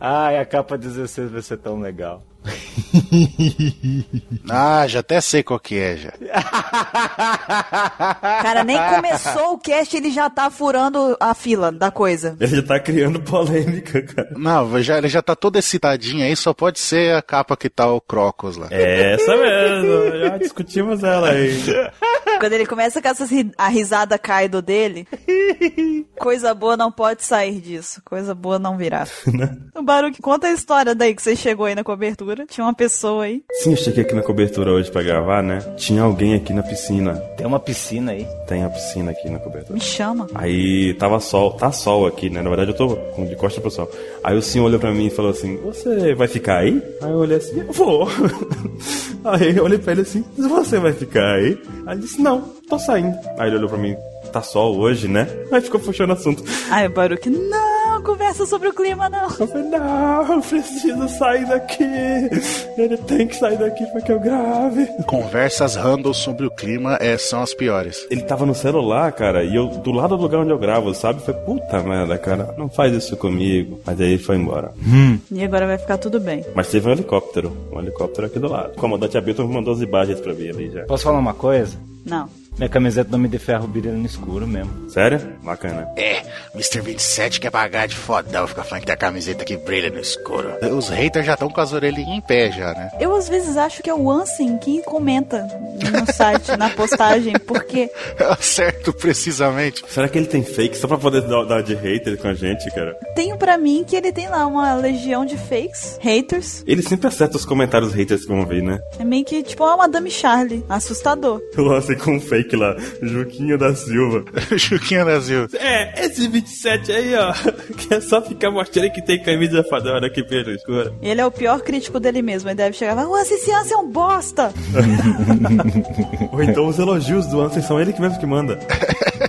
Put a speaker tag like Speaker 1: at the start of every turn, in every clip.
Speaker 1: Ai, a capa 16 vai ser tão legal.
Speaker 2: Ah, já até sei qual que é, já.
Speaker 3: Cara, nem começou o cast, ele já tá furando a fila da coisa.
Speaker 4: Ele já tá criando polêmica, cara.
Speaker 2: Não, já, ele já tá todo excitadinho aí, só pode ser a capa que tá o Crocos lá.
Speaker 4: É essa mesmo, já discutimos ela aí.
Speaker 3: Quando ele começa com essas ri- a risada Kaido dele, coisa boa não pode sair disso. Coisa boa não virá. o Baruque, conta a história daí que você chegou aí na cobertura. Tinha uma pessoa aí.
Speaker 4: Sim, eu cheguei aqui na cobertura hoje pra gravar, né? Tinha alguém aqui na piscina.
Speaker 1: Tem uma piscina aí.
Speaker 4: Tem a piscina aqui na cobertura.
Speaker 3: Me chama.
Speaker 4: Aí tava sol, tá sol aqui, né? Na verdade eu tô com- de costa pro sol. Aí o senhor olhou pra mim e falou assim: Você vai ficar aí? Aí eu olhei assim: "Eu Vou. Aí eu olhei pra ele assim: Você vai ficar aí? Aí ele disse: Não, tô saindo. Aí ele olhou pra mim: Tá sol hoje, né? Aí ficou puxando assunto.
Speaker 3: Aí o Baruque, não, conversa sobre o clima não.
Speaker 4: Eu falei, não, eu preciso sair daqui. Ele tem que sair daqui pra que eu grave.
Speaker 2: Conversas random sobre o clima é, são as piores.
Speaker 4: Ele tava no celular, cara, e eu do lado do lugar onde eu gravo, sabe? Foi puta merda, cara, não faz isso comigo. Mas aí ele foi embora.
Speaker 3: E agora vai ficar tudo bem.
Speaker 4: Mas teve um helicóptero, um helicóptero aqui do lado. O comandante Abilton mandou as imagens pra mim ali já.
Speaker 1: Posso falar uma coisa?
Speaker 3: Não.
Speaker 1: Minha camiseta do Homem de Ferro brilha no escuro mesmo.
Speaker 4: Sério? Bacana.
Speaker 2: É, Mr. 27 quer pagar de fodão, fica falando que tem a camiseta que brilha no escuro. Os haters já estão com as orelhinhas em pé já, né?
Speaker 3: Eu às vezes acho que é o Ansem que comenta no site, na postagem, porque
Speaker 2: Certo, precisamente.
Speaker 4: Será que ele tem fake só pra poder dar, dar de hater com a gente, cara?
Speaker 3: tenho pra mim que ele tem lá uma legião de fakes, haters.
Speaker 4: Ele sempre acerta os comentários haters que vão vir, né?
Speaker 3: É meio que tipo uma Madame Charlie, assustador.
Speaker 4: Eu lancei com um fake lá, Juquinho da Silva.
Speaker 2: Juquinha Brasil.
Speaker 4: É, esse 27 aí, ó, que é só ficar mostrando que tem camisa fadona que pelo escuro.
Speaker 3: Ele é o pior crítico dele mesmo, ele deve chegar e falar, "Ô, esse Ansem é um bosta!
Speaker 4: Ou então os elogios do Ansem são ele que mesmo que manda.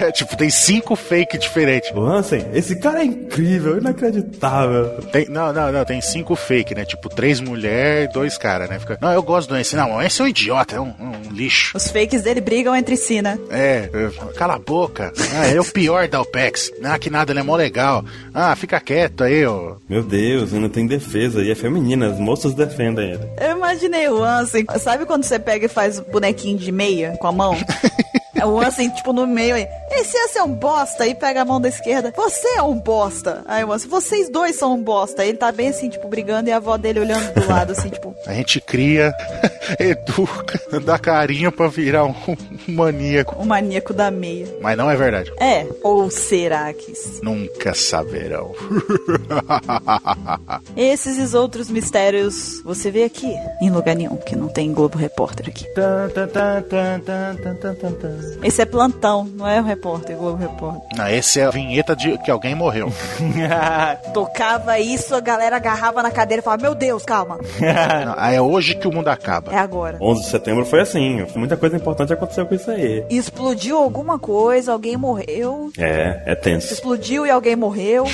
Speaker 2: É, tipo, tem cinco fake diferentes.
Speaker 4: O Ansem, esse cara é incrível, inacreditável.
Speaker 2: Tem- não, não, não, tem cinco fake, né? Tipo, três mulheres e dois caras, né? Fica, não, eu gosto do Ence. Não, esse é um idiota, é um, um lixo.
Speaker 3: Os fakes dele brigam entre si, né?
Speaker 2: É, eu- cala a boca. Ah, ele é o pior da OPEX. Ah, que nada, ele é mó legal. Ah, fica quieto aí, ó.
Speaker 4: Meu Deus, ainda tem defesa, e é feminina, as moças defendem ele.
Speaker 3: Eu imaginei o Ansem, sabe quando você pega e faz bonequinho de meia com a mão? É O Ansem, tipo, no meio aí. Esse Ansem é um bosta. Aí pega a mão da esquerda. Você é um bosta. Aí o Ansem, vocês dois são um bosta. Aí Ele tá bem assim, tipo, brigando e a avó dele olhando do lado, assim, tipo.
Speaker 2: A gente cria, educa, dá carinho pra virar um, um maníaco.
Speaker 3: O maníaco da meia.
Speaker 2: Mas não é verdade.
Speaker 3: É, ou será que... s-
Speaker 2: Nunca saberão.
Speaker 3: Esses e os outros mistérios você vê aqui, em lugar nenhum, porque não tem Globo Repórter aqui.
Speaker 1: Tan, tan, tan, tan, tan, tan, tan, tan, tan.
Speaker 3: Esse é plantão, não é o repórter, Globo Repórter.
Speaker 2: Não, esse é a vinheta de que alguém morreu.
Speaker 3: Tocava isso, a galera agarrava na cadeira e falava, meu Deus, calma,
Speaker 2: Não, é hoje que o mundo acaba.
Speaker 3: é agora.
Speaker 4: 11 de setembro foi assim, muita coisa importante aconteceu com isso aí.
Speaker 3: Explodiu alguma coisa, alguém morreu.
Speaker 4: É, é tenso.
Speaker 3: Explodiu e alguém morreu.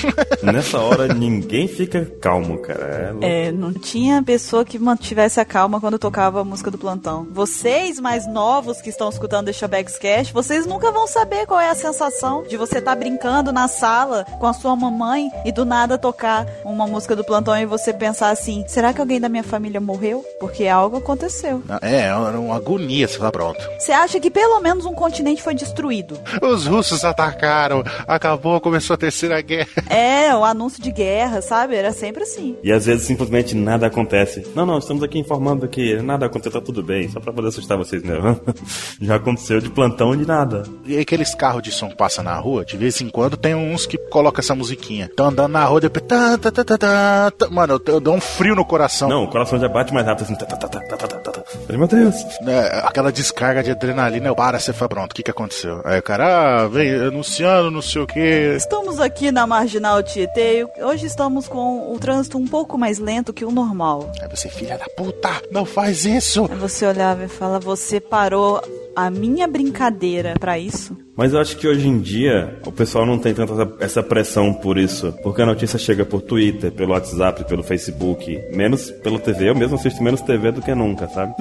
Speaker 4: Nessa hora ninguém fica calmo, cara. É louco.
Speaker 3: É, não tinha pessoa que mantivesse a calma quando tocava a música do plantão. Vocês mais novos que estão escutando o Bags Cash, vocês nunca vão saber qual é a sensação de você estar brincando na sala com a sua mamãe e do nada tocar uma música do plantão e você pensar assim: será que alguém da minha família morreu? Porque algo aconteceu.
Speaker 2: Não, É, é uma agonia, você fala, pronto.
Speaker 3: Você acha que pelo menos um continente foi destruído?
Speaker 2: Os russos atacaram, acabou, começou a terceira guerra.
Speaker 3: É, o anúncio de guerra, sabe? Era sempre assim.
Speaker 4: E às vezes simplesmente nada acontece. Não, não, estamos aqui informando que nada aconteceu, tá tudo bem, só pra poder assustar vocês mesmo. Já aconteceu de plantão de nada.
Speaker 2: E aqueles carros de som que passam na rua, de vez em quando tem uns que colocam essa musiquinha. Tão andando na rua, depois. Tá, tá, tá, tá, tá, tá. Mano, eu, eu dou um frio no coração.
Speaker 4: Não, o coração já bate mais rápido assim. Tá, tá, tá, tá, tá, tá, tá, tá. Falei, Meu Deus.
Speaker 2: É, aquela descarga de adrenalina, eu para, você fala, pronto, o que, que aconteceu? Aí o cara, ah, vem anunciando, não sei o que.
Speaker 3: Estamos aqui na Marginal Tietê e hoje estamos com o trânsito um pouco mais lento que o normal.
Speaker 2: Aí você, filha da puta, não faz isso!
Speaker 3: Aí você olhava e fala, você parou a minha brincadeira pra isso?
Speaker 4: Mas eu acho que hoje em dia o pessoal não tem tanta essa- essa pressão por isso. Porque a notícia chega por Twitter, pelo WhatsApp, pelo Facebook, menos pela TV. Eu mesmo assisto menos TV do que nunca, sabe?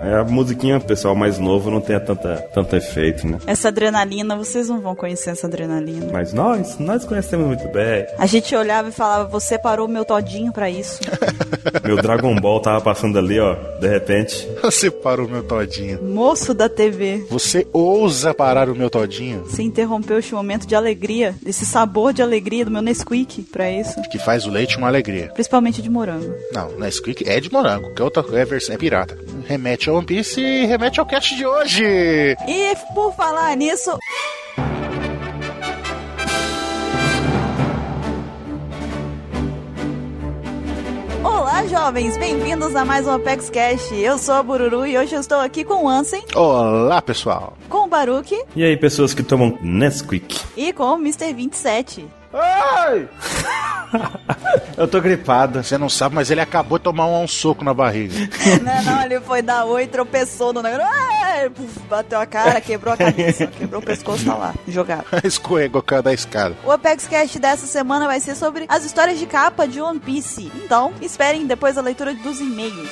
Speaker 4: Aí a musiquinha, o pessoal mais novo não tem a tanta, tanto efeito, né?
Speaker 3: Essa adrenalina, vocês não vão conhecer essa adrenalina.
Speaker 4: Mas nós, nós conhecemos muito bem.
Speaker 3: A gente olhava e falava, você parou meu todinho pra isso.
Speaker 4: Meu Dragon Ball tava passando ali, ó, de repente.
Speaker 2: Você parou o meu todinho.
Speaker 3: Moço da TV,
Speaker 2: Você ousa parar o meu todinho?
Speaker 3: você interrompeu este momento de alegria, esse sabor de alegria do meu Nesquik pra isso.
Speaker 2: Que faz o leite uma alegria.
Speaker 3: Principalmente de morango.
Speaker 2: Não, Nesquik é de morango, que é outra é versão é pirata. Remete ao One Piece e remete ao cast de hoje.
Speaker 3: E por falar nisso, Olá, jovens! Bem-vindos a mais um Apex Cash. Eu sou a Bururu e hoje eu estou aqui com o Ansem,
Speaker 2: Olá, pessoal.
Speaker 3: com o Baruque
Speaker 4: E aí, pessoas que tomam Nesquik?
Speaker 3: e com o Mr. 27.
Speaker 1: Ai! Eu tô gripado.
Speaker 2: Você não sabe, mas ele acabou de tomar um, um soco na barriga.
Speaker 3: não, não, ele foi dar oi, tropeçou no negócio. Ah, puf, bateu a cara, quebrou a cabeça, quebrou o pescoço, tá lá, jogado.
Speaker 2: Escorregou cara da escada.
Speaker 3: O Apex Cast dessa semana vai ser sobre as histórias de capa de One Piece. Então, esperem depois da leitura dos e-mails.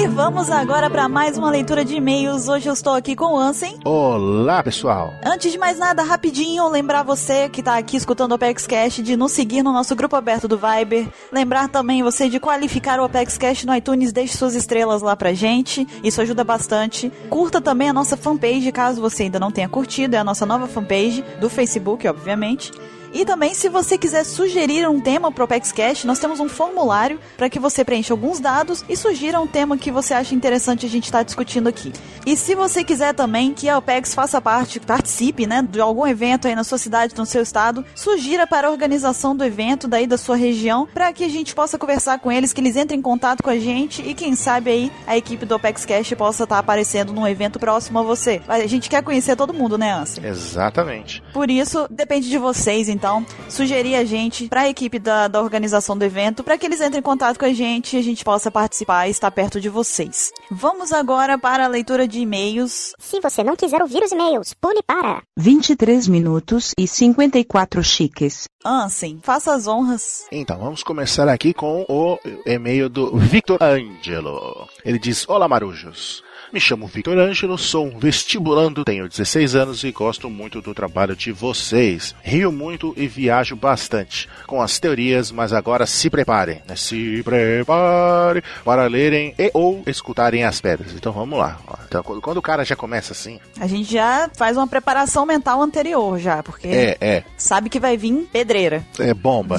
Speaker 3: E Vamos agora para mais uma leitura de e-mails. Hoje eu estou aqui com o Ansem.
Speaker 2: Olá, pessoal.
Speaker 3: Antes de mais nada, rapidinho, lembrar você que tá aqui escutando o Apex Cash de nos seguir no nosso grupo aberto do Viber. Lembrar também você de qualificar o Apex Cash no iTunes, deixe suas estrelas lá pra gente, isso ajuda bastante. Curta também a nossa fanpage, caso você ainda não tenha curtido, é a nossa nova fanpage do Facebook, obviamente. E também, se você quiser sugerir um tema pro PEXCast, nós temos um formulário para que você preencha alguns dados e sugira um tema que você acha interessante a gente estar discutindo aqui. E se você quiser também que a OPEX faça parte, participe, né, de algum evento aí na sua cidade, no seu estado, sugira para a organização do evento daí da sua região, para que a gente possa conversar com eles, que eles entrem em contato com a gente e quem sabe aí a equipe do OPEX Cash possa estar aparecendo num evento próximo a você. A gente quer conhecer todo mundo, né, Anson?
Speaker 2: Exatamente.
Speaker 3: Por isso, depende de vocês, então, sugerir a gente para a equipe da, da organização do evento, para que eles entrem em contato com a gente e a gente possa participar e estar perto de vocês. Vamos agora para a leitura de e-mails.
Speaker 5: Se você não quiser ouvir os e-mails, pule para.
Speaker 6: 23 minutos e 54 chiques.
Speaker 3: Ansem, faça as honras.
Speaker 2: Então, vamos começar aqui com o e-mail do Victor Angelo. Ele diz: Olá, marujos. Me chamo Victor Ângelo, sou um vestibulando, tenho 16 anos e gosto muito do trabalho de vocês. Rio muito e viajo bastante com as teorias, mas agora se preparem, né? Se preparem para lerem e ou escutarem as pedras. Então vamos lá. Ó, Então, quando quando o cara já começa assim,
Speaker 3: A gente já faz uma preparação mental anterior já, porque
Speaker 2: é, é,
Speaker 3: sabe que vai vir pedreira.
Speaker 2: É bomba.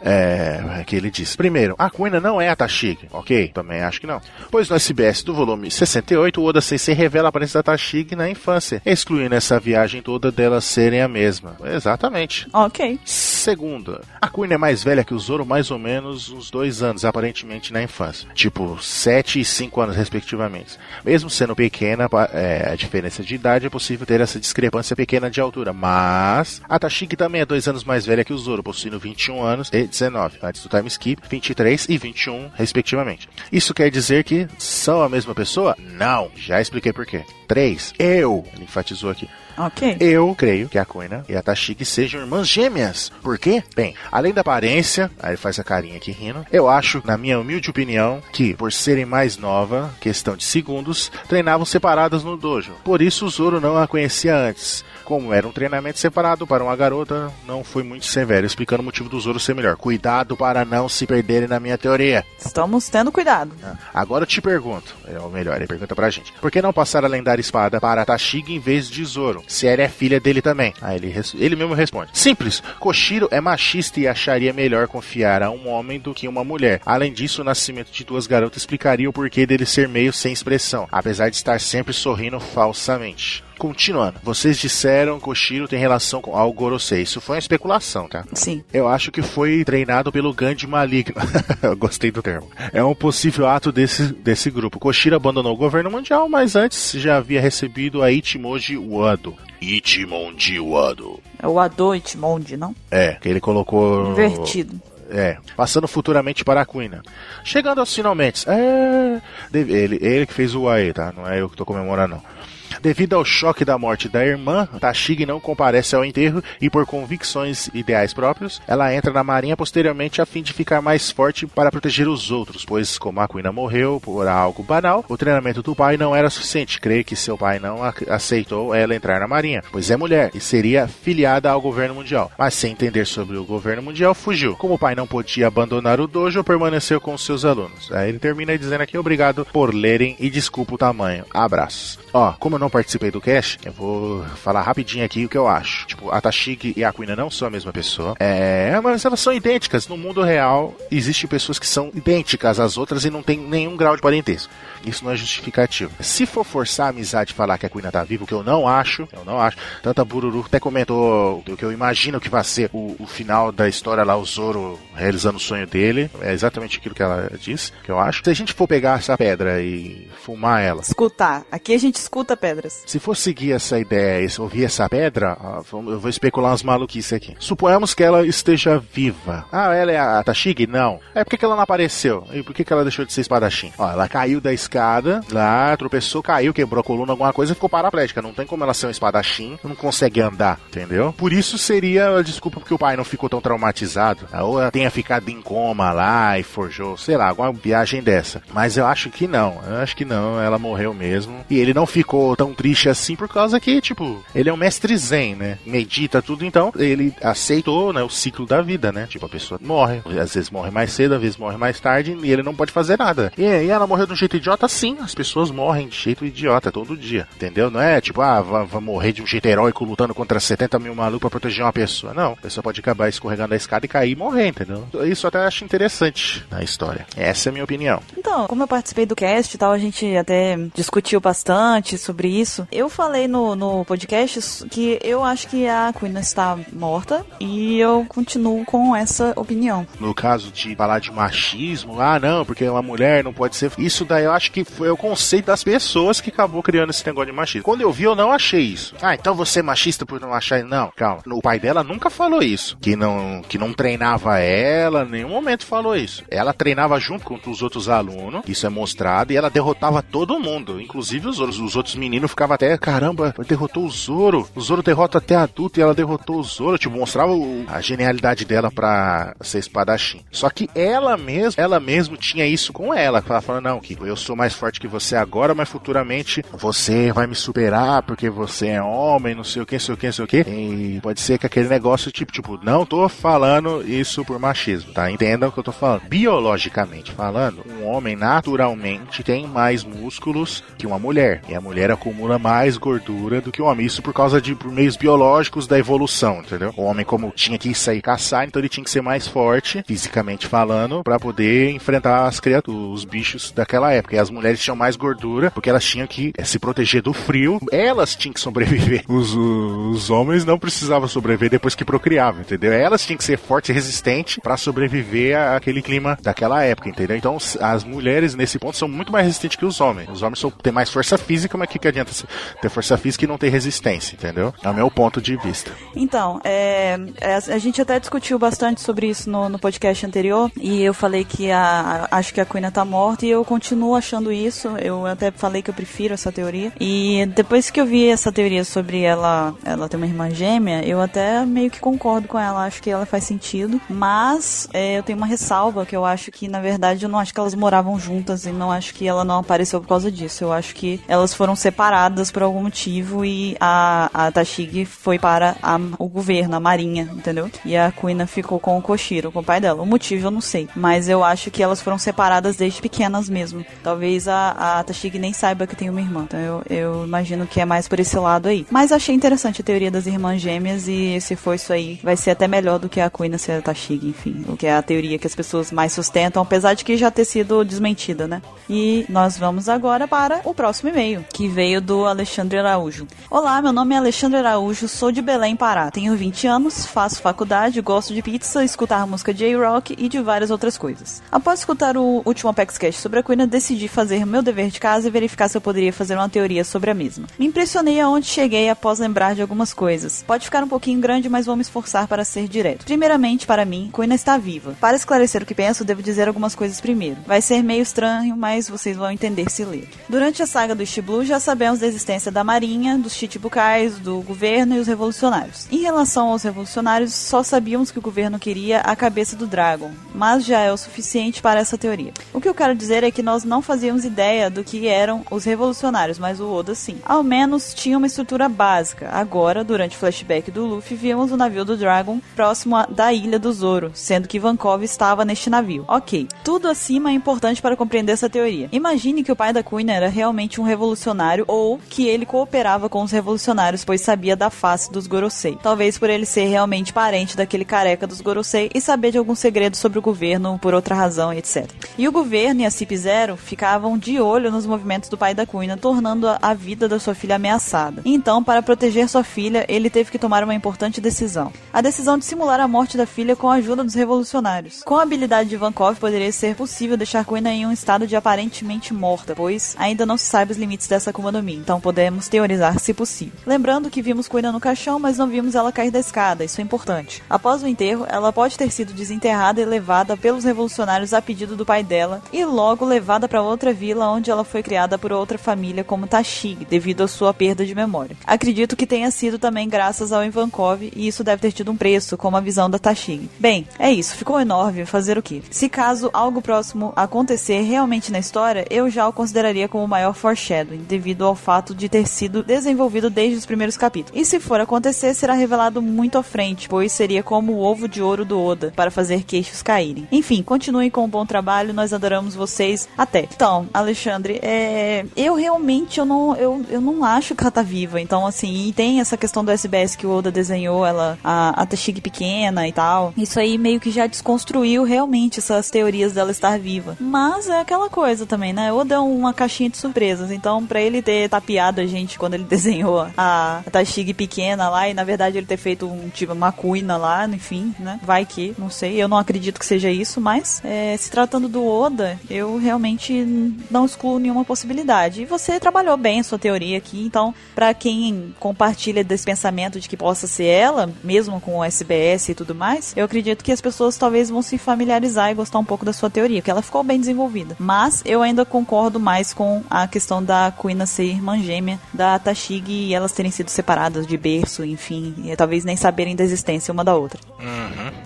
Speaker 2: é, que ele diz. Primeiro, a Kuina não é a Tashig, ok? Também acho que não. Pois no SBS do volume 68, o Oda Sensei revela a presença da Tashig na infância, excluindo essa viagem toda delas serem a mesma. Exatamente.
Speaker 3: Ok.
Speaker 2: Segunda, a Queen é mais velha que o Zoro mais ou menos uns dois anos, aparentemente na infância. Tipo, 7 e 5 anos, respectivamente. Mesmo sendo pequena, pa- é, a diferença de idade é possível ter essa discrepância pequena de altura. Mas, a Tashiki também é dois anos mais velha que o Zoro, possuindo 21 anos e 19, antes do time skip, 23 e 21, respectivamente. Isso quer dizer que são a mesma pessoa? Não, já expliquei por quê. 3. Eu, ele enfatizou aqui,
Speaker 3: Ok.
Speaker 2: eu creio que a Kuina e a Tashiki sejam irmãs gêmeas. Por quê? Bem, além da aparência, aí ele faz a carinha aqui rindo, eu acho, na minha humilde opinião, que, por serem mais nova, questão de segundos, treinavam separadas no dojo. Por isso o Zoro não a conhecia antes. Como era um treinamento separado para uma garota, não foi muito severo, explicando o motivo do Zoro ser melhor. Cuidado para não se perderem na minha teoria.
Speaker 3: Estamos tendo cuidado.
Speaker 2: Ah, Agora eu te pergunto, é, ou melhor, ele pergunta pra gente, por que não passar a lendária espada para Tashiga em vez de Zoro, se ela é filha dele também? Aí ele, res- ele mesmo responde, simples, Koshiro é machista e acharia melhor confiar a um homem do que uma mulher. Além disso, o nascimento de duas garotas explicaria o porquê dele ser meio sem expressão, apesar de estar sempre sorrindo falsamente. Continuando. Vocês disseram que o Shiro tem relação com ao Gorosei. Isso foi uma especulação, tá?
Speaker 3: Sim.
Speaker 2: Eu acho que foi treinado pelo Gandhi maligno. Eu Gostei do termo. É um possível ato desse, desse grupo. Koshira abandonou o governo mundial, mas antes já havia recebido a Ichimonji Wado. Ichimonji Wado.
Speaker 3: É o Adon Itmonde, não?
Speaker 2: É, que ele colocou...
Speaker 3: Invertido.
Speaker 2: É, passando futuramente para a Quina. Chegando aos finalmente. É. deve- Ele, ele que fez o AE, tá? Não é eu que tô comemorando, não. Devido ao choque da morte da irmã, Tashigi não comparece ao enterro e, por convicções e ideais próprios, ela entra na marinha posteriormente a fim de ficar mais forte para proteger os outros, pois, como a Quina morreu por algo banal, o treinamento do pai não era suficiente. Creio que seu pai não ac- aceitou ela entrar na marinha, pois é mulher e seria filiada ao governo mundial. Mas, sem entender sobre o governo mundial, fugiu. Como o pai não podia abandonar o dojo, permaneceu com seus alunos. Aí ele termina dizendo aqui: obrigado por lerem e desculpa o tamanho. Abraços. Ó, como eu não participei do cast, eu vou falar rapidinho aqui o que eu acho. Tipo, a Tashiki e a Aquina não são a mesma pessoa. É, mas elas são idênticas. No mundo real, existem pessoas que são idênticas às outras e não tem nenhum grau de parentesco. Isso não é justificativo. Se for forçar a amizade e falar que a Aquina tá viva, o que eu não acho, eu não acho. Tanto a Bururu até comentou o que eu imagino que vai ser o, o final da história lá, o Zoro realizando o sonho dele. É exatamente aquilo que ela disse, que eu acho. Se a gente for pegar essa pedra e fumar ela,
Speaker 3: Escutar. Aqui a gente escuta pedras.
Speaker 2: se for seguir essa ideia, se ouvir essa pedra, ah, vamos- eu vou especular umas maluquices aqui. Suponhamos que ela esteja viva. Ah, ela é a Tashigi? Não. É porque que ela não apareceu? E por que que ela deixou de ser espadachim? Ó, ela caiu da escada, lá, tropeçou, caiu, quebrou a coluna, alguma coisa, ficou paraplégica. Não tem como ela ser um espadachim, não consegue andar, entendeu? Por isso seria a desculpa porque o pai não ficou tão traumatizado. Ah, Ou ela tenha ficado em coma lá e forjou, sei lá, alguma viagem dessa. Mas eu acho que não. Eu acho que não. Ela morreu mesmo. E ele não ficou tão triste assim por causa que, tipo, ele é um mestre zen, né? Medita tudo, então ele aceitou, né, o ciclo da vida, né? Tipo, a pessoa morre. Às vezes morre mais cedo, às vezes morre mais tarde e ele não pode fazer nada. E, e ela morreu de um jeito idiota? Sim, as pessoas morrem de jeito idiota todo dia, entendeu? Não é tipo, ah, vai, vai morrer de um jeito heróico lutando contra 70 mil malucos pra proteger uma pessoa. Não, a pessoa pode acabar escorregando da escada e cair e morrer, entendeu? Isso eu até acho interessante na história. Essa é a minha opinião.
Speaker 3: Então, como eu participei do cast e tal, a gente até discutiu bastante sobre isso. Eu falei no, no podcast que eu acho que a Queen está morta e eu continuo com essa opinião.
Speaker 2: No caso de falar de machismo, ah, não, porque uma mulher não pode ser. Isso daí eu acho que foi o conceito das pessoas que acabou criando esse negócio de machismo. Quando eu vi, eu não achei isso. Ah, então você é machista por não achar. Não, calma. O pai dela nunca falou isso. Que não, que não treinava ela, em nenhum momento falou isso. Ela treinava junto com os outros alunos, isso é mostrado, e ela derrotava todo mundo, inclusive os outros. Os outros meninos ficavam até, caramba, derrotou o Zoro. O Zoro derrota até adulto e ela derrotou o Zoro. Tipo, mostrava o- a genialidade dela pra ser espadachim. Só que ela mesma, ela mesmo tinha isso com ela. Ela falando, não, Kiko, eu sou mais forte que você agora, mas futuramente você vai me superar porque você é homem, não sei o que, não sei o que, não sei o que. E pode ser que aquele negócio, tipo, tipo, não tô falando isso por machismo, tá? Entendam o que eu tô falando. Biologicamente falando, um homem naturalmente tem mais músculos que uma mulher. E a mulher acumula mais gordura do que o homem. Isso por causa de por meios biológicos da evolução, entendeu? O homem, como tinha que sair caçar, então ele tinha que ser mais forte, fisicamente falando, pra poder enfrentar as criaturas, os bichos daquela época. E as mulheres tinham mais gordura, porque elas tinham que eh, se proteger do frio. Elas tinham que sobreviver. Os, os homens não precisavam sobreviver depois que procriavam, entendeu? Elas tinham que ser fortes e resistentes pra sobreviver à- àquele clima daquela época, entendeu? Então s- as mulheres, nesse ponto, são muito mais resistentes que os homens. Os homens são- têm mais força física, mas o que, que adianta se- ter força física e não ter resistência, entendeu? É o meu ponto de vista.
Speaker 3: Então, é, é, a gente até discutiu bastante sobre isso no, no podcast anterior e eu falei que a, a- acho que a Queen tá morta e eu continuo achando isso. Eu até falei que eu prefiro essa teoria. E depois que eu vi essa teoria sobre ela, ela ter uma irmã gêmea, eu até meio que concordo com ela. Acho que ela faz sentido, mas é, eu tenho uma ressalva que eu acho que na verdade eu não acho que elas moravam juntas e não acho que ela não apareceu por causa disso. Eu acho que elas foram separadas por algum motivo e a, a Tashigi foi para a- o governo, a marinha, entendeu? E a Kuina ficou com o Koshiro, com o pai dela. O motivo eu não sei, mas eu acho que elas foram separadas desde pequenas mesmo. Talvez a, a Tashigi nem saiba que tem uma irmã. Então eu, eu imagino que é mais por esse lado aí. Mas achei interessante a teoria das irmãs gêmeas e se for isso aí, vai ser até melhor do que a Kuina ser a Tashigi, enfim. O que é a teoria que as pessoas mais sustentam, apesar de que já ter sido desmentida, né? E nós vamos agora para o próximo e-mail, que veio e-mail do Alexandre Araújo. Olá, meu nome é Alexandre Araújo, sou de Belém, Pará. Tenho 20 anos, faço faculdade, gosto de pizza, escutar música J-Rock e de várias outras coisas. Após escutar o último Apex Cash sobre a Queen, eu decidi fazer meu dever de casa e verificar se eu poderia fazer uma teoria sobre a mesma. Me impressionei aonde cheguei após lembrar de algumas coisas. Pode ficar um pouquinho grande, mas vou me esforçar para ser direto. Primeiramente, para mim, Queen está viva. Para esclarecer o que penso, devo dizer algumas coisas primeiro. Vai ser meio estranho, mas vocês vão entender se ler. Durante a saga do East Blue, já sabemos da existência da Marinha, dos Chichibukais, do governo e os revolucionários. Em relação aos revolucionários, só sabíamos que o governo queria a cabeça do Dragon, mas já é o suficiente para essa teoria. O que eu quero dizer é que nós não fazíamos ideia do que eram os revolucionários, mas o Oda sim. Ao menos tinha uma estrutura básica. Agora, durante o flashback do Luffy, vimos o navio do Dragon próximo a- da ilha do Zoro, sendo que Vankov estava neste navio. Ok, tudo acima é importante para compreender essa teoria. Imagine que o pai da Queen era realmente um revolucionário ou que ele cooperava com os revolucionários, pois sabia da face dos Gorosei. Talvez por ele ser realmente parente daquele careca dos Gorosei e saber de algum segredo sobre o governo por outra razão, etc. E o governo e a CIP Zero ficavam de olho nos movimentos do pai da Queen, tornando a- a vida da sua filha ameaçada. Então, para proteger sua filha, ele teve que tomar uma importante decisão. A decisão de simular a morte da filha com a ajuda dos revolucionários. Com a habilidade de Vankov, poderia ser possível deixar Queen em um estado de aparentemente morta, pois ainda não se sabe os limites dessa Akuma no Mi, então podemos teorizar se possível. Lembrando que vimos Queen no caixão, mas não vimos ela cair da escada, isso é importante. Após o enterro, ela pode ter sido desenterrada e levada pelos revolucionários a pedido do pai dela, e logo levada para outra vila onde ela foi criada por outra família como Tashig, devido à sua perda de memória. Acredito que tenha sido também graças ao Ivankov, e isso deve ter tido um preço, como a visão da Tashig. Bem, é isso, ficou enorme, fazer o quê? Se caso algo próximo acontecer realmente na história, eu já o consideraria como o maior foreshadowing, devido ao fato de ter sido desenvolvido desde os primeiros capítulos. E se for acontecer, será revelado muito à frente, pois seria como o ovo de ouro do Oda, para fazer queixos caírem. Enfim, continuem com o bom trabalho, nós adoramos vocês. Até. Então, Alexandre, é, eu realmente eu não, eu, eu não acho que ela tá viva. Então, assim, e tem essa questão do SBS que o Oda desenhou, ela, a, a Tashig pequena e tal. Isso aí meio que já desconstruiu realmente essas teorias dela estar viva. Mas é aquela coisa também, né? Oda é uma caixinha de surpresas. Então, pra ele ter tapeado a gente quando ele desenhou a, a Tashig pequena lá, e na verdade ele ter feito um tipo uma cuina lá, enfim, né? Vai que, não sei, eu não acredito que seja isso, mas é, se tratando do Oda, eu realmente n- não excluo nenhuma possibilidade. E você trabalhou bem a sua teoria aqui, então, pra quem compartilha desse pensamento de que possa ser ela, mesmo com o SBS e tudo mais, eu acredito que as pessoas talvez vão se familiarizar e gostar um pouco da sua teoria, porque ela ficou bem desenvolvida. Mas eu ainda concordo mais com a questão da Kuina ser irmã gêmea da Tashig e elas terem sido separadas de berço, enfim, e talvez nem saberem da existência uma da outra.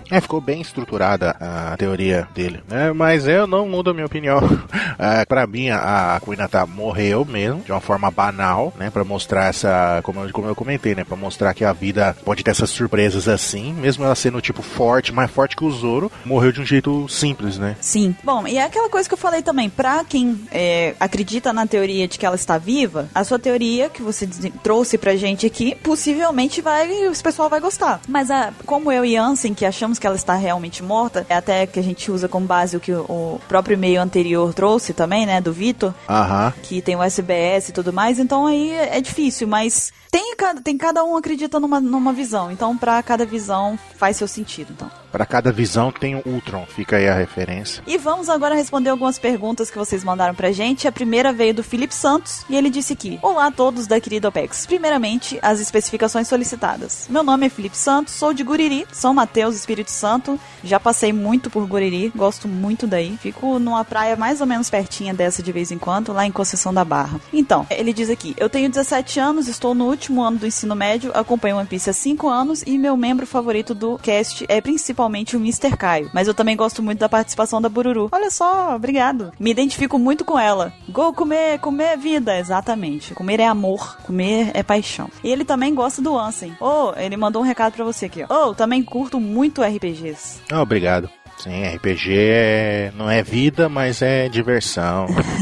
Speaker 2: É, ficou bem estruturada a teoria dele, né? Mas eu não mudo a minha opinião. É, para mim, a Kuinata morreu mesmo, de uma forma banal, né? Pra mostrar essa. Como eu, como eu comentei, né? Pra mostrar que a vida pode ter essas surpresas assim, mesmo ela sendo, tipo, forte, mais forte que o Zoro, morreu de um jeito simples, né?
Speaker 3: Sim. Bom, e é aquela coisa que eu falei também, pra quem é, acredita na teoria de que ela está viva, a sua teoria que você des- trouxe pra gente aqui, possivelmente vai, o pessoal vai gostar. Mas a, como eu e Ansem, que achamos que ela está realmente morta, é até que a gente usa como base o que o, o próprio e-mail anterior trouxe também, né, do Vitor,
Speaker 2: Aham.
Speaker 3: que tem o SBS e tudo mais, então aí é difícil, mas tem, cada- tem cada um acredita numa, numa visão, então pra cada visão faz seu sentido, então.
Speaker 2: Pra cada visão tem um Ultron, fica aí a referência.
Speaker 3: E vamos agora responder algumas perguntas que vocês mandaram pra gente. A primeira veio do Felipe Santos e ele disse que: Olá a todos da querida OPEX. Primeiramente, as especificações solicitadas. Meu nome é Felipe Santos, sou de Guriri, São Mateus, Espírito Santo. Já passei muito por Guriri, gosto muito daí. Fico numa praia mais ou menos pertinha dessa de vez em quando, lá em Conceição da Barra. Então, ele diz aqui: Eu tenho 17 anos, estou no último ano do ensino médio, acompanho One Piece há 5 anos e meu membro favorito do cast é principalmente o Mr. Caio. Mas eu também gosto muito da participação da Bururu. Olha só, obrigado. Me identifico muito com ela. Go comer, comer é vida, exatamente. Comer é amor, comer é paixão. E ele também gosta do Ansem. Oh, ele mandou um recado pra você aqui, ó. Oh, também curto muito RPGs.
Speaker 2: Ah, obrigado. Sim, RPG é- não é vida, mas é diversão.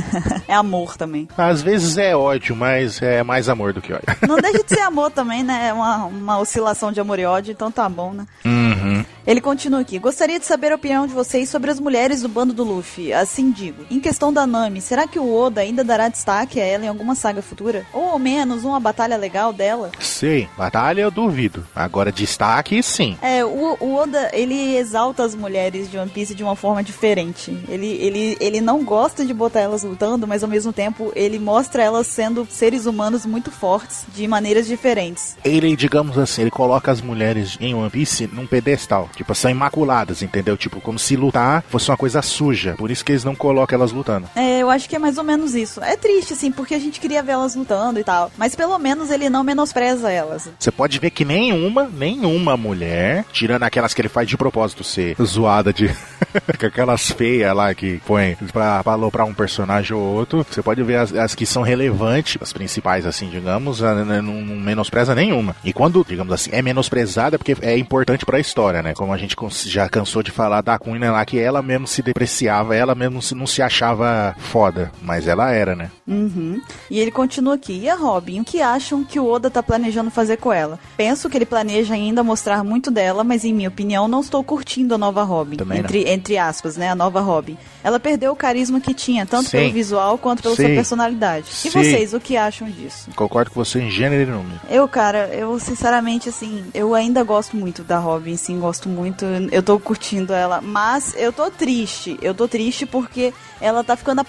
Speaker 3: É amor também.
Speaker 2: Às vezes é ódio, mas é mais amor do que ódio.
Speaker 3: Não deixa de ser amor também, né? É uma, uma oscilação de amor e ódio, então tá bom, né?
Speaker 2: Uhum.
Speaker 3: Ele continua aqui. Gostaria de saber a opinião de vocês sobre as mulheres do bando do Luffy. Assim digo. Em questão da Nami, será que o Oda ainda dará destaque a ela em alguma saga futura? Ou ao menos uma batalha legal dela?
Speaker 2: Sei, batalha eu duvido. Agora destaque sim.
Speaker 3: É, o, o Oda, ele exalta as mulheres de One Piece de uma forma diferente. Ele, ele, ele não gosta de botar elas lutando, mas ao mesmo tempo ele mostra elas sendo seres humanos muito fortes, de maneiras diferentes.
Speaker 2: Ele, digamos assim, ele coloca as mulheres em One Piece num pedestal. Tipo, são imaculadas, entendeu? Tipo, como se lutar fosse uma coisa suja. Por isso que eles não colocam elas lutando.
Speaker 3: É, eu acho que é mais ou menos isso. É triste, assim, porque a gente queria ver elas lutando e tal. Mas pelo menos ele não menospreza elas.
Speaker 2: Você pode ver que nenhuma, nenhuma mulher, tirando aquelas que ele faz de propósito ser zoada de. com aquelas feias lá que põe pra, pra aloprar um personagem ou outro, você pode ver as, as que são relevantes, as principais, assim, digamos, a- n- n- não, não menospreza nenhuma. E quando, digamos assim, é menosprezada é porque é importante pra história, né? Como a gente cons- já cansou de falar da Cunha lá, que ela mesmo se depreciava, ela mesmo se- não se achava foda, mas ela era, né?
Speaker 3: Uhum. E ele continua aqui. E a Robin, o que acham que o Oda tá planejando fazer com ela? Penso que ele planeja ainda mostrar muito dela, mas em minha opinião não estou curtindo a nova Robin.
Speaker 2: Também não.
Speaker 3: entre, entre aspas, né? A nova Robin. Ela perdeu o carisma que tinha, tanto
Speaker 2: Sim.
Speaker 3: pelo visual quanto pela sua
Speaker 2: Sim.
Speaker 3: personalidade. E
Speaker 2: Sim.
Speaker 3: vocês, o que acham disso?
Speaker 2: Concordo com você em gênero e número.
Speaker 3: Eu, cara, eu sinceramente, assim, eu ainda gosto muito da Robin, sim, gosto muito. Eu tô curtindo ela, mas eu tô triste. Eu tô triste porque ela tá ficando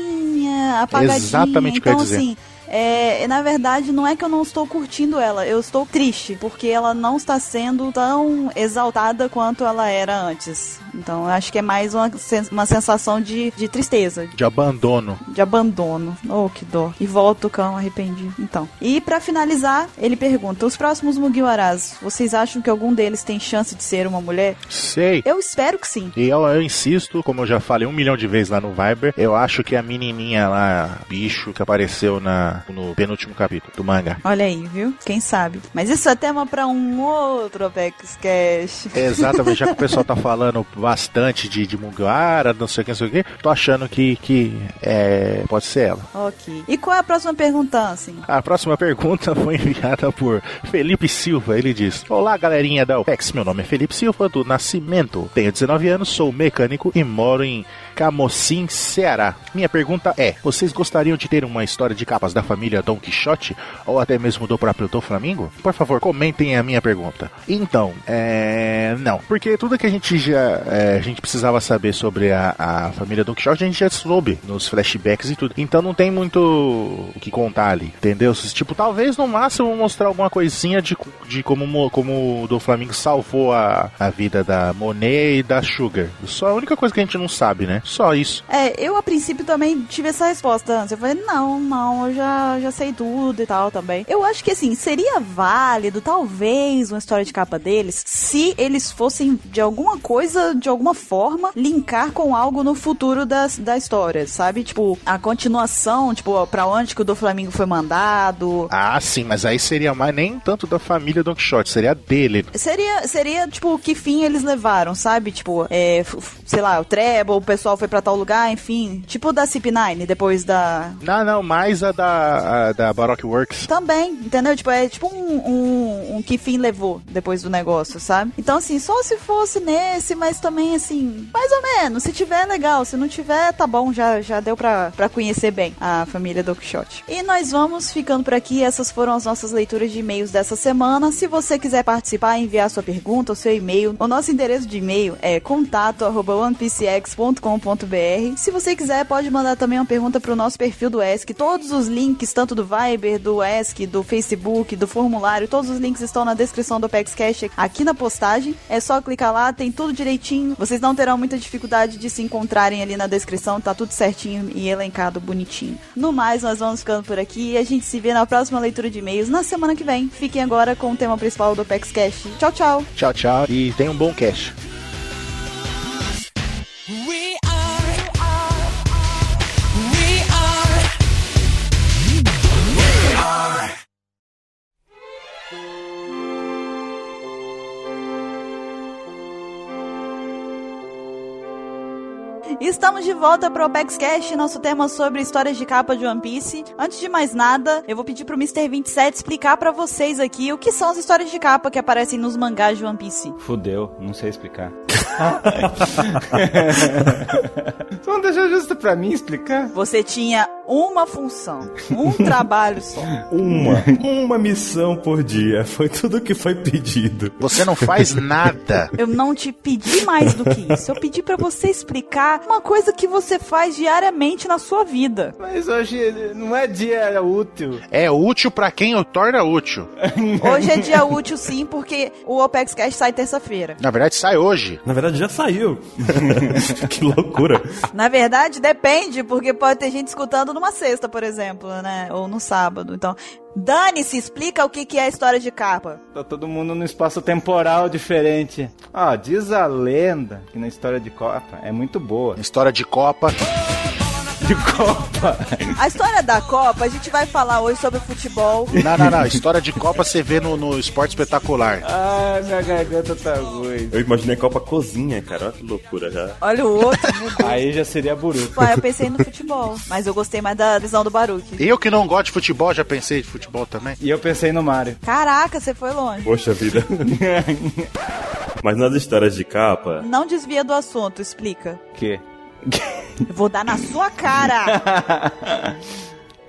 Speaker 3: apagadinha, apagadinha.
Speaker 2: Exatamente o que eu
Speaker 3: então,
Speaker 2: ia dizer.
Speaker 3: assim. É, na verdade, não é que eu não estou curtindo ela, eu estou triste, porque ela não está sendo tão exaltada quanto ela era antes. Então, eu acho que é mais uma, sen- uma sensação de, de tristeza,
Speaker 2: De abandono.
Speaker 3: de abandono. Oh, que dó. E volta o cão arrependido. Então. E pra finalizar, ele pergunta: os próximos Mugiwaras, vocês acham que algum deles tem chance de ser uma mulher?
Speaker 2: Sei.
Speaker 3: Eu espero que sim.
Speaker 2: E eu, eu insisto, como eu já falei um milhão de vezes lá no Viber, eu acho que a menininha lá, bicho, que apareceu na, no penúltimo capítulo do mangá.
Speaker 3: Olha aí, viu? Quem sabe. Mas isso é tema pra um outro Apex Cash.
Speaker 2: Exatamente, já que o pessoal tá falando bastante de, de Mugiwara, não sei o que, não sei o que, tô achando que, que é, pode ser ela.
Speaker 3: Ok. E qual é a próxima pergunta, assim?
Speaker 2: A próxima pergunta foi enviada por Felipe Silva. Ele diz: Olá, galerinha da UPEX. Meu nome é Felipe Silva, do Nascimento. Tenho 19 anos, sou mecânico e moro em Camocim, Ceará. Minha pergunta é: Vocês gostariam de ter uma história de capas da família Don Quixote ou até mesmo do próprio Do Flamingo? Por favor, comentem a minha pergunta. Então, é. Não, porque tudo que a gente já. é, a gente precisava saber sobre a, a família Don Quixote, a gente já soube nos flashbacks e tudo. Então não tem muito o que contar ali, entendeu? Tipo, talvez no máximo mostrar alguma coisinha de, co- de como, mo- como o do Flamengo salvou a, a vida da Monet e da Sugar. Só a única coisa que a gente não sabe, né? Só isso.
Speaker 3: É, eu a princípio também tive essa resposta antes. Eu falei, não, não, eu já, já sei tudo e tal também. Eu acho que assim, seria válido, talvez, uma história de capa deles, se eles fossem de alguma coisa, de alguma forma, linkar com algo no futuro das, da história, sabe? Tipo, a continuação, tipo, pra onde que o do Flamengo foi mandado.
Speaker 2: Ah, sim, mas aí seria mais nem tanto da família Don Quixote, seria dele.
Speaker 3: Seria, seria, tipo, que fim eles levaram, sabe? Tipo, é, f- f- sei lá, o Treble, o pessoal foi pra tal lugar, enfim. Tipo da CP9, depois da,
Speaker 2: Não, não, mais a da, a da Baroque Works.
Speaker 3: Também, entendeu? Tipo, é tipo um, um, um que fim levou depois do negócio, sabe? Então, assim, só se fosse nesse, mas também, assim, mais ou menos. Se tiver, legal. Se não tiver, tá bom, já, já deu pra, pra conhecer bem a família do Quixote. E nós vamos ficando por aqui. Essas foram as nossas leituras de e-mails dessa semana. Se você quiser participar, enviar sua pergunta ou seu e-mail, o nosso endereço de e-mail é contato.onepcx.com.br. Se você quiser, pode mandar também uma pergunta pro nosso perfil do ESC. Todos os links, tanto do Viber, do ESC, do Facebook, do formulário, todos os links estão na descrição do Apex Cash aqui na postagem. É só clicar lá, tem tudo direitinho. Vocês não terão muita dificuldade de se encontrarem ali na descrição, tá tudo certinho e elencado bonitinho. No mais, nós vamos ficando por aqui e a gente se vê na próxima leitura de e-mails na semana que vem. Fiquem agora com o tema principal do Apex Cash. Tchau, tchau!
Speaker 2: Tchau, tchau e tenha um bom cash.
Speaker 7: We are, we are.
Speaker 3: Estamos de volta pro Apex Cash, nosso tema sobre histórias de capa de One Piece. Antes de mais nada, eu vou pedir pro Mr. 27 explicar pra vocês aqui o que são as histórias de capa que aparecem nos mangás de One Piece.
Speaker 1: Fudeu, não sei explicar. tu não deixou justo pra mim explicar?
Speaker 3: Você tinha uma função, um trabalho só.
Speaker 4: Uma, uma missão por dia. Foi tudo que foi pedido.
Speaker 2: Você não faz nada.
Speaker 3: Eu não te pedi mais do que isso. Eu pedi pra você explicar uma coisa que você faz diariamente na sua vida.
Speaker 1: Mas hoje não é dia útil.
Speaker 2: É útil pra quem o torna útil.
Speaker 3: Hoje é dia útil, sim, porque o Apex Cash sai terça-feira.
Speaker 2: Na verdade, sai hoje.
Speaker 4: Na verdade, já saiu. que loucura.
Speaker 3: Na verdade, depende, porque pode ter gente escutando numa sexta, por exemplo, né? Ou no sábado. Então, dane-se, explica o que que é a história de capa.
Speaker 1: Tá todo mundo num espaço temporal diferente. Ó, diz a lenda que na história de Copa é muito boa.
Speaker 2: História de Copa.
Speaker 1: De Copa!
Speaker 3: A história da Copa, a gente vai falar hoje sobre futebol.
Speaker 2: Não, não, não. História de Copa você vê no, no esporte espetacular.
Speaker 1: Ai, minha garganta tá ruim.
Speaker 4: Eu imaginei Copa Cozinha, cara. Olha que loucura já.
Speaker 3: Olha o outro, meu Deus.
Speaker 1: Aí já seria buruto.
Speaker 3: Pô, eu pensei no futebol, mas eu gostei mais da visão do Baruque.
Speaker 2: Eu que não gosto de futebol, já pensei de futebol também.
Speaker 1: E eu pensei no Mario.
Speaker 3: Caraca, você foi longe.
Speaker 4: Poxa vida. Mas nas histórias de capa,
Speaker 3: Não desvia do assunto, explica.
Speaker 1: que?
Speaker 3: Eu vou dar na sua cara.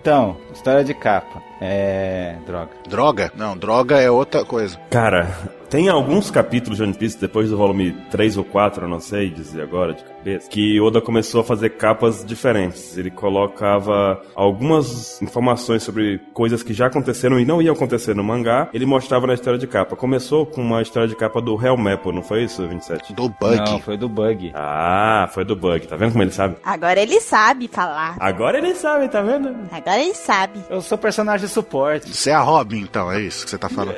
Speaker 1: Então, história de capa. É. droga.
Speaker 2: Droga? Não, droga é outra coisa.
Speaker 4: cara, tem alguns capítulos de One Piece depois do volume 3 ou 4, eu não sei dizer agora de cabeça, que Oda começou a fazer capas diferentes. Ele colocava algumas informações sobre coisas que já aconteceram e não iam acontecer no mangá, ele mostrava na história de capa. Começou com uma história de capa do Hellmapple, não foi isso, 27?
Speaker 2: Do bug.
Speaker 1: Não, foi do bug.
Speaker 4: Ah, foi do Bug, tá vendo como ele sabe?
Speaker 3: Agora ele sabe falar.
Speaker 4: Agora ele sabe, tá vendo?
Speaker 3: Agora ele sabe.
Speaker 1: Eu sou personagem de suporte.
Speaker 2: Você é a Robin, então, é isso que você tá falando.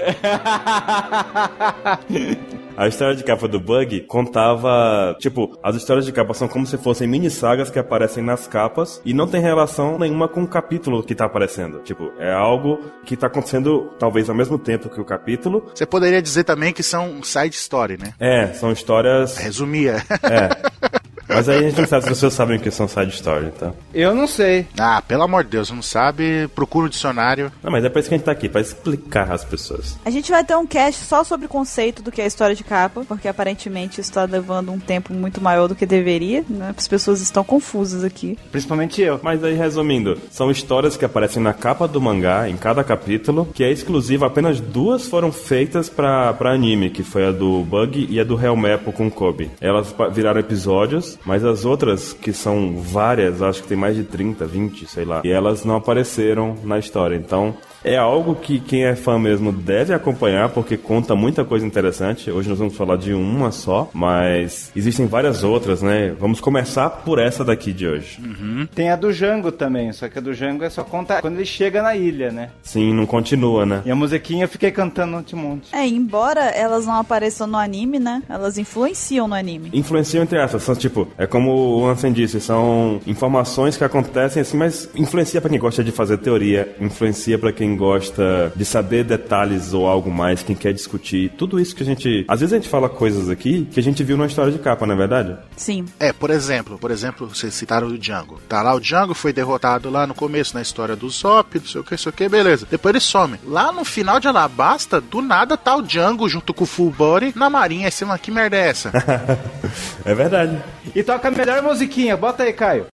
Speaker 4: A história de capa do Bug contava, tipo, as histórias de capa são como se fossem mini sagas que aparecem nas capas e não tem relação nenhuma com o capítulo que tá aparecendo. Tipo, é algo que tá acontecendo talvez ao mesmo tempo que o capítulo.
Speaker 2: Você poderia dizer também que são side story, né?
Speaker 4: É, são histórias.
Speaker 2: Resumia.
Speaker 4: Mas aí a gente não sabe se as pessoas sabem o que são side story, tá?
Speaker 1: Eu não sei.
Speaker 2: ah, pelo amor de Deus, não sabe? Procura o dicionário.
Speaker 4: Não, mas é pra isso que a gente tá aqui, pra explicar às pessoas.
Speaker 3: A gente vai ter um cast só sobre o conceito do que é história de capa, porque aparentemente isso tá levando um tempo muito maior do que deveria, né? As pessoas estão confusas aqui.
Speaker 1: Principalmente eu.
Speaker 4: Mas aí, resumindo, são histórias que aparecem na capa do mangá, em cada capítulo, que é exclusiva, apenas duas foram feitas pra, pra anime, que foi a do Bug e a do Hellmapple com Kobe. Elas pa- viraram episódios, mas as outras, que são várias, acho que tem mais de 30, 20, sei lá, e elas não apareceram na história, então... É algo que quem é fã mesmo deve acompanhar, porque conta muita coisa interessante. Hoje nós vamos falar de uma só, mas existem várias outras, né? Vamos começar por essa daqui de hoje.
Speaker 1: Tem a do Jango também, só que a do Jango é só contar quando ele chega na ilha, né?
Speaker 4: Sim, não continua, né?
Speaker 1: E a musiquinha eu fiquei cantando um monte.
Speaker 3: É, embora elas não apareçam no anime, né? Elas influenciam no anime.
Speaker 4: Influenciam entre aspas, são tipo, é como o Ansem disse, são informações que acontecem assim, mas influencia pra quem gosta de fazer teoria, influencia pra quem gosta de saber detalhes ou algo mais, quem quer discutir, tudo isso que a gente, às vezes a gente fala coisas aqui que a gente viu na história de capa, não é verdade?
Speaker 3: Sim.
Speaker 2: É, por exemplo, por exemplo, vocês citaram o Django. Tá lá, o Django foi derrotado lá no começo, na história do Zop, não sei o que, não sei o que, beleza. Depois ele some. Lá no final de Alabasta, do nada tá o Django junto com o Full Body na marinha. Aí você, mano, que merda é essa?
Speaker 4: É verdade.
Speaker 1: E toca a melhor musiquinha, bota aí, Caio.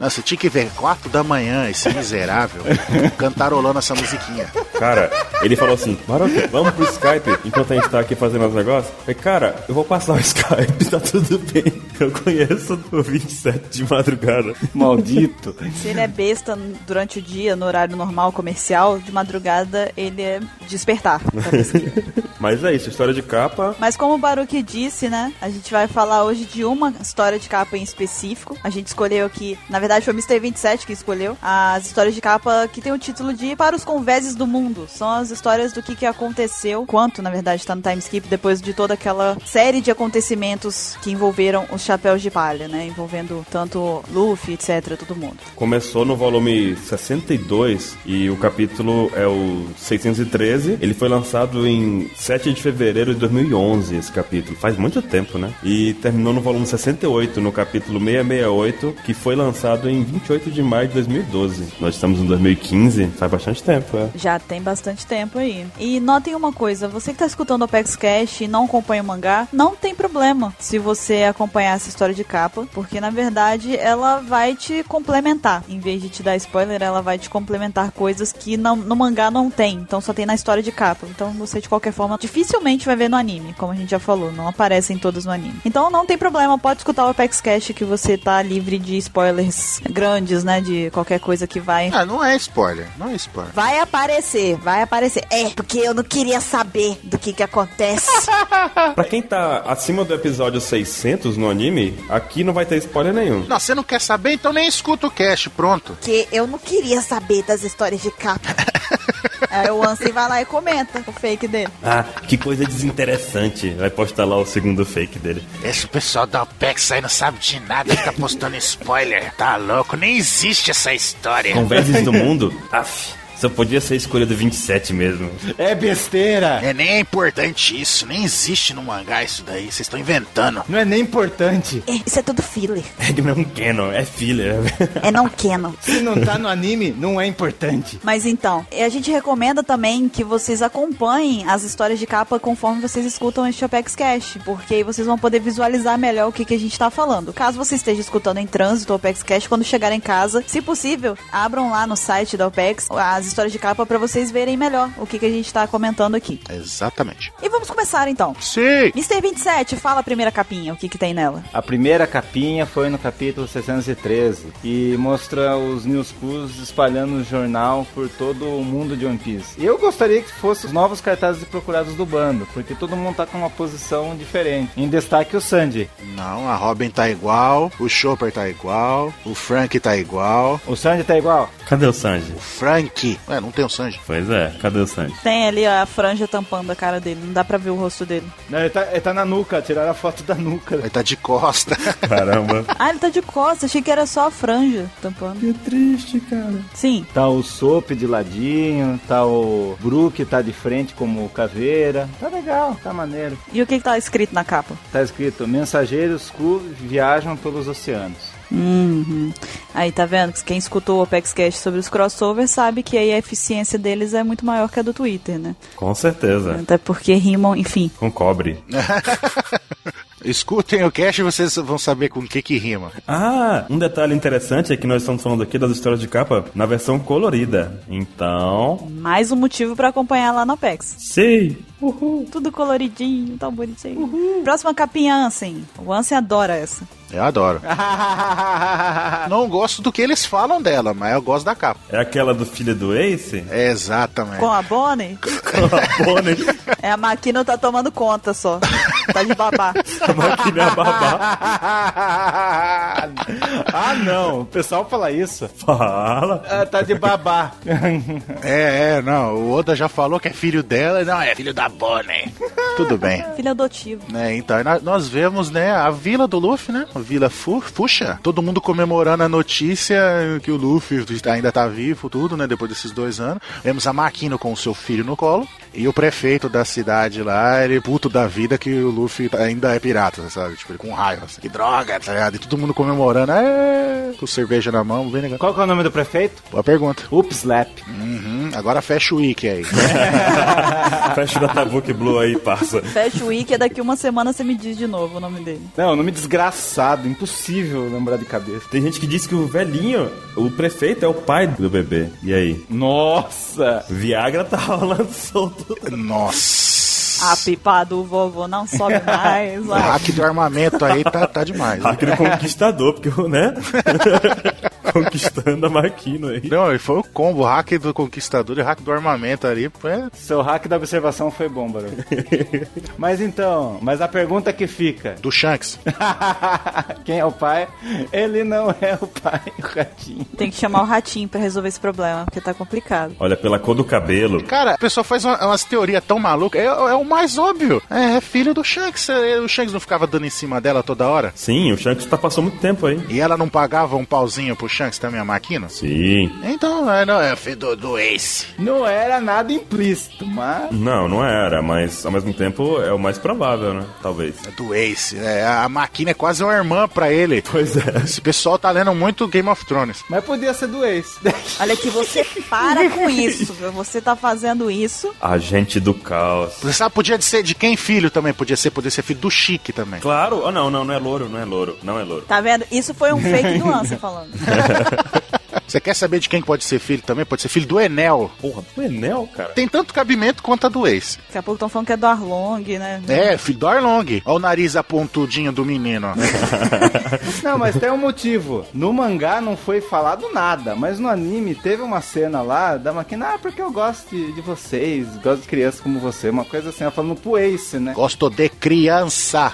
Speaker 2: Nossa, tinha que ver quatro da manhã esse miserável cantarolando essa musiquinha.
Speaker 4: Cara, ele falou assim: Maroto, vamos pro Skype enquanto a gente tá aqui fazendo os negócios. Eu falei, cara, eu vou passar o Skype, tá tudo bem. Eu conheço o 27 de madrugada.
Speaker 1: Maldito.
Speaker 3: Se ele é besta durante o dia, no horário normal, comercial, de madrugada ele é despertar. pra pesquisa.
Speaker 4: Mas é isso, história de capa.
Speaker 3: Mas como o Baruque disse, né? A gente vai falar hoje de uma história de capa em específico. A gente escolheu aqui, na verdade foi o Mr. 27 que escolheu, as histórias de capa que tem o título de Para os Convezes do Mundo. São as histórias do que, que aconteceu, quanto, na verdade, tá no timeskip, depois de toda aquela série de acontecimentos que envolveram os chapéus de palha, né? Envolvendo tanto Luffy, etc., todo mundo.
Speaker 4: Começou no volume 62 e o capítulo é o 613. Ele foi lançado em 7 de fevereiro de 2011, esse capítulo. Faz muito tempo, né? E terminou no volume 68, no capítulo 668, que foi lançado em 28 de maio de 2012. Nós estamos em 2015, faz bastante tempo, é.
Speaker 3: Já tem bastante tempo aí. E notem uma coisa, você que tá escutando o Apex Cash e não acompanha o mangá, não tem problema se você acompanhar essa história de capa, porque na verdade ela vai te complementar. Em vez de te dar spoiler, ela vai te complementar coisas que não- no mangá não tem, então só tem na história de capa. Então você de qualquer forma dificilmente vai ver no anime, como a gente já falou, não aparecem todas no anime. Então não tem problema, pode escutar o Apex Cash que você tá livre de spoilers grandes, né, de qualquer coisa que vai
Speaker 2: Ah, não é spoiler. Não é spoiler.
Speaker 3: Vai aparecer, vai aparecer. É, porque eu não queria saber do que que acontece.
Speaker 4: Pra quem tá acima do episódio 600 no anime, aqui não vai ter spoiler nenhum.
Speaker 2: Não, você não quer saber, então nem escuta o cast, pronto.
Speaker 3: porque eu não queria saber das histórias de capa. Aí o Ansem vai lá e comenta o fake dele.
Speaker 4: Ah, que coisa desinteressante. Vai postar lá o segundo fake dele.
Speaker 2: Esse pessoal da OPEX aí não sabe de nada, fica postando spoiler. Tá louco, nem existe essa história.
Speaker 4: Conversas do mundo? Aff, só podia ser escolha do 27 mesmo.
Speaker 1: É besteira.
Speaker 2: É nem é importante isso, nem existe no mangá isso daí, vocês estão inventando.
Speaker 1: Não é nem importante.
Speaker 3: É, Isso é tudo filler.
Speaker 4: É que não é um canon, é filler.
Speaker 3: É não canon.
Speaker 1: Se não tá no anime, não é importante.
Speaker 3: Mas então, e a gente recomenda também que vocês acompanhem as histórias de capa conforme vocês escutam este Apex Cash, porque aí vocês vão poder visualizar melhor o que, que a gente tá falando. Caso você esteja escutando em trânsito o Apex Cash, quando chegar em casa, se possível, abram lá no site da Apex as histórias de capa pra vocês verem melhor o que, que a gente tá comentando aqui.
Speaker 2: Exatamente.
Speaker 3: E vamos começar então.
Speaker 2: Sim!
Speaker 3: Mr. 27, fala a primeira capinha, o que que tem nela.
Speaker 1: A primeira capinha foi no capítulo 613 e mostra os Newscus espalhando o jornal por todo o mundo de One Piece. Eu gostaria que fossem os novos cartazes de procurados do bando, porque todo mundo tá com uma posição diferente. Em destaque o Sandy.
Speaker 2: Não, a Robin tá igual, o Chopper tá igual, o Frank tá igual.
Speaker 1: O Sandy tá igual?
Speaker 4: Cadê o Sanji?
Speaker 2: O Frank. Ué, não tem o Sanji.
Speaker 4: Pois é, cadê o Sanji?
Speaker 3: Tem ali a franja tampando a cara dele, não dá pra ver o rosto dele.
Speaker 1: Não, ele tá, ele tá na nuca, tiraram a foto da nuca.
Speaker 2: Ele tá de costa.
Speaker 4: Caramba.
Speaker 3: Ah, ele tá de costas, achei que era só a franja tampando.
Speaker 1: Que triste, cara.
Speaker 3: Sim,
Speaker 1: Tá o Soap de ladinho, tá o Brook tá de frente como caveira. Tá legal, tá maneiro.
Speaker 3: E o que, que tá escrito na capa?
Speaker 1: Tá escrito: Mensageiros Ku viajam pelos oceanos.
Speaker 3: Uhum. Aí tá vendo? que Quem escutou o Apex Cast sobre os crossovers sabe que aí a eficiência deles é muito maior que a do Twitter, né?
Speaker 4: Com certeza.
Speaker 3: Até porque rimam, enfim.
Speaker 4: Com cobre.
Speaker 2: Escutem o cast e vocês vão saber com o que que rima.
Speaker 4: Ah, um detalhe interessante é que nós estamos falando aqui das histórias de capa na versão colorida. Então.
Speaker 3: Mais um motivo pra acompanhar lá no Apex.
Speaker 4: Sei!
Speaker 3: Tudo coloridinho, tão bonitinho. Próxima capinha, Ansem. O Ansem adora essa.
Speaker 2: Eu adoro. Não gosto do que eles falam dela, mas eu gosto da capa.
Speaker 4: É aquela do filho do Ace?
Speaker 2: Exatamente.
Speaker 3: Com a Bonnie,
Speaker 4: Com a Bonnie,
Speaker 3: é, a Makino tá tomando conta só. Tá de babá.
Speaker 4: a máquina a babá.
Speaker 1: ah, não. O pessoal fala isso.
Speaker 4: Fala!
Speaker 1: Ah, tá de babá.
Speaker 2: É, é, não. O Oda já falou que é filho dela, não, é filho da Bonnie. Tudo bem.
Speaker 3: Filho adotivo.
Speaker 2: Né, então, e nó- nós vemos, né, a vila do Luffy, né? A vila Fu Fuxa. Todo mundo comemorando a notícia que o Luffy ainda tá vivo, tudo, né? Depois desses dois anos. Vemos a Makino com o seu filho no colo. E o prefeito da cidade lá, ele é puto da vida que o Luffy tá- ainda é pirata, sabe? Tipo, ele com raiva. Assim. Que droga, tá ligado? E todo mundo comemorando. É, com cerveja na mão, bem legal.
Speaker 1: Qual que é o nome do prefeito?
Speaker 2: Boa pergunta.
Speaker 1: Upslap.
Speaker 2: Uhum, agora fecha o wiki aí. né?
Speaker 4: Fecha o Databook Blue aí, passa.
Speaker 3: Fecha o wiki, é daqui uma semana você me diz de novo o nome dele.
Speaker 1: Não, nome desgraçado. Impossível lembrar de cabeça.
Speaker 4: Tem gente que diz que o velhinho, o prefeito, é o pai do bebê. E aí?
Speaker 1: Nossa!
Speaker 4: Viagra tá rolando solto.
Speaker 2: Nossa.
Speaker 3: A Ah, pipa do vovô não sobe mais.
Speaker 2: O
Speaker 3: vai.
Speaker 2: hack do armamento aí tá, tá demais. né?
Speaker 4: Ah, Aquele conquistador, porque, eu, né? Conquistando a Maquino aí.
Speaker 2: Não, e foi o combo, hack do conquistador e hack do armamento ali. pô, é-
Speaker 1: Seu hack da observação foi bom, Barulho. mas então, mas a pergunta que fica:
Speaker 2: Do Shanks.
Speaker 1: quem é o pai? Ele não é o pai, o ratinho.
Speaker 3: Tem que chamar o ratinho pra resolver esse problema, porque tá complicado.
Speaker 4: Olha, pela cor do cabelo.
Speaker 2: Cara, a pessoa faz uma- umas teorias tão malucas. É, é o mais óbvio. É, é filho do Shanks. É, O Shanks não ficava dando em cima dela toda hora.
Speaker 4: Sim, o Shanks tá passou muito tempo aí.
Speaker 2: E ela não pagava um pauzinho pro Shanks também, a máquina?
Speaker 4: Sim.
Speaker 2: Então, é, não, é filho do, do Ace.
Speaker 1: Não era nada implícito, mas.
Speaker 4: Não, não era, mas ao mesmo tempo é o mais provável, né? Talvez.
Speaker 2: É Do Ace. É, a máquina é quase uma irmã pra ele.
Speaker 4: Pois é.
Speaker 2: Esse pessoal tá lendo muito Game of Thrones.
Speaker 1: Mas podia ser do ex.
Speaker 3: Olha que você para com isso. viu? Você tá fazendo isso.
Speaker 4: Agente do caos.
Speaker 2: Você sabe, podia ser de quem filho também, podia ser, podia ser filho do Chique também.
Speaker 4: Claro, oh, não, não, não é louro, não é louro, não é louro.
Speaker 3: Tá vendo? Isso foi um fake do Lance falando.
Speaker 2: Você quer saber de quem pode ser filho também? Pode ser filho do Enel.
Speaker 4: Porra, do Enel, cara.
Speaker 2: Tem tanto cabimento quanto a do Ace.
Speaker 3: Daqui a pouco estão falando que é do Arlong, né?
Speaker 2: É, filho do Arlong. Olha o nariz apontudinho do menino.
Speaker 1: Não, mas tem um motivo. No mangá não foi falado nada, mas no anime teve uma cena lá da máquina, ah, porque eu gosto de, de vocês, gosto de crianças como você, uma coisa assim, ela falando pro Ace, né?
Speaker 2: Gosto de criança.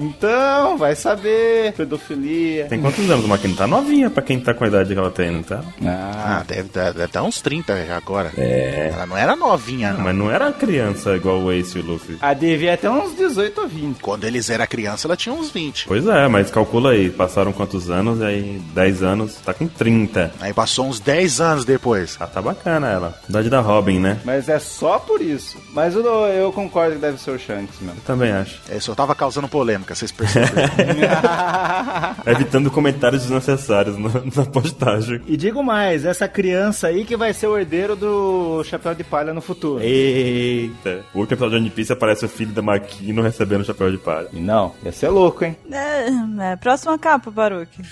Speaker 1: Então, vai saber, pedofilia.
Speaker 4: Tem quantos anos a Maquino? Tá novinha pra quem tá com a idade que ela tem, não tá?
Speaker 1: Ah,
Speaker 2: Ah, deve, dar- deve dar uns 30 já agora. É. Ela não era novinha, não.
Speaker 4: Mas não era criança igual o Ace e o Luffy.
Speaker 1: ah, devia ter uns 18 ou 20.
Speaker 2: Quando eles eram criança, ela tinha uns 20.
Speaker 4: Pois é, mas calcula aí, passaram quantos anos, aí 10 anos, tá com 30.
Speaker 2: Aí passou uns 10 anos depois.
Speaker 4: Ah, tá bacana ela. Idade da Robin, né?
Speaker 1: Mas é só por isso. Mas eu, eu concordo que deve ser o Shanks mesmo.
Speaker 4: Também acho.
Speaker 2: É, Eu só tava causando polêmica, vocês perceberam.
Speaker 4: Evitando comentários desnecessários na, na postagem.
Speaker 1: E digo mais, essa criança aí que vai ser o herdeiro do Chapéu de Palha no futuro.
Speaker 4: Eita. O último episódio de One Piece aparece o filho da Maquino recebendo o chapéu de palha.
Speaker 1: Não, ia ser louco, hein?
Speaker 3: É, é, próxima capa, Baruque.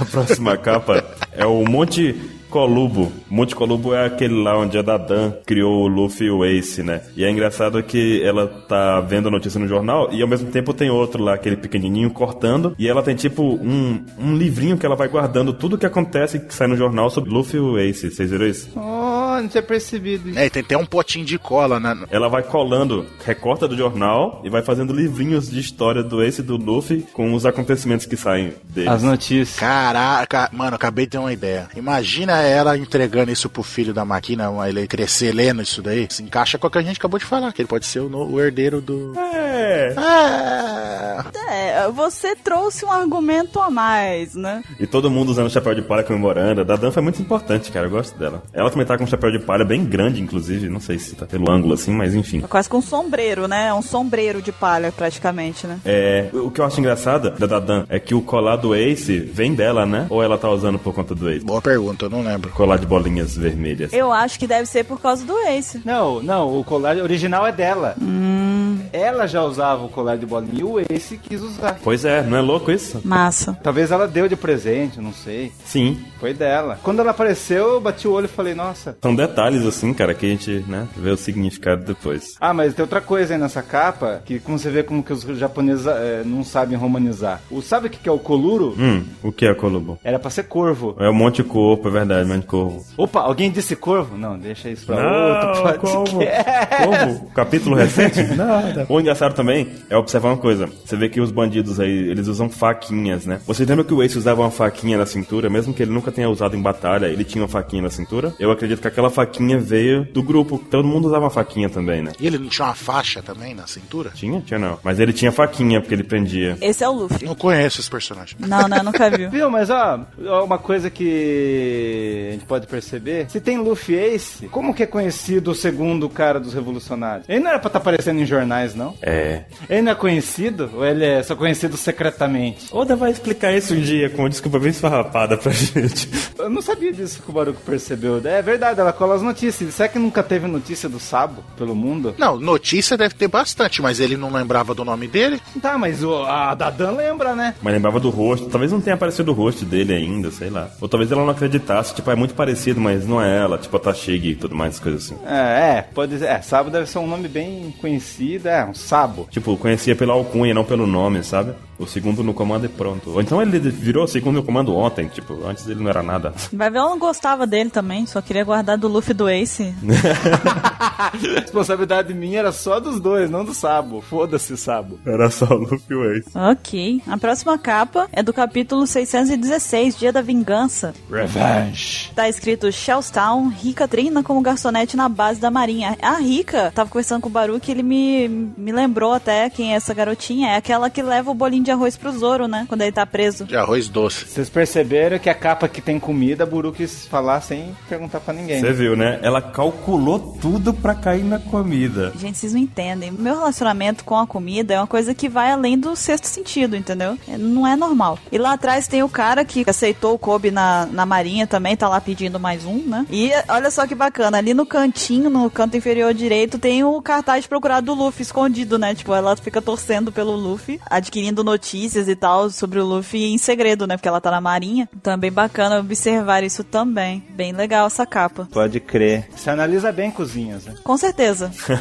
Speaker 4: A próxima capa é o Monte Colubo. Monte Colubo é aquele lá onde a Dadan criou o Luffy e o Ace, né? E é engraçado que ela tá vendo a notícia no jornal e ao mesmo tempo tem outro lá, aquele pequenininho, cortando. E ela tem tipo um, um livrinho que ela vai guardando tudo que acontece que sai no jornal sobre Luffy e o Ace. Vocês viram isso?
Speaker 1: Oh, não tinha percebido.
Speaker 2: é, e tem até um potinho de cola, né?
Speaker 4: Ela vai colando, recorta do jornal e vai fazendo livrinhos de história do Ace e do Luffy com os acontecimentos que saem deles.
Speaker 1: As notícias.
Speaker 2: Caraca, mano, acabei de ter uma ideia. Imagina ela entregando isso pro filho da máquina, ele crescer lendo isso daí. Se encaixa com o que a gente acabou de falar, que ele pode ser o, no- o herdeiro do.
Speaker 4: É.
Speaker 2: Ah!
Speaker 3: É, você trouxe um argumento a mais, né?
Speaker 4: E todo mundo usando chapéu de palha comemorando. A Dadan foi muito importante, cara. Eu gosto dela. Ela também tá com um chapéu de palha bem grande, inclusive. Não sei se tá pelo ângulo assim, mas enfim.
Speaker 3: É quase com um sombreiro, né? É um sombreiro de palha, praticamente, né?
Speaker 4: É, o que eu acho engraçado da Dadan é que o colar do Ace vem dela, né? Ou ela tá usando por conta do Ace?
Speaker 2: Boa pergunta, eu não lembro.
Speaker 4: Colar de bolinhas vermelhas.
Speaker 3: Eu acho que deve ser por causa do Ace.
Speaker 1: Não, não, o colar original é dela. Ela já usava o colar de bolinha e o Ace quis usar.
Speaker 4: Pois é, não é louco isso?
Speaker 3: Massa.
Speaker 1: Talvez ela deu de presente, não sei.
Speaker 4: Sim.
Speaker 1: Foi dela. Quando ela apareceu, eu bati o olho e falei, nossa.
Speaker 4: São detalhes assim, cara, que a gente, né, vê o significado depois.
Speaker 1: Ah, mas tem outra coisa aí nessa capa, que como você vê como que os japoneses eh, não sabem romanizar. O, sabe o que que é o coluro?
Speaker 4: Hum, o que é Colubo?
Speaker 1: Era pra ser corvo.
Speaker 4: É um monte de corpo, é verdade, monte de corvo.
Speaker 1: Opa, alguém disse corvo? Não, deixa isso pra outro
Speaker 4: como?
Speaker 1: podcast.
Speaker 4: Como? Capítulo recente? Nada. O engraçado também é observar uma coisa. Você vê que os bandidos aí, eles usam faquinhas, né? Você lembra que o Ace usava uma faquinha na cintura, mesmo que ele nunca tenha usado em batalha, ele tinha uma faquinha na cintura? Eu acredito que aquela faquinha veio do grupo. Todo mundo usava faquinha também, né?
Speaker 2: E ele não tinha uma faixa também na cintura?
Speaker 4: Tinha? Tinha não. Mas ele tinha faquinha, porque ele prendia.
Speaker 3: Esse é o Luffy.
Speaker 2: Não conheço esse personagem.
Speaker 3: Não, não, nunca viu.
Speaker 1: Viu, mas ó, ó, uma coisa que a gente pode perceber, se tem Luffy Ace, como que é conhecido o segundo cara dos revolucionários? Ele não era pra estar aparecendo em jornais, não?
Speaker 4: É.
Speaker 1: Ele não é conhecido? Ou ele é só conhecido secretamente?
Speaker 4: Oda vai explicar isso um dia com uma desculpa bem esfarrapada pra gente.
Speaker 1: Eu não sabia disso que o Baruco percebeu. É verdade, ela cola as notícias. Será que nunca teve notícia do Sabo pelo mundo?
Speaker 2: Não, notícia deve ter bastante, mas ele não lembrava do nome dele?
Speaker 1: Tá, mas o, a Dadan lembra, né?
Speaker 4: Mas lembrava do rosto. Talvez não tenha aparecido o rosto dele ainda, sei lá. Ou talvez ela não acreditasse. Tipo, é muito parecido, mas não é ela. Tipo, a Tashig e tudo mais, coisas assim.
Speaker 1: É, é, pode dizer. É, Sabo deve ser um nome bem conhecido. É, um Sabo.
Speaker 4: Tipo, conhecia pela alcunha, não pelo nome, sabe? O segundo no comando e pronto. Ou então ele virou o segundo no comando ontem, tipo, antes ele não era nada.
Speaker 3: Vai ver, eu não gostava dele também, só queria guardar do Luffy e do Ace.
Speaker 1: A responsabilidade minha era só dos dois, não do Sabo. Foda-se, Sabo.
Speaker 4: Era só Luffy Waze.
Speaker 3: ok. A próxima capa é do capítulo 616, Dia da Vingança.
Speaker 1: Revenge.
Speaker 3: Tá escrito Shellstown, Rica treina como garçonete na base da marinha. A Rica, tava conversando com o Baruque, ele me, me lembrou até quem é essa garotinha. É aquela que leva o bolinho de arroz pro Zoro, né? Quando ele tá preso.
Speaker 2: De arroz doce.
Speaker 1: Vocês perceberam que a capa que tem comida, a Buru quis falar sem perguntar pra ninguém.
Speaker 4: Você viu, né? Ela calculou tudo pra cair na comida.
Speaker 3: Gente, vocês não entendem. Meu relacionamento com a comida é uma coisa que vai além do sexto sentido, entendeu? É, Não é normal. E lá atrás tem o cara que aceitou o Kobe na, na marinha também, tá lá pedindo mais um, né? E olha só que bacana, ali no cantinho, no canto inferior direito, tem o cartaz de procurado do Luffy escondido, né? Tipo, ela fica torcendo pelo Luffy, adquirindo notícias e tal sobre o Luffy em segredo, né? Porque ela tá na marinha. Então é bem bacana observar isso também. Bem legal essa capa.
Speaker 1: Pode crer. Você analisa bem cozinhas, né?
Speaker 3: Com certeza.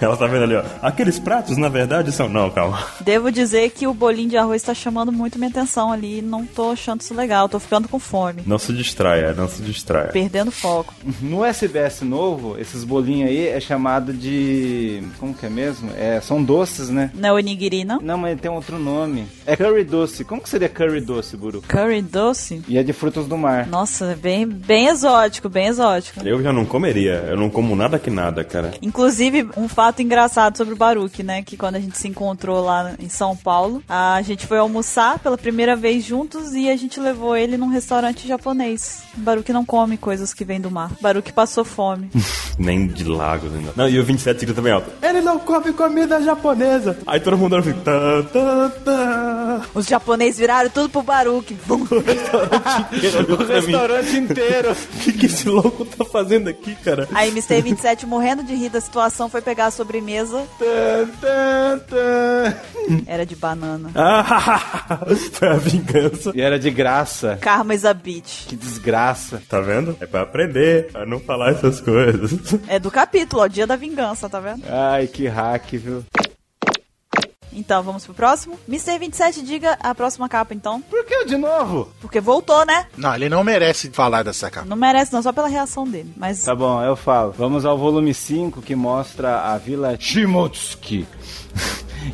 Speaker 4: ela tá vendo ali, ó. Aqueles pratos, na verdade, são. Não, calma.
Speaker 3: Devo dizer que o bolinho de arroz tá chamando muito minha atenção ali. Não tô achando isso legal, tô ficando com fome.
Speaker 4: Não se distraia, não se distraia.
Speaker 3: Perdendo foco.
Speaker 1: No SBS novo, esses bolinhos aí é chamado de. Como que é mesmo? É, são doces, né?
Speaker 3: Não é onigiri, não?
Speaker 1: Não, mas tem outro nome. É curry doce. Como que seria curry doce, Buru?
Speaker 3: Curry doce?
Speaker 1: E é de frutos do mar.
Speaker 3: Nossa, é bem, bem exótico, bem exótico.
Speaker 4: Eu já não comeria. Eu não como nada que nada, cara.
Speaker 3: Inclusive, um fato engraçado sobre o Baruque, né? Que quando a gente se encontrou lá em São Paulo, a gente foi almoçar pela primeira vez juntos e a gente levou ele num restaurante japonês. O Baruque não come coisas que vêm do mar. O Baruque passou fome.
Speaker 4: Nem de lagos ainda. Não, e o 27 grita também alto. Ele não come comida japonesa. Aí todo mundo fica. Tá, tá, tá.
Speaker 3: Os japoneses viraram tudo pro Baruque. Vum.
Speaker 4: O
Speaker 1: restaurante inteiro.
Speaker 4: O que, que esse louco tá fazendo aqui, cara?
Speaker 3: Aí Mr. 27, morrendo de rir da situação, foi pegar a sobremesa.
Speaker 1: Tan, tan, tan.
Speaker 3: Era de banana.
Speaker 4: Ah, foi a vingança.
Speaker 1: E era de graça.
Speaker 3: Karma is a bitch.
Speaker 1: Que desgraça.
Speaker 4: Tá vendo? É pra aprender a não falar essas coisas.
Speaker 3: É do capítulo, ó, Dia da Vingança, tá vendo?
Speaker 1: Ai, que hack, viu?
Speaker 3: Então, vamos pro próximo. Mr. 27, diga a próxima capa, então.
Speaker 1: Por que de novo?
Speaker 3: Porque voltou, né?
Speaker 2: Não, ele não merece falar dessa capa.
Speaker 3: Não merece, não, só pela reação dele. Mas
Speaker 1: Tá bom, eu falo. Vamos ao volume 5 que mostra a vila Shimotsuki.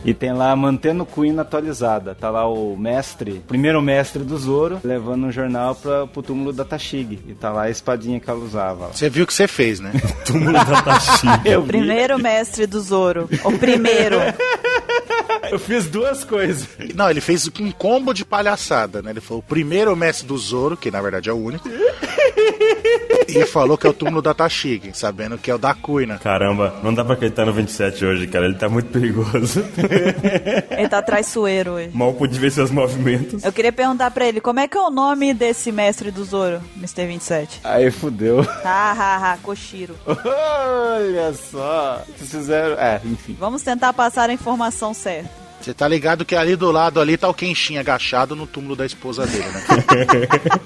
Speaker 1: E tem lá mantendo Queen atualizada. Tá lá o mestre, o primeiro mestre do Zoro, levando um jornal pra, pro túmulo da Tashig. E tá lá a espadinha que ela usava. lá.
Speaker 2: Você viu o que você fez, né?
Speaker 4: Túmulo da Taxi.
Speaker 1: Eu,
Speaker 3: o
Speaker 1: vi-
Speaker 3: primeiro mestre do Zoro. O primeiro.
Speaker 1: eu fiz duas coisas.
Speaker 2: Não, ele fez um combo de palhaçada, né? Ele falou o primeiro mestre do Zoro, que na verdade é o único. e falou que é o túmulo da Tashig, sabendo que é o da Kuina.
Speaker 4: Caramba, não dá pra acreditar no 27 hoje, cara. Ele tá muito perigoso.
Speaker 3: Ele tá traiçoeiro hoje.
Speaker 4: Mal pude ver seus movimentos.
Speaker 3: Eu queria perguntar pra ele, como é que é o nome desse mestre do Zoro, Mr. 27?
Speaker 1: Aí fudeu.
Speaker 3: Ha, ha, ha, Koshiro.
Speaker 1: Olha só. Vocês fizeram. É, enfim.
Speaker 3: Vamos tentar passar a informação certa.
Speaker 2: Você tá ligado que ali do lado ali tá o Kenshin agachado no túmulo da esposa dele, né?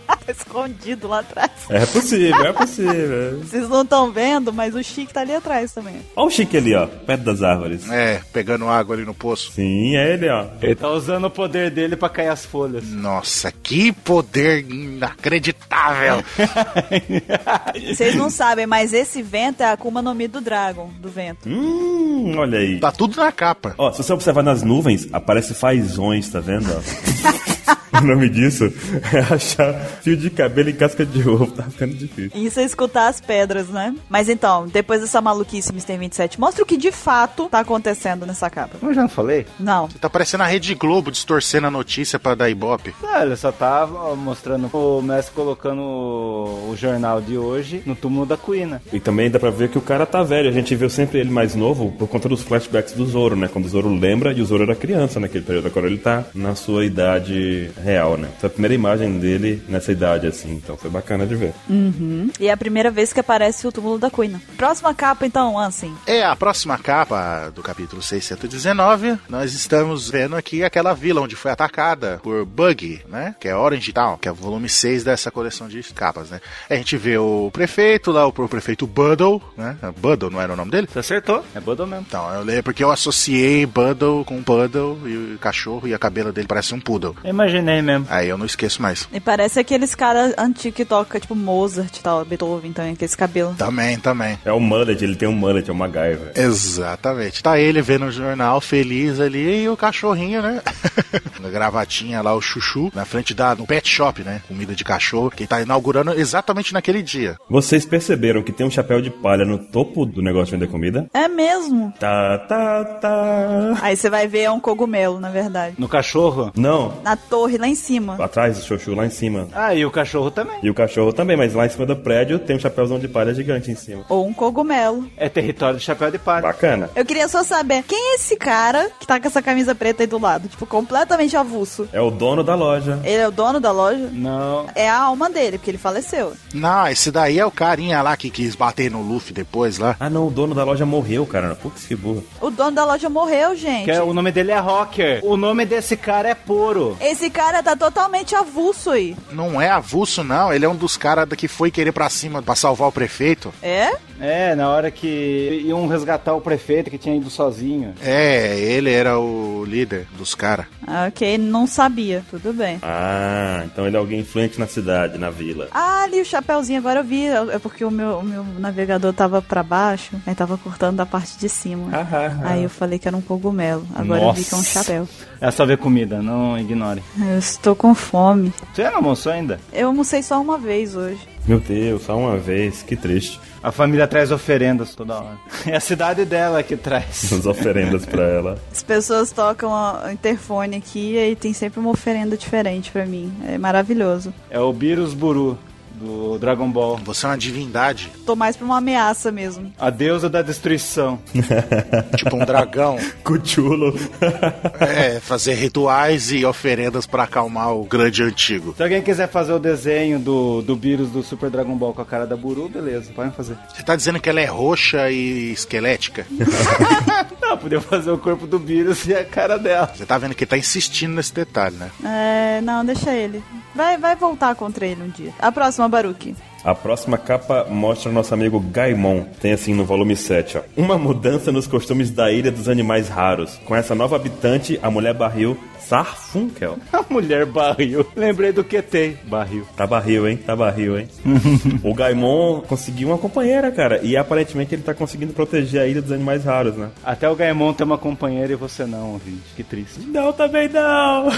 Speaker 3: Tá escondido lá atrás.
Speaker 4: É possível, é possível.
Speaker 3: Vocês não estão vendo, mas o Chique tá ali atrás também.
Speaker 4: Olha o Chique ali, ó, perto das árvores.
Speaker 2: é, pegando água ali no poço.
Speaker 4: Sim, é ele, ó.
Speaker 1: Ele tá usando o poder dele pra cair as folhas.
Speaker 2: Nossa, que poder inacreditável!
Speaker 3: Vocês não sabem, mas esse vento é a Akuma no Mi do Dragon, do vento.
Speaker 4: Hum, olha aí.
Speaker 2: Tá tudo na capa.
Speaker 4: Ó, se você observar nas nuvens, aparece fazões, tá vendo? ó? o nome disso é achar fio de cabelo e casca de ovo. Tá ficando difícil.
Speaker 3: Isso é escutar as pedras, né? Mas então, depois dessa maluquice, Mr. 27, mostra o que de fato tá acontecendo nessa capa.
Speaker 1: Mas eu já não falei?
Speaker 3: Não.
Speaker 2: Tá parecendo a Rede Globo distorcendo a notícia pra dar ibope.
Speaker 1: Ah, ele só tá ó, mostrando o mestre colocando o, o jornal de hoje no túmulo da Cuina.
Speaker 4: E também dá pra ver que o cara tá velho. A gente viu sempre ele mais novo por conta dos flashbacks do Zoro, né? Quando o Zoro lembra e o Zoro era criança naquele período. Agora ele tá na sua idade totalmente real, né? Essa primeira imagem dele nessa idade, assim, então foi bacana de ver.
Speaker 3: E é a primeira vez que aparece o túmulo da Cuina. Próxima capa, então, Ansem.
Speaker 2: É, a próxima capa do capítulo 619, nós estamos vendo aqui aquela vila onde foi atacada por Buggy, né? Que é Orange Town, que é o volume 6 dessa coleção de capas, né? A gente vê o prefeito lá, o prefeito Buddle, né? Buddle não era o nome dele?
Speaker 1: Você acertou? É Buddle mesmo.
Speaker 2: Então, eu leio porque eu associei Buddle com Puddle e o cachorro e a cabelo dele parece um poodle.
Speaker 1: Eu imaginei mesmo.
Speaker 2: Aí eu não esqueço mais.
Speaker 3: E parece aqueles caras antigos que toca, tipo Mozart e tal, Beethoven também, aqueles cabelos.
Speaker 2: Também, também.
Speaker 4: É o Mullet, ele tem um Mullet, é o MacGyver.
Speaker 2: Exatamente. Tá ele vendo o jornal feliz ali e o cachorrinho, né? Na gravatinha lá, o chuchu, na frente da no pet shop, né? Comida de cachorro, que tá inaugurando exatamente naquele dia.
Speaker 4: Vocês perceberam que tem um chapéu de palha no topo do negócio de vender comida?
Speaker 3: É mesmo.
Speaker 4: Tá, tá, tá.
Speaker 3: Aí você vai ver, é um cogumelo, na verdade.
Speaker 1: No cachorro?
Speaker 4: Não,
Speaker 3: Na torre, lá em cima.
Speaker 4: atrás do chuchu, lá em cima.
Speaker 1: Ah, e o cachorro também.
Speaker 4: E o cachorro também, mas lá em cima do prédio tem um chapéuzão de palha gigante em cima.
Speaker 3: Ou um cogumelo.
Speaker 1: É território de chapéu de palha.
Speaker 4: Bacana.
Speaker 3: Eu queria só saber, quem é esse cara que tá com essa camisa preta aí do lado? Tipo, completamente avulso.
Speaker 4: É o dono da loja.
Speaker 3: Ele é o dono da loja?
Speaker 1: Não.
Speaker 3: É a alma dele, porque ele faleceu.
Speaker 2: Não, esse daí é o carinha lá que quis bater no Luffy depois lá.
Speaker 4: Ah não, o dono da loja morreu, cara. Putz, que burro.
Speaker 3: O dono da loja morreu, gente.
Speaker 1: Que é- o nome dele é Rocker. O nome desse cara é Poro.
Speaker 3: Esse cara tá totalmente avulso aí.
Speaker 2: Não é avulso, não. Ele é um dos caras que foi querer pra cima pra salvar o prefeito.
Speaker 3: É?
Speaker 1: É, na hora que iam resgatar o prefeito que tinha ido sozinho.
Speaker 2: É, ele era o líder dos caras.
Speaker 3: Ah, ok, não sabia. Tudo bem.
Speaker 4: Ah, então ele é alguém influente na cidade, na vila.
Speaker 3: Ah, ali o chapéuzinho, agora eu vi. É porque o meu, o meu navegador tava pra baixo, aí tava cortando da parte de cima. Aí eu falei que era um cogumelo. Agora eu vi que é
Speaker 1: Ah,
Speaker 3: um
Speaker 1: Nossa.
Speaker 3: chapéu.
Speaker 1: É só ver comida, não ignore.
Speaker 3: Eu estou com fome.
Speaker 1: Você não almoçou ainda?
Speaker 3: Eu almocei só uma vez hoje.
Speaker 4: Meu Deus, só uma vez, que triste.
Speaker 1: A família traz oferendas toda hora. É a cidade dela que traz.
Speaker 4: As oferendas pra ela.
Speaker 3: As pessoas tocam a- o interfone aqui e aí tem sempre uma oferenda diferente pra mim. É maravilhoso.
Speaker 1: É o Beerus Buru, do Dragon Ball.
Speaker 2: Você é uma divindade,
Speaker 3: Tô mais pra uma ameaça mesmo.
Speaker 1: A deusa da destruição.
Speaker 2: tipo um dragão.
Speaker 4: Cuchulo.
Speaker 2: É, fazer rituais e oferendas pra acalmar o grande antigo.
Speaker 1: Se alguém quiser fazer o desenho do, do Beerus do Super Dragon Ball com a cara da Buru, beleza, podem fazer.
Speaker 2: Você tá dizendo que ela é roxa e esquelética?
Speaker 1: Não, podia fazer o corpo do Beerus e a cara dela.
Speaker 2: Você tá vendo que ele tá insistindo nesse detalhe, né?
Speaker 3: É, não, deixa ele. Vai, vai voltar contra ele um dia. A próxima, Baruque.
Speaker 4: A próxima capa mostra o nosso amigo Gaimon. Tem assim no volume 7, ó. Uma mudança nos costumes da ilha dos animais raros. Com essa nova habitante, a mulher barril Sarfunkel.
Speaker 1: A mulher barril. Lembrei do QT. Barril.
Speaker 4: Tá barril, hein? Tá barril, hein? o Gaimon conseguiu uma companheira, cara. E aparentemente ele tá conseguindo proteger a ilha dos animais raros, né?
Speaker 1: Até o Gaemon tem uma companheira e você não, ouvinte. Que triste.
Speaker 4: Não, também não!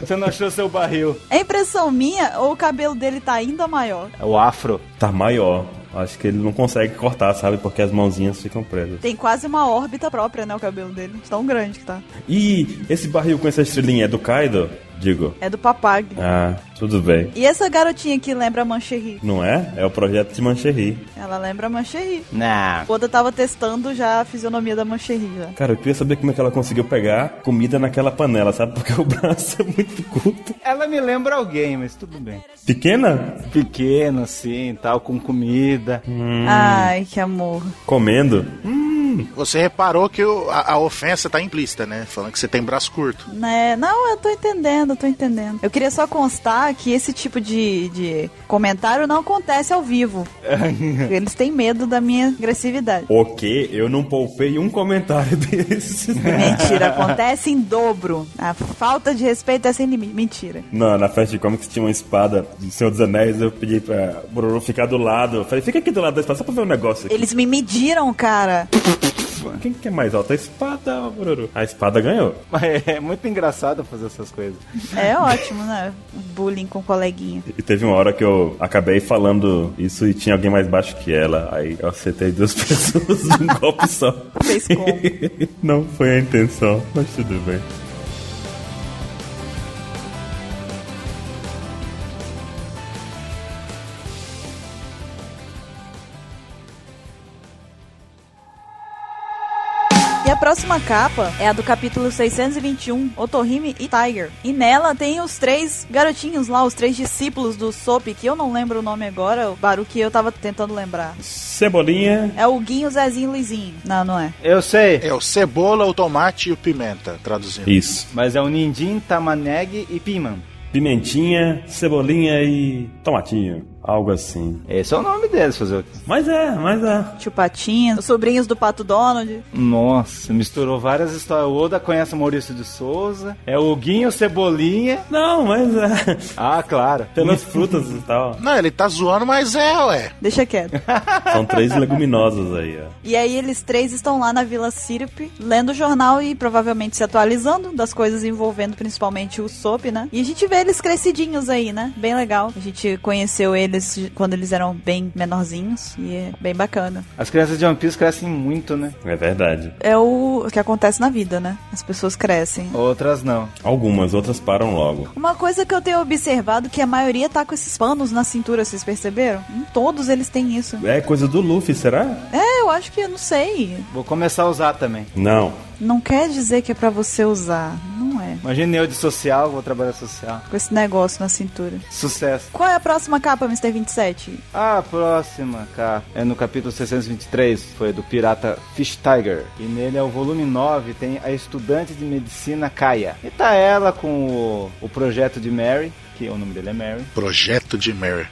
Speaker 1: Você não achou seu barril.
Speaker 3: É impressão minha ou o cabelo dele tá ainda maior?
Speaker 1: É o afro.
Speaker 4: Tá maior. Acho que ele não consegue cortar, sabe? Porque as mãozinhas ficam presas.
Speaker 3: Tem quase uma órbita própria, né, o cabelo dele. De Tão grande que tá.
Speaker 4: E esse barril com essa estrelinha é do Kaido? Digo.
Speaker 3: É do Papag.
Speaker 4: Ah, tudo bem.
Speaker 3: E essa garotinha que lembra a Mancherry?
Speaker 4: Não é? É o projeto de Mancherry.
Speaker 3: Ela lembra a Mancherry.
Speaker 1: Não.
Speaker 3: O Oda tava testando já a fisionomia da Mancherry, já.
Speaker 4: Cara, eu queria saber como é que ela conseguiu pegar comida naquela panela, sabe? Porque o braço é muito curto.
Speaker 1: Ela me lembra alguém, mas tudo bem.
Speaker 4: Pequena?
Speaker 1: Pequeno, assim, tal, com comida.
Speaker 3: Ai, que amor.
Speaker 4: Comendo.
Speaker 2: Você reparou que o- a, a ofensa tá implícita, né? Falando que você tem braço curto.
Speaker 3: Né? Não, eu tô entendendo, eu tô entendendo. Eu queria só constar que esse tipo de, de comentário não acontece ao vivo. Eles têm medo da minha agressividade.
Speaker 4: O quê? Eu não poupei um comentário desses.
Speaker 3: Mentira, acontece em dobro. A falta de respeito é sem limite. Mentira.
Speaker 4: Na, na festa de comics tinha uma espada do Senhor dos Anéis, eu pedi pra Bruno ficar do lado. Eu falei, fica aqui do lado da espada só pra ver um negócio aqui.
Speaker 3: Eles me mediram, cara.
Speaker 4: Quem que é mais alto? A espada, ou o Bururu. A espada ganhou.
Speaker 1: Mas é muito engraçado fazer essas coisas.
Speaker 3: É ótimo, né? Bullying com coleguinha.
Speaker 4: E teve uma hora que eu acabei falando isso e tinha alguém mais baixo que ela. Aí eu acertei duas pessoas num golpe só.
Speaker 3: Fez como?
Speaker 4: Não foi a intenção, mas tudo bem.
Speaker 3: E E a próxima capa é a do capítulo 621, Otohime e Tiger. E nela tem os três garotinhos lá, os três discípulos do Sop, que eu não lembro o nome agora, o Baruki eu tava tentando lembrar.
Speaker 4: Cebolinha.
Speaker 3: É o Guinho, o Zezinho e o Luizinho. Não, não é.
Speaker 1: Eu sei,
Speaker 8: É o cebola, o tomate e o pimenta, traduzindo.
Speaker 4: Isso.
Speaker 1: mas é o Nindin, Tamaneg e Piman.
Speaker 4: Pimentinha, cebolinha e tomatinho. Algo assim.
Speaker 1: Esse é o nome deles, fazer o quê?
Speaker 4: Mas é, mas é.
Speaker 3: Tio Patinho, os sobrinhos do Pato Donald.
Speaker 1: Nossa, misturou várias histórias. O Oda conhece o Maurício de Souza, é o Guinho Cebolinha.
Speaker 4: Não, mas é.
Speaker 1: Ah, claro.
Speaker 4: Pelas frutas e tal.
Speaker 8: Não, ele tá zoando, mas é, ué.
Speaker 3: Deixa quieto.
Speaker 4: São três leguminosas aí, ó.
Speaker 3: E aí eles três estão lá na Vila Sirp, lendo o jornal e provavelmente se atualizando das coisas envolvendo principalmente o Sop, né? E a gente vê eles crescidinhos aí, né? Bem legal. A gente conheceu eles quando eles eram bem menorzinhos e é bem bacana.
Speaker 1: As crianças de One Piece crescem muito, né?
Speaker 4: É verdade.
Speaker 3: É o que acontece na vida, né? As pessoas crescem.
Speaker 1: Outras não.
Speaker 4: Algumas, outras param logo.
Speaker 3: Uma coisa que eu tenho observado é que a maioria tá com esses panos na cintura, vocês perceberam? Em todos eles têm isso.
Speaker 4: É coisa do Luffy, será?
Speaker 3: É, eu acho que eu não sei.
Speaker 1: Vou começar a usar também.
Speaker 4: Não.
Speaker 3: Não quer dizer que é pra você usar, não é.
Speaker 1: Imagina eu de social, vou trabalhar social.
Speaker 3: Com esse negócio na cintura.
Speaker 1: Sucesso.
Speaker 3: Qual é a próxima capa, Mr. 27?
Speaker 1: A Ah, próxima, cara, é no capítulo 623, foi do pirata Fish Tiger. E nele é o volume 9, tem a estudante de medicina Kaia. E tá ela com o, o projeto de Mary, que o nome dele é Mary,
Speaker 8: Projeto de Mary.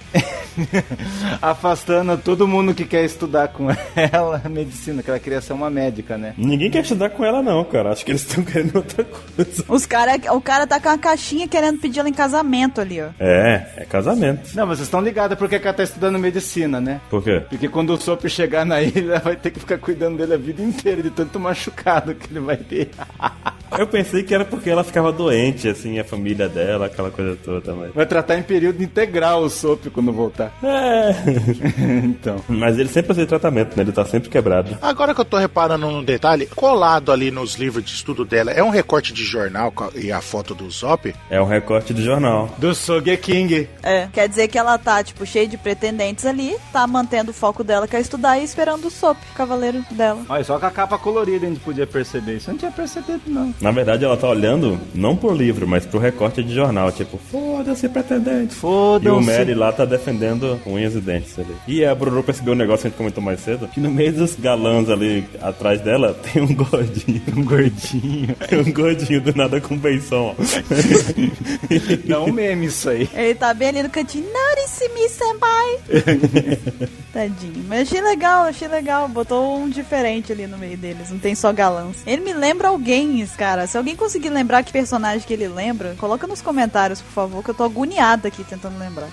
Speaker 1: afastando todo mundo que quer estudar com ela a medicina, que ela queria ser uma médica, né?
Speaker 4: Ninguém quer estudar com ela, não, cara. Acho que eles estão querendo outra coisa.
Speaker 3: Os cara, o cara tá com uma caixinha querendo pedir ela em casamento ali, ó.
Speaker 4: É, é casamento.
Speaker 1: Não, mas vocês estão ligados porque que ela tá estudando medicina, né?
Speaker 4: Por quê?
Speaker 1: Porque quando o Sop chegar na ilha, vai ter que ficar cuidando dele a vida inteira, de tanto machucado que ele vai ter.
Speaker 4: Eu pensei que era porque ela ficava doente, assim, a família dela, aquela coisa toda, mas.
Speaker 1: Vai tratar em período integral o Sop quando voltar.
Speaker 4: É.
Speaker 1: então.
Speaker 4: Mas ele sempre fazia tratamento, né? Ele tá sempre quebrado.
Speaker 8: Agora que eu tô reparando num detalhe, colado ali nos livros de estudo dela, é um recorte de jornal com a- e a foto do Zop?
Speaker 4: É um recorte do jornal.
Speaker 1: Do Sogeking.
Speaker 3: É. Quer dizer que ela tá, tipo, cheia de pretendentes ali, tá mantendo o foco dela, quer estudar e esperando o Sop, o cavaleiro dela.
Speaker 1: Olha, só com a capa colorida a gente podia perceber isso. Eu não tinha percebido, não.
Speaker 4: Na verdade, ela tá olhando não pro livro, mas pro recorte de jornal. Tipo, foda-se, pretendente. E o Mary
Speaker 1: Foda-se.
Speaker 4: lá tá defendendo unhas e dentes ali. E a Bruno percebeu um negócio que a gente comentou mais cedo: que no meio dos galãs ali atrás dela tem um gordinho. Um gordinho. um gordinho do nada com um beição, ó.
Speaker 1: Dá um meme isso aí.
Speaker 3: Ele tá bem ali no cantinho, Nourice me senpai. Tadinho. Mas achei legal, achei legal. Botou um diferente ali no meio deles, não tem só galãs. Ele me lembra alguém, cara. Se alguém conseguir lembrar que personagem que ele lembra, coloca nos comentários, por favor, que eu tô agoniada aqui tentando lembrar.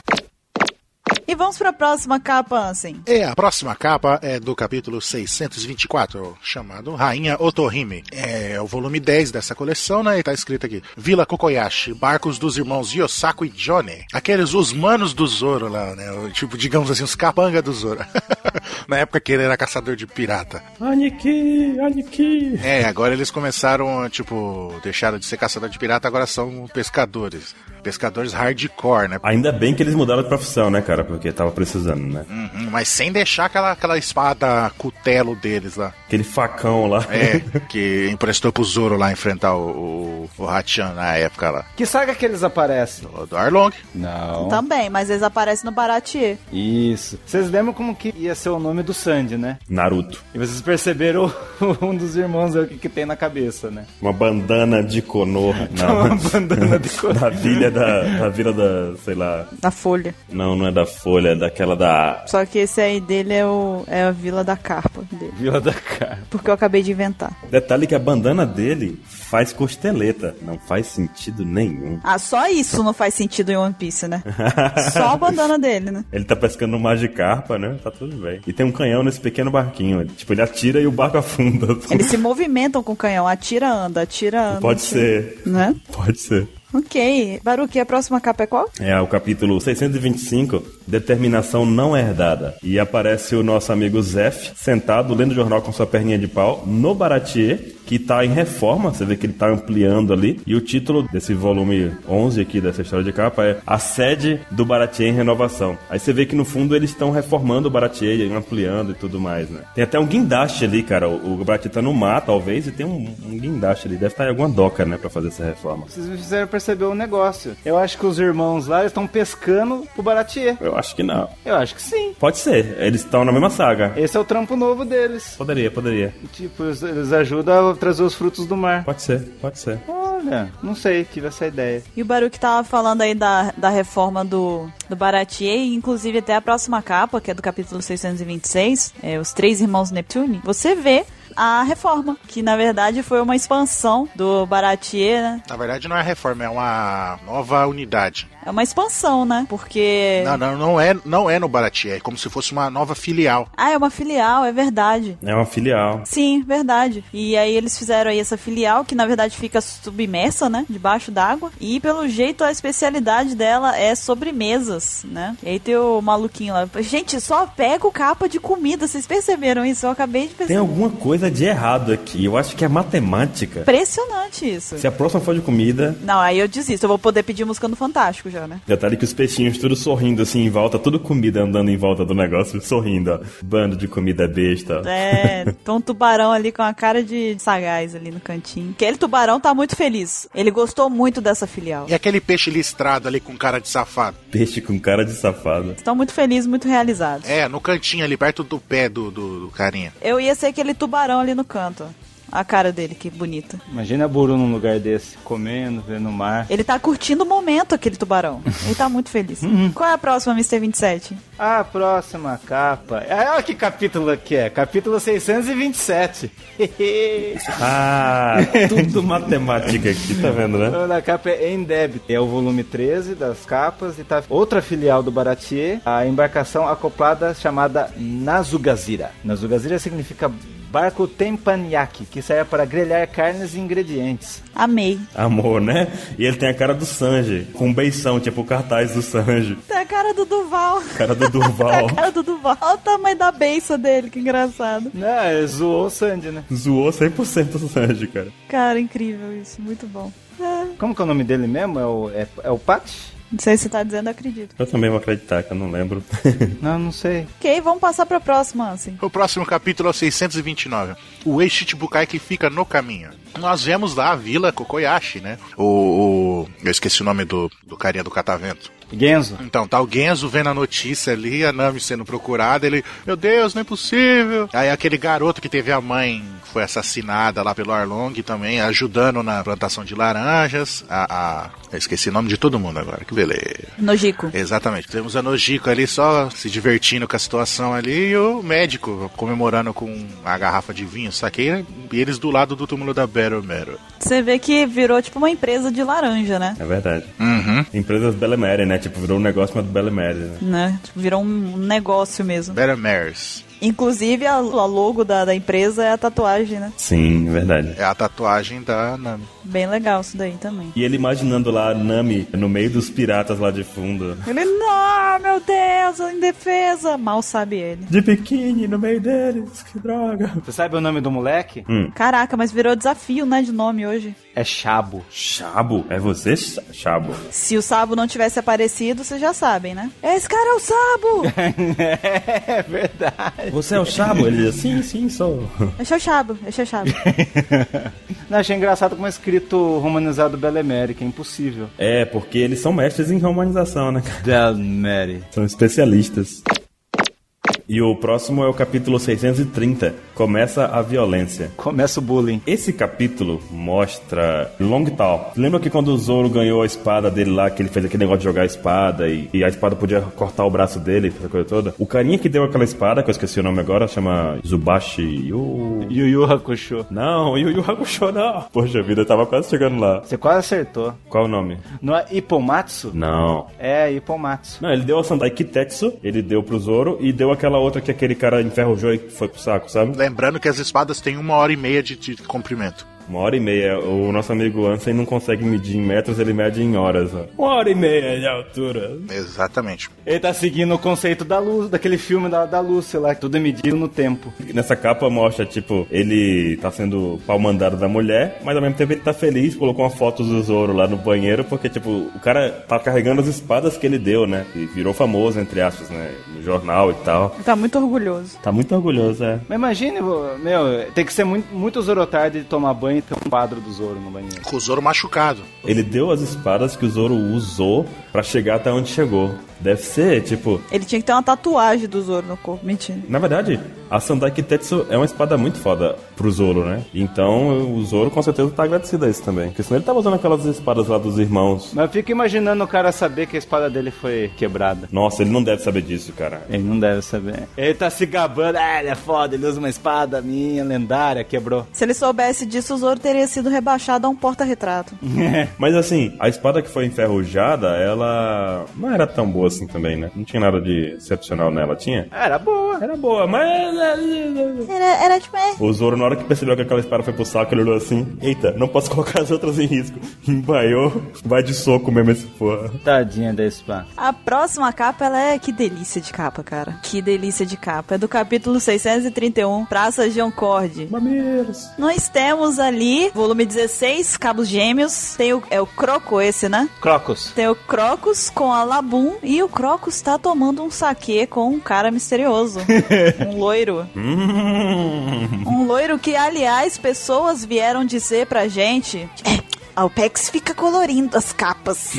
Speaker 3: E vamos pra próxima capa, Ansem.
Speaker 8: É, a próxima capa é do capítulo 624, chamado Rainha Otohime. É o volume 10 dessa coleção, né? E tá escrito aqui: Vila Kokoyashi, barcos dos irmãos Yosaku e Johnny. Aqueles os manos do Zoro lá, né? O, tipo, digamos assim, os capanga do Zoro. Na época que ele era caçador de pirata.
Speaker 4: Aniki, Aniki.
Speaker 8: É, agora eles começaram, tipo, deixaram de ser caçador de pirata, agora são pescadores. Pescadores hardcore, né?
Speaker 4: Ainda bem que eles mudaram de profissão, né, cara? Porque tava precisando, né?
Speaker 8: Uhum, Mas sem deixar aquela, aquela espada cutelo deles lá.
Speaker 4: Aquele facão lá.
Speaker 8: É, que emprestou pro Zoro lá enfrentar o, o, o Hachan na época lá.
Speaker 1: Que saga que eles aparecem? Então,
Speaker 8: Do, do Arlong.
Speaker 1: Não.
Speaker 3: Também, mas eles aparecem no Baratie.
Speaker 1: Isso. Vocês lembram como que ia ser o nome do Sandy, né?
Speaker 4: Naruto.
Speaker 1: E vocês perceberam um dos irmãos aí, o que, que tem na cabeça, né?
Speaker 4: Uma bandana de Konoha. Não.
Speaker 1: Tá Uma bandana de cor.
Speaker 4: Da vila da. Da vila da. sei lá.
Speaker 3: Da Folha.
Speaker 4: Não, não é da Folha, é daquela da.
Speaker 3: Só que esse aí dele é, o, é a Vila da Carpa dele.
Speaker 1: Vila da cara.
Speaker 3: Porque eu acabei de inventar.
Speaker 4: Detalhe que a bandana dele faz costeleta. Não faz sentido nenhum.
Speaker 3: Ah, só isso não faz sentido em One Piece, né? só a bandana dele, né?
Speaker 4: Ele tá pescando um Magikarpa, né? Tá tudo bem. E tem um canhão nesse pequeno barquinho. Ele, tipo, ele atira e o barco afunda.
Speaker 3: Eles se movimentam com o canhão. Atira, anda, atira, anda.
Speaker 4: Pode
Speaker 3: atira.
Speaker 4: ser.
Speaker 3: Né?
Speaker 4: Pode ser.
Speaker 3: Ok. Baruque, a próxima capa é qual?
Speaker 4: É o capítulo 625, Determinação Não Herdada. E aparece o nosso amigo Zef, sentado, lendo o jornal com sua perninha de pau, no Baratier, que tá em reforma, você vê que ele tá ampliando ali. E o título desse volume 11 aqui dessa história de capa é A Sede do Baratier em Renovação. Aí você vê que no fundo eles estão reformando o Baratier, ampliando e tudo mais, né? Tem até um guindaste ali, cara. O, o Baratier tá no mar, talvez, e tem um, um guindaste ali. Deve estar em alguma doca, né, pra fazer essa reforma.
Speaker 1: Vocês me fizeram perceber um negócio. Eu acho que os irmãos lá estão pescando pro Baratier.
Speaker 4: Eu acho que não.
Speaker 1: Eu acho que sim.
Speaker 4: Pode ser, eles estão na mesma saga.
Speaker 1: Esse é o trampo novo deles.
Speaker 4: Poderia, poderia.
Speaker 1: E, tipo, eles- eles ajudam a trazer os frutos do mar.
Speaker 4: Pode ser, pode ser.
Speaker 1: Olha, não sei, tive essa ideia.
Speaker 3: E o Baruque tava falando aí da, da reforma do, do Baratier, e inclusive até a próxima capa, que é do capítulo 626, é, Os Três Irmãos Neptune, você vê a reforma, que na verdade foi uma expansão do Baratier, né?
Speaker 2: Na verdade, não é reforma, é uma nova unidade.
Speaker 3: É uma expansão, né? Porque...
Speaker 2: Não, não, não é, não é no Baratie, é como se fosse uma nova filial.
Speaker 3: Ah, é uma filial, é verdade.
Speaker 4: É uma filial.
Speaker 3: Sim, verdade. E aí eles fizeram aí essa filial, que na verdade fica submersa, né? Debaixo d'água. E pelo jeito a especialidade dela é sobremesas, né? E aí tem o maluquinho lá. Gente, só pego capa de comida. Vocês perceberam isso? Eu acabei de
Speaker 4: Tem um
Speaker 3: perceber.
Speaker 4: alguma coisa de errado aqui. Eu acho que é matemática.
Speaker 3: Impressionante isso.
Speaker 4: Se a próxima for de comida,
Speaker 3: Não, aí eu desisto. Eu vou poder pedir música no Fantástico já, né?
Speaker 4: detalhe que os peixinhos tudo sorrindo assim em volta, tudo comida andando em volta do negócio, sorrindo, ó. Bando de comida besta.
Speaker 3: É, tem um tubarão ali com a cara de sagaz ali no cantinho. Aquele tubarão tá muito feliz. Ele gostou muito dessa filial.
Speaker 2: E
Speaker 4: É.
Speaker 2: aquele peixe listrado ali com cara de safado?
Speaker 4: Peixe com cara de safado.
Speaker 3: Estão muito felizes, muito realizados.
Speaker 2: É, no cantinho ali, perto do pé do, do, do carinha.
Speaker 3: Eu ia ser aquele tubarão ali no canto. A cara dele, que bonita.
Speaker 1: Imagina a Buru num lugar desse, comendo, vendo o mar.
Speaker 3: Ele tá curtindo o momento, aquele tubarão. Ele tá muito feliz. Qual é a próxima, Mr. 27?
Speaker 1: A próxima capa. Ah, olha que capítulo que é. Capítulo 627.
Speaker 4: Ah, tudo matemática aqui, tá vendo, né?
Speaker 1: A capa é em débito. É o volume 13 das capas e tá outra filial do Baratier, a embarcação acoplada chamada Nazugazira. Nazugazira significa barco tempanyaki, que serve para grelhar carnes e ingredientes.
Speaker 3: Amei.
Speaker 4: Amor, né? E ele tem a cara do Sanji, com um beição, tipo o cartaz do Sanji.
Speaker 3: Tá a cara do Duval.
Speaker 4: Cara do
Speaker 3: Tá
Speaker 4: Durval.
Speaker 3: a cara do Duval. Olha o tamanho da beiça dele, que engraçado.
Speaker 1: Não, é, zoou o Sandy, né?
Speaker 4: Zoou 100% o Sanji, cara.
Speaker 3: Cara, incrível isso. Muito bom. É,
Speaker 1: Como que é o nome dele mesmo? É o, é, é o Pat?
Speaker 3: Não sei se você tá dizendo, eu acredito.
Speaker 4: Eu também vou acreditar, que eu não lembro.
Speaker 1: Não, não sei.
Speaker 3: Ok, vamos passar pra próxima, assim.
Speaker 2: O próximo capítulo é o 629. O Ex-Chichibukai que fica no caminho. Nós vemos lá a vila Kokoyashi, né? O, o- Eu esqueci o nome do, do carinha do catavento.
Speaker 1: Genzo.
Speaker 2: Então, tá o Genzo vendo a notícia ali, a Nami sendo procurada, ele... Meu Deus, não é possível! Aí aquele garoto que teve a mãe, que foi assassinada lá pelo Arlong também, ajudando na plantação de laranjas. A... a- Eu esqueci o nome de todo mundo agora, que beleza.
Speaker 3: Nojico.
Speaker 2: Exatamente. Temos a Nojiko ali só se divertindo com a situação ali e o médico comemorando com a garrafa de vinho, saquei, né? E eles do lado do túmulo da Battle Metal.
Speaker 3: Você vê que virou tipo uma empresa de laranja, né?
Speaker 4: É verdade.
Speaker 2: Uhum.
Speaker 4: Empresas Belemere, né? Tipo, virou um negócio, mas do Belemere, né?
Speaker 3: Né? Tipo, virou um negócio mesmo.
Speaker 2: Battle Mares.
Speaker 3: Inclusive, a, a logo da, da empresa é a tatuagem, né?
Speaker 4: Sim, verdade.
Speaker 2: É a tatuagem da Nami.
Speaker 3: Bem legal isso daí também.
Speaker 4: E ele imaginando lá a Nami no meio dos piratas lá de fundo.
Speaker 3: Ele, não, meu Deus, em defesa. Mal sabe ele.
Speaker 4: De biquíni no meio deles, que droga.
Speaker 1: Você sabe o nome do moleque?
Speaker 3: Caraca, mas virou desafio, né, de nome hoje.
Speaker 1: É Chabo.
Speaker 4: Chabo, é você, Ch- Chabo?
Speaker 3: Se o Sabo não tivesse aparecido, vocês já sabem, né? Esse cara é o Sabo!
Speaker 1: é verdade.
Speaker 4: Você é o Chabo? Ele diz, sim, sim, sou.
Speaker 3: Esse é o Chabo, esse é o Chabo.
Speaker 1: Não, achei engraçado como é escrito romanizado Belemérica, é impossível.
Speaker 4: É, porque eles são mestres em romanização, né? cara?
Speaker 1: Belemere.
Speaker 4: São especialistas. E o próximo é o capítulo 630. Começa a violência.
Speaker 1: Começa o bullying.
Speaker 4: Esse capítulo mostra Longtal. Lembra que quando o Zoro ganhou a espada dele lá, que ele fez aquele negócio de jogar a espada e, e a espada podia cortar o braço dele, essa coisa toda? O carinha que deu aquela espada, que eu esqueci o nome agora, chama Zubashi Yu...
Speaker 1: Yu Yu Hakusho.
Speaker 4: Não, Yu Yu Hakusho não. Poxa vida, eu tava quase chegando lá.
Speaker 1: Você quase acertou.
Speaker 4: Qual o nome?
Speaker 1: Não é Ipomatsu?
Speaker 4: Não.
Speaker 1: É Ipomatsu.
Speaker 4: Não, ele deu a Sandai Kitetsu, ele deu pro Zoro e deu aquela outra que aquele cara enferrujou e foi pro saco, sabe?
Speaker 2: Lembrando que as espadas têm uma hora e meia de, de comprimento.
Speaker 4: Uma hora e meia. O nosso amigo Ansem não consegue medir em metros, ele mede em horas. ó. Uma hora e meia de altura.
Speaker 2: Exatamente.
Speaker 1: Ele tá seguindo o conceito da luz, daquele filme da, da luz, sei lá, que tudo é medido no tempo.
Speaker 4: Nessa capa mostra, tipo, ele tá sendo pau mandado da mulher, mas ao mesmo tempo ele tá feliz, colocou uma foto do Zoro lá no banheiro, porque, tipo, o cara tá carregando as espadas que ele deu, né? E virou famoso, entre aspas, né? No jornal e tal.
Speaker 3: Ele tá muito orgulhoso.
Speaker 4: Tá muito orgulhoso, é.
Speaker 1: Mas imagine, vô, meu, tem que ser muito, muito Zorotarde de tomar banho e ter um quadro do Zoro no banheiro.
Speaker 2: Com o Zoro machucado.
Speaker 4: Ele deu as espadas que o Zoro usou pra chegar até onde chegou. Deve ser, tipo.
Speaker 3: Ele tinha que ter uma tatuagem do Zoro no corpo. Mentira.
Speaker 4: Na verdade, a Sandai Kitetsu é uma espada muito foda pro Zoro, né? Então o Zoro com certeza tá agradecido a isso também. Porque senão ele tava usando aquelas espadas lá dos irmãos.
Speaker 1: Mas eu fico imaginando o cara saber que a espada dele foi quebrada.
Speaker 4: Nossa, ele não deve saber disso, cara.
Speaker 1: Ele não deve saber. Ele tá se gabando, ah, ele é foda, ele usa uma espada minha, lendária, quebrou.
Speaker 3: Se ele soubesse disso, o Zoro teria sido rebaixado a um porta-retrato.
Speaker 4: Mas assim, a espada que foi enferrujada, ela não era tão boa assim também, né? Não tinha nada de excepcional nela, tinha?
Speaker 1: Era boa.
Speaker 4: Era boa, mas. eh,
Speaker 3: Era, era tipo, é,
Speaker 4: O Zoro, na hora que percebeu que aquela espada foi pro saco, ele olhou assim: Eita, não posso colocar as outras em risco. Embaiou, vai de soco mesmo esse porra.
Speaker 1: Tadinha da espada.
Speaker 3: A próxima capa, ela é. Que delícia de capa, cara. Que delícia de capa. É do capítulo 631, Praça de Concorde.
Speaker 4: Mameiros.
Speaker 3: Nós temos ali, volume 16, Cabos Gêmeos. Tem o. É o Croco esse, né?
Speaker 1: Crocus.
Speaker 3: Tem o Crocus com a Labum. E o Crocus tá tomando um saque com um cara misterioso. um loiro.
Speaker 4: Hum.
Speaker 3: Um loiro que, aliás, pessoas vieram dizer pra gente. "É, A OPEX fica colorindo as capas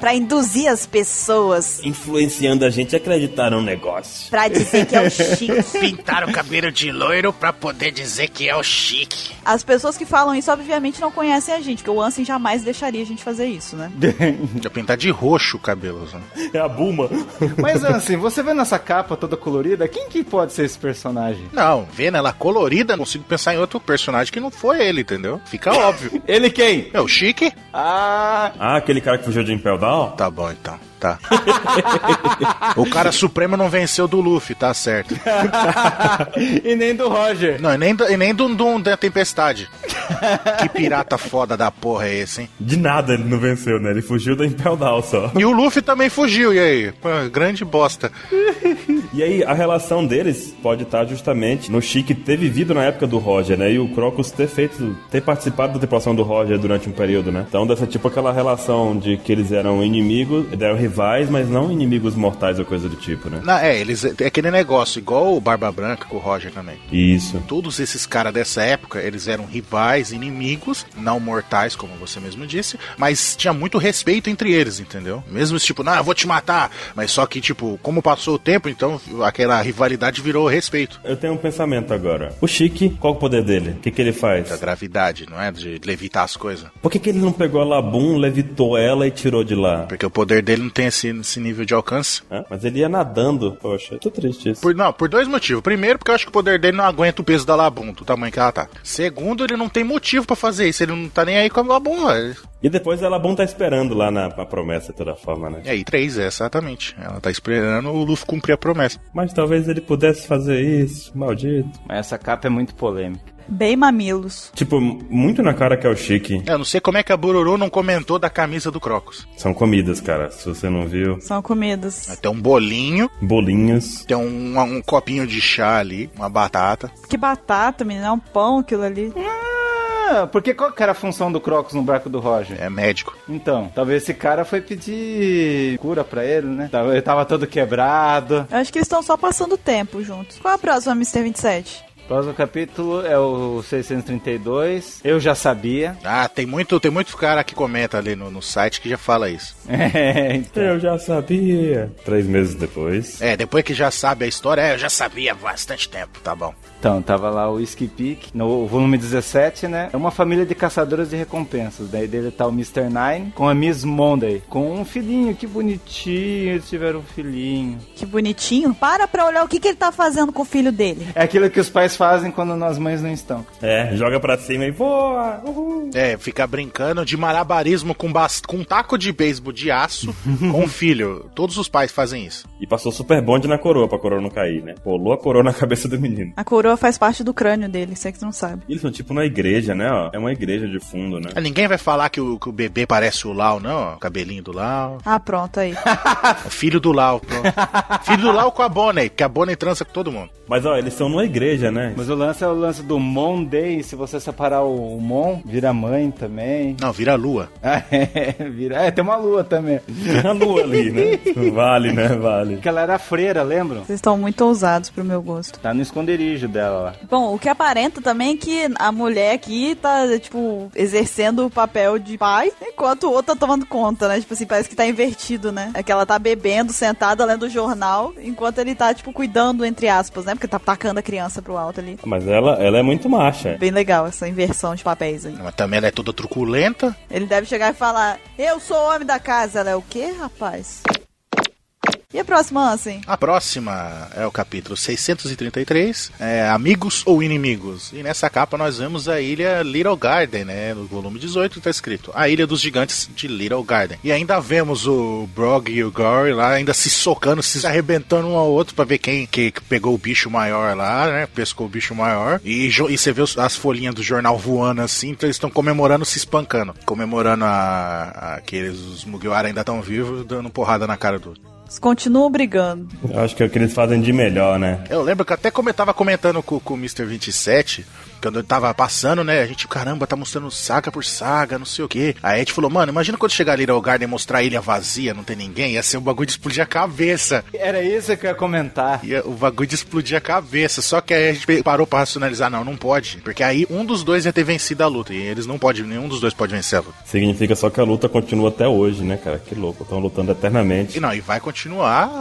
Speaker 3: pra induzir as pessoas
Speaker 4: Influenciando a gente a acreditar num negócio.
Speaker 3: pra dizer que é o chique.
Speaker 2: Pintaram o cabelo de loiro pra poder dizer que é o chique.
Speaker 3: As pessoas que falam isso, obviamente, não conhecem a gente, porque o Ansem jamais deixaria a gente fazer isso, né?
Speaker 2: Podia pintar de roxo o cabelo. Zoro.
Speaker 4: É a Buma.
Speaker 1: Mas assim, você vendo essa capa toda colorida, quem que pode ser esse personagem?
Speaker 2: Não, vendo ela colorida, não consigo pensar em outro personagem que não foi ele, entendeu? Fica óbvio.
Speaker 1: Ele quem?
Speaker 2: É o chique?
Speaker 1: Ah,
Speaker 4: Ah, aquele cara que fugiu de Impel Down?
Speaker 2: Tá bom então. Tá. o cara supremo não venceu do Luffy, tá certo.
Speaker 1: e nem do Roger.
Speaker 2: Não, e nem, do- e nem do Dum da Tempestade. Que pirata foda da porra é esse, hein?
Speaker 4: De nada ele não venceu, né? Ele fugiu da Impel Down só.
Speaker 2: E o Luffy também fugiu, e aí? Pô, grande bosta.
Speaker 4: E aí, a relação deles pode estar justamente no Chique ter vivido na época do Roger, né? E o Crocus ter feito, ter participado da tripulação do Roger durante um período, né? Então, dessa tipo aquela relação de que eles eram inimigos, eram rivais, mas não inimigos mortais ou coisa do tipo, né?
Speaker 2: Não, é, eles é aquele negócio, igual o Barba Branca com o Roger também.
Speaker 4: Isso.
Speaker 2: Todos esses caras dessa época, eles eram rivais, inimigos, não mortais, como você mesmo disse, mas tinha muito respeito entre eles, entendeu? Mesmo esse tipo, não, eu vou te matar, mas só que, tipo, como passou o tempo, então aquela rivalidade virou respeito.
Speaker 4: Eu tenho um pensamento agora. O Chique, qual o poder dele? O que, que ele
Speaker 2: Da
Speaker 4: faz?
Speaker 2: gravidade, não é? De levitar as coisas.
Speaker 4: Por que, que ele não pegou a Labum, levitou ela e tirou de lá?
Speaker 2: Porque o poder dele não tem esse, esse nível de alcance.
Speaker 4: Hã? Mas ele ia nadando. Poxa, tô triste isso.
Speaker 2: Por, não, por dois motivos. Primeiro, porque eu acho que o poder dele não aguenta o peso da Labum, do tamanho que ela tá. Segundo, ele não tem motivo pra fazer isso. Ele não tá nem aí com a Labum. ó.
Speaker 4: E depois a Labum tá esperando lá na, na promessa, de toda forma, né?
Speaker 2: E aí, três, é, exatamente. Ela tá esperando o Luffy cumprir a promessa.
Speaker 4: Mas talvez ele pudesse fazer isso, maldito.
Speaker 1: Mas essa capa é muito polêmica.
Speaker 3: Bem mamilos.
Speaker 4: Tipo, muito na cara que é o chique.
Speaker 2: Eu não sei como é que a Bururu não comentou da camisa do Crocus.
Speaker 4: São comidas, cara. Se você não viu,
Speaker 3: São comidas.
Speaker 2: Tem um bolinho,
Speaker 4: bolinhos.
Speaker 2: tem um, um copinho de chá ali, uma batata.
Speaker 3: Que batata, menina. É um pão aquilo ali.
Speaker 1: Ah, porque qual que era a função do Crocus no barco do Roger?
Speaker 2: É médico.
Speaker 1: Então, talvez esse cara foi pedir cura pra ele, né? Tava- Ele tava todo quebrado.
Speaker 3: Eu acho que eles estão só passando tempo juntos. Qual é a próxima, Mr. 27?
Speaker 1: Próximo capítulo é o 632. Eu já sabia.
Speaker 2: Ah, tem muito, tem muito cara que comenta ali no, no site que já fala isso.
Speaker 1: É, então.
Speaker 4: Eu já sabia. Três meses depois.
Speaker 2: É, depois que já sabe a história, é, eu já sabia há bastante tempo, tá bom.
Speaker 1: Então, tava lá o Skip Peak, no volume 17, né? É uma família de caçadores de recompensas. Daí dele tá o Mr. Nine com a Miss Monday. Com um filhinho, que bonitinho, eles tiveram um filhinho.
Speaker 3: Que bonitinho. Para pra olhar o que, que ele tá fazendo com o filho dele.
Speaker 1: É aquilo que os pais fazem quando nós mães não estão.
Speaker 4: É, joga pra cima e voa! Uhul!
Speaker 2: É, ficar brincando de malabarismo com, bas- com um taco de beisebol de aço com o filho. Todos os pais fazem isso.
Speaker 4: E passou super bonde na coroa pra coroa não cair, né? Colou a coroa na cabeça do menino.
Speaker 3: A coroa faz parte do crânio dele, você que não sabe.
Speaker 4: E Eles são tipo na igreja, né? ó? É uma igreja de fundo, né?
Speaker 2: Ah, Ninguém vai falar que o, que o bebê parece o Lau, não? O cabelinho do Lau.
Speaker 3: Ah, pronto, aí.
Speaker 2: O filho do Lau, pronto. filho do Lau com a Bonnie, porque a Bonnie transa com todo mundo.
Speaker 4: Mas ó, eles são numa igreja, né?
Speaker 1: Mas o lance é o lance do Mon Day. Se você separar o o Mon, vira mãe também.
Speaker 2: Não, vira lua.
Speaker 1: Ah, é, vira. É, tem uma lua também.
Speaker 4: Tem a lua ali, né? Vale, né? Vale.
Speaker 1: Porque ela era freira, lembram?
Speaker 3: Vocês estão muito ousados pro meu gosto.
Speaker 1: Tá no esconderijo dela lá.
Speaker 3: Bom, o que aparenta também é que a mulher aqui tá, tipo, exercendo o papel de pai, enquanto o outro tá tomando conta, né? Tipo assim, parece que tá invertido, né? É que ela tá bebendo, sentada, lendo o jornal, enquanto ele tá, tipo, cuidando, entre aspas, né? Porque tá tacando a criança pro alto ali.
Speaker 4: Mas ela, ela é muito macha.
Speaker 3: Bem legal essa inversão de papéis aí.
Speaker 2: Mas também ela é toda truculenta.
Speaker 3: Ele deve chegar e falar: Eu sou o homem da casa. Ela é o quê, rapaz? E a próxima, assim?
Speaker 2: A próxima é o capítulo 633, é Amigos ou Inimigos. E nessa capa nós vemos a ilha Little Garden, né? No volume 18 tá escrito A Ilha dos Gigantes de Little Garden. E ainda vemos o Brog e o Gory lá ainda se socando, se arrebentando um ao outro pra ver quem que que pegou o bicho maior lá, né? Pescou o bicho maior. E, jo- e você vê os- as folhinhas do jornal voando assim, então eles estão comemorando, se espancando. Comemorando a, a- aqueles os Mugiwara ainda estão vivos, dando porrada na cara do outro.
Speaker 3: Eles continuam brigando.
Speaker 4: Eu acho que é o que eles fazem de melhor, né?
Speaker 2: Eu lembro que até como eu tava comentando com, com o Mr. 27, quando eu tava passando, né? A gente, caramba, tá mostrando saga por saga, não sei o quê. Aí a gente falou, mano, imagina quando chegar ali ao Garden e mostrar a ilha vazia, não tem ninguém, ia ser um bagulho de explodir a cabeça.
Speaker 1: Era isso que eu ia comentar.
Speaker 2: Ia, o bagulho de explodir a cabeça. Só que aí a gente parou pra racionalizar, não, não pode. Porque aí um dos dois ia ter vencido a luta. E eles não podem, nenhum dos dois pode vencer a luta.
Speaker 4: Significa só que a luta continua até hoje, né, cara? Que louco, estão lutando eternamente.
Speaker 2: E não, e vai continuar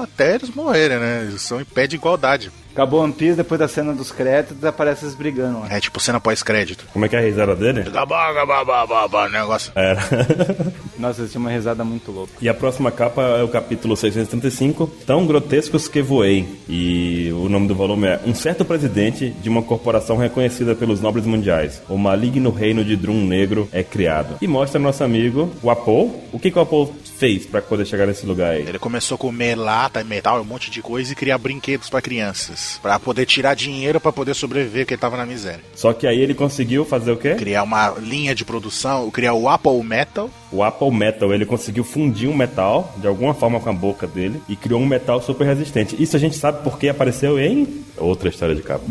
Speaker 2: até eles morrerem, né? Eles são em pé de igualdade.
Speaker 1: Acabou One Piece, depois da cena dos créditos, aparece eles brigando lá.
Speaker 2: É tipo cena pós-crédito.
Speaker 4: Como é que é a risada dele?
Speaker 2: Gabá, gabá, gabá, gabá, negócio.
Speaker 4: Era.
Speaker 1: Nossa, eles tinham uma risada muito louca.
Speaker 4: e a próxima capa é o capítulo 635, Tão Grotescos que Voei. E o nome do volume é Um certo presidente de uma corporação reconhecida pelos nobres mundiais. O maligno reino de Drum Negro é criado. E mostra nosso amigo, o Apo. O que, que o Apo fez pra poder chegar nesse lugar aí?
Speaker 2: Ele começou a comer lata, metal, um monte de coisa e criar brinquedos pra crianças, Pra poder tirar dinheiro pra poder sobreviver, porque ele tava na miséria.
Speaker 4: Só que aí ele conseguiu fazer o quê?
Speaker 2: Criar uma linha de produção, criar o Apple Metal,
Speaker 4: O Apple Metal, ele conseguiu fundir um metal, de alguma forma com a boca dele, e criou um metal super resistente. Isso a gente sabe porque apareceu em... Outra história de capa.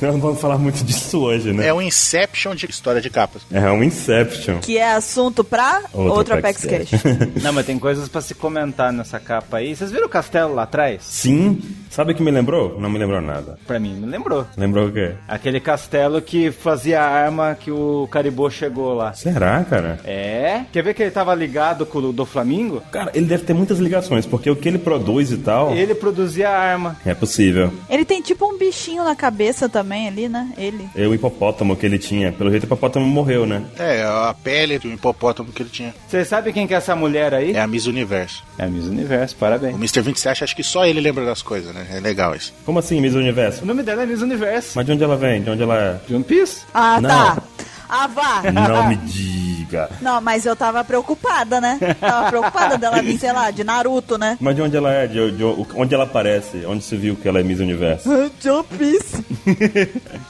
Speaker 4: Não vamos falar muito disso hoje, né?
Speaker 2: é o Inception de história de capas.
Speaker 4: É um Inception.
Speaker 3: Que é assunto pra outro Apex Cash.
Speaker 1: Não, mas tem coisas pra se comentar nessa capa aí. Vocês viram o castelo lá atrás?
Speaker 4: Sim. Sabe o que me lembrou? Não me lembrou nada.
Speaker 1: Pra mim, me lembrou.
Speaker 4: Lembrou o quê?
Speaker 1: Aquele castelo que fazia a arma que o Caribou chegou lá.
Speaker 4: Será, cara?
Speaker 1: É? Quer ver que ele tava ligado com o do Flamingo?
Speaker 4: Cara, ele deve ter muitas ligações, porque o que ele produz e tal...
Speaker 1: Ele produzia a arma.
Speaker 4: É possível.
Speaker 3: Ele tem tipo um bichinho na cabeça também ali, né? Ele.
Speaker 4: É o hipopótamo que ele tinha. Pelo jeito, o hipopótamo morreu, né?
Speaker 2: É, a pele do hipopótamo que ele tinha.
Speaker 1: Vocês sabem quem que é essa mulher aí?
Speaker 2: É a Miss Universo.
Speaker 1: É a Miss Universo,
Speaker 2: O
Speaker 1: parabéns.
Speaker 2: Mr. 27 acho que só ele lembra das coisas, né? É legal isso.
Speaker 4: Como assim, Miss Universo?
Speaker 1: O nome dela é Miss Universo.
Speaker 4: Mas de onde ela vem? De onde ela é?
Speaker 1: De One Piece?
Speaker 3: Ah,
Speaker 4: Não.
Speaker 3: tá. Ah, vá.
Speaker 4: Não me diga.
Speaker 3: Não, mas eu tava preocupada, né? Tava preocupada dela vir, sei lá, de Naruto, né?
Speaker 4: Mas de onde ela é? De, de- onde ela aparece? Onde se viu que ela é Miss Universo?
Speaker 3: Jump Piece.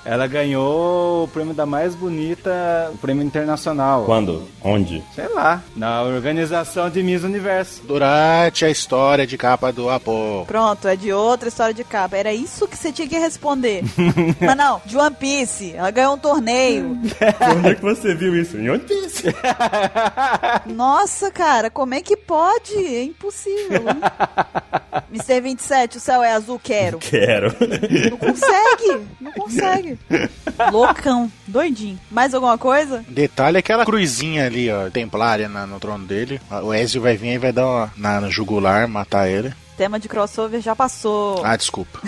Speaker 1: Ela ganhou o prêmio da mais bonita, o prêmio internacional.
Speaker 4: Quando? Onde?
Speaker 1: Sei lá, na organização de Miss Universo.
Speaker 2: Durante a história de capa do Apple.
Speaker 3: Pronto, é de outra história de capa. Era isso que você tinha que responder. Mas não, de One Piece. Ela ganhou um torneio.
Speaker 4: onde é que você viu isso? Em One Piece.
Speaker 3: Nossa, cara, como é que pode? É impossível. hein? Mr. 27, o céu é azul, quero.
Speaker 4: Quero.
Speaker 3: Não consegue, não consegue. Loucão, doidinho. Mais alguma coisa?
Speaker 2: Detalhe é aquela cruzinha ali, ó, templária na- no trono dele. O Ezio vai vir e vai dar uma na na jugular, matar ele.
Speaker 3: Tema de crossover já passou.
Speaker 2: Ah, desculpa.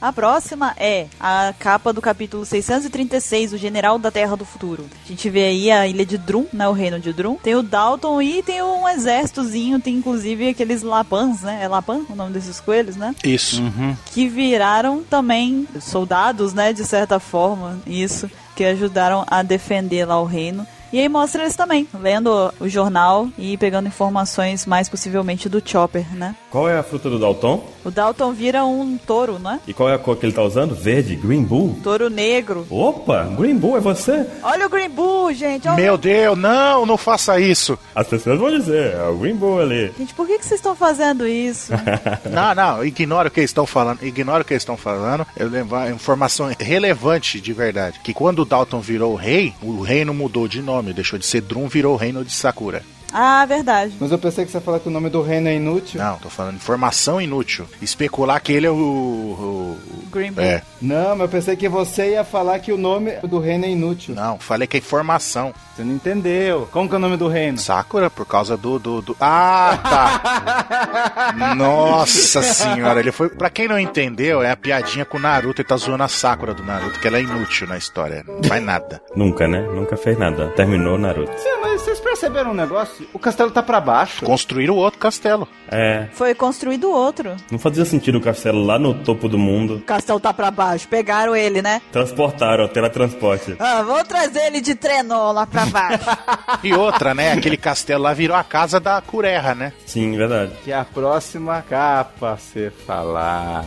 Speaker 3: A próxima é a capa do capítulo 636, o General da Terra do Futuro. A gente vê aí a ilha de Drum, né? O reino de Drum. Tem o Dalton e tem um exércitozinho, tem inclusive aqueles Lapans, né? É Lapan o nome desses coelhos, né?
Speaker 2: Isso.
Speaker 3: que viraram também soldados, né, de certa forma, isso, que ajudaram a defender lá o reino. E aí mostra eles também, lendo o jornal e pegando informações mais possivelmente do Chopper, né?
Speaker 4: Qual é a fruta do Dalton?
Speaker 3: O Dalton vira um touro, né?
Speaker 4: E qual é a cor que ele tá usando? Verde? Green Bull?
Speaker 3: Touro negro.
Speaker 4: Opa, Green Bull é você?
Speaker 3: Olha o Green Bull, gente! Olha o-
Speaker 2: Meu Deus, não, não faça isso.
Speaker 4: As pessoas vão dizer, é o Green Bull ali.
Speaker 3: Gente, por que, que vocês estão fazendo isso?
Speaker 2: Não, não, ignora o que eles estão falando. Ignora o que eles estão falando. Eu lembro a informação relevante de verdade. Que quando o Dalton virou rei, o reino mudou de nome. Deixou de ser Drum, virou reino de Sakura.
Speaker 3: ah, verdade.
Speaker 1: Mas eu pensei que você ia falar que o nome do reino é inútil.
Speaker 2: Não, tô falando informação inútil. Especular que ele é o. o- o-
Speaker 3: Green Bull.
Speaker 2: é,
Speaker 1: Não, mas eu pensei que você ia falar que o nome do reino é inútil.
Speaker 2: não, falei que é informação.
Speaker 1: Você não entendeu. Como que é o nome do reino?
Speaker 2: Sakura, por causa do. do, do- Ah, tá! Nossa senhora, ele foi. Pra quem não entendeu, é a piadinha com o Naruto. Ele tá zoando a Sakura do Naruto, que ela é inútil na história. Não faz nada.
Speaker 4: Nunca, né? Nunca fez nada. Terminou Naruto.
Speaker 1: Cê, mas vocês perceberam um negócio? O castelo tá pra baixo.
Speaker 2: Construíram outro castelo.
Speaker 4: É,
Speaker 3: Foi construído outro.
Speaker 4: não fazia sentido o castelo lá no topo do mundo.
Speaker 3: O castelo tá pra baixo, pegaram ele, né?
Speaker 4: Transportaram, teletransporte.
Speaker 3: Ah, vou trazer ele de trenó lá pra baixo.
Speaker 2: E outra, né? Aquele castelo lá virou a casa da Curerra, né?
Speaker 4: Sim, verdade.
Speaker 1: Que é a próxima capa a ser falada.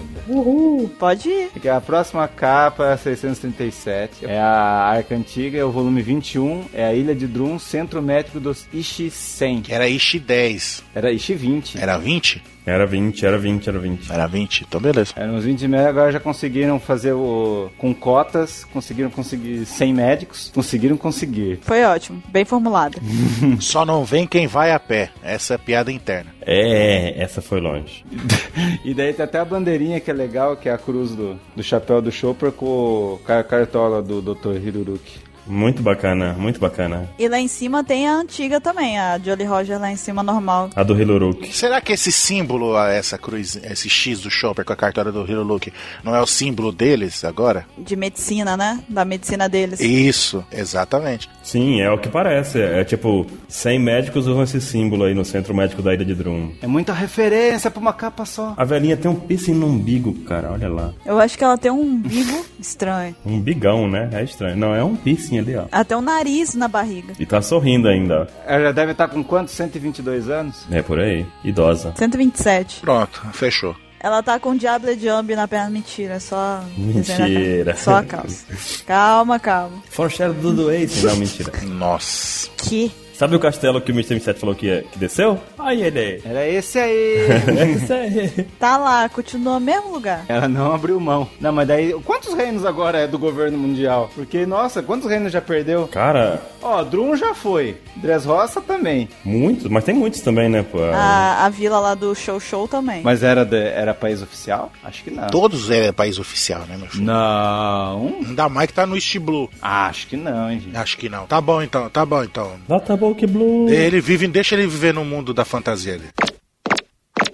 Speaker 3: Pode ir.
Speaker 1: Que a próxima capa é 637. É a Arca Antiga, é o volume 21. É a Ilha de Drum, centro métrico dos Ishi 100.
Speaker 2: Que era Ishi 10.
Speaker 1: Era Ishi 20.
Speaker 2: Era 20?
Speaker 4: Era 20, era 20, era 20.
Speaker 2: Era 20, então beleza.
Speaker 1: Eram uns 20 médicos, agora já conseguiram fazer o. com cotas, conseguiram conseguir 100 médicos, conseguiram conseguir.
Speaker 3: Foi ótimo, bem formulado.
Speaker 2: Uhum. Só não vem quem vai a pé. Essa é a piada interna.
Speaker 4: É, essa foi longe.
Speaker 1: E daí tem até a bandeirinha que é legal, que é a cruz do, do chapéu do Chopper com o ca- cartola do Dr. Hiruruki.
Speaker 4: Muito bacana, muito bacana.
Speaker 3: E lá em cima tem a antiga também, a Jolly Roger lá em cima normal.
Speaker 4: A do Hiluruk.
Speaker 2: Será que esse símbolo, ah, essa cruz, esse X do Chopper com a cartória do Hero Luke, não é o símbolo deles agora?
Speaker 3: De medicina, né? Da medicina deles.
Speaker 2: Isso, exatamente.
Speaker 4: Sim, é o que parece. É tipo, 100 médicos usam esse símbolo aí no centro médico da ilha de Drum.
Speaker 1: É muita referência pra uma capa só.
Speaker 4: A velhinha tem um piercing no umbigo, cara, olha lá.
Speaker 3: Eu acho que ela tem um umbigo estranho.
Speaker 4: Um bigão, né? É estranho. Não, é um piercing ali, ó.
Speaker 3: Até um nariz na barriga.
Speaker 4: E tá sorrindo ainda, ó.
Speaker 1: Ela já deve estar com quanto? 122 anos?
Speaker 4: É por aí. Idosa.
Speaker 3: 127.
Speaker 2: Pronto, fechou.
Speaker 3: Ela tá com Diablo de Ambi na perna. Mentira, é só. desenho na
Speaker 4: Mentira.
Speaker 3: cara. Só a calça. Calma, calma.
Speaker 4: Foreshadow do doente. Não, mentira.
Speaker 2: Nossa.
Speaker 3: Que?
Speaker 4: Sabe o castelo que o Mr. 27 falou que, é, que desceu? Aí ele é. aí.
Speaker 1: Era esse aí!
Speaker 4: É isso aí.
Speaker 3: Tá lá, continua no mesmo lugar.
Speaker 1: Ela não abriu mão. Não, mas daí, quantos reinos agora é do governo mundial? Porque, nossa, quantos reinos já perdeu?
Speaker 4: Cara,
Speaker 1: Ó, Drum já foi, Dressrosa também.
Speaker 4: muitos, mas tem muitos também, né, pô?
Speaker 3: A, a vila lá do Show Show também.
Speaker 1: Mas era, de- era país oficial? Acho que não.
Speaker 2: Todos é país oficial, né, meu filho?
Speaker 1: Não,
Speaker 2: Ainda mais que tá no East Blue.
Speaker 1: acho que não, hein, gente.
Speaker 2: Acho que não. Tá bom então, tá bom então.
Speaker 4: Databook Blue.
Speaker 2: Ele vive, deixa ele viver no mundo da fantasia dele.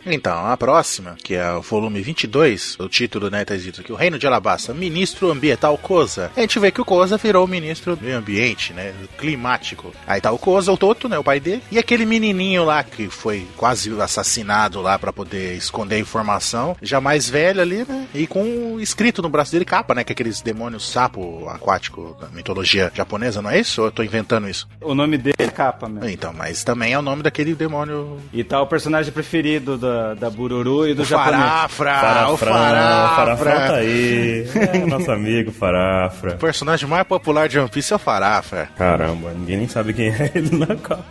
Speaker 2: Então, a próxima, que é o volume 22, o título, né, tá escrito aqui, o Reino de Alabasta, Ministro Ambiental Cosa. A gente vê que o Cosa virou o Ministro do Meio Ambiente, né, do climático. Aí tá o Cosa, o Toto, né, o pai dele, e aquele menininho lá que foi quase assassinado lá pra poder esconder a informação, já mais velho ali, né, e com escrito no braço dele capa, né, que é aqueles demônios sapo aquático da mitologia japonesa, não é isso? Ou eu tô inventando isso?
Speaker 1: O nome dele é capa, meu.
Speaker 2: Então, mas também é o nome daquele demônio
Speaker 1: E tá o personagem preferido da, da Bururu e do
Speaker 2: O
Speaker 1: japonês.
Speaker 2: Farafra,
Speaker 4: Ah,
Speaker 2: o
Speaker 4: Farafra,
Speaker 2: Farafra.
Speaker 4: Farafra tá aí. É, nosso amigo Farafra.
Speaker 2: O personagem mais popular de One Piece é o Farafra.
Speaker 4: Caramba, ninguém nem sabe quem é ele na Copa.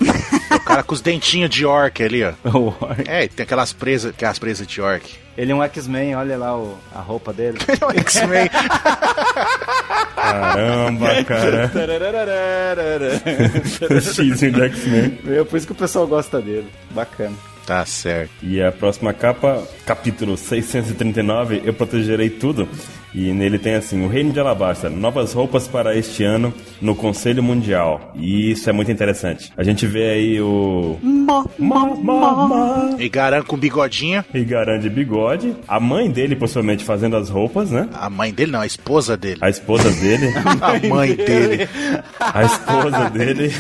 Speaker 2: O cara com os dentinhos de orc ali, ó.
Speaker 1: O Orc.
Speaker 2: É, e tem aquelas presas, aquelas presas de orc.
Speaker 1: Ele é um X-Men, olha lá o- a roupa dele.
Speaker 2: Ele é um X-Men.
Speaker 4: Caramba, cara. É. X do X-Men.
Speaker 1: Meu, por isso que o pessoal gosta dele. Bacana.
Speaker 2: tá certo.
Speaker 4: E a próxima capa, capítulo 639, Eu Protegerei Tudo, E nele tem assim: O Reino de Alabasta, novas roupas para este ano no Conselho Mundial. E isso é muito interessante. A gente vê aí o.
Speaker 9: Mó, mó, mó.
Speaker 2: E Garan com bigodinha.
Speaker 4: Igaran de bigode. A mãe dele, possivelmente, fazendo as roupas, né?
Speaker 2: A mãe dele não, a esposa dele.
Speaker 4: A esposa dele.
Speaker 2: A mãe dele.
Speaker 4: A esposa dele.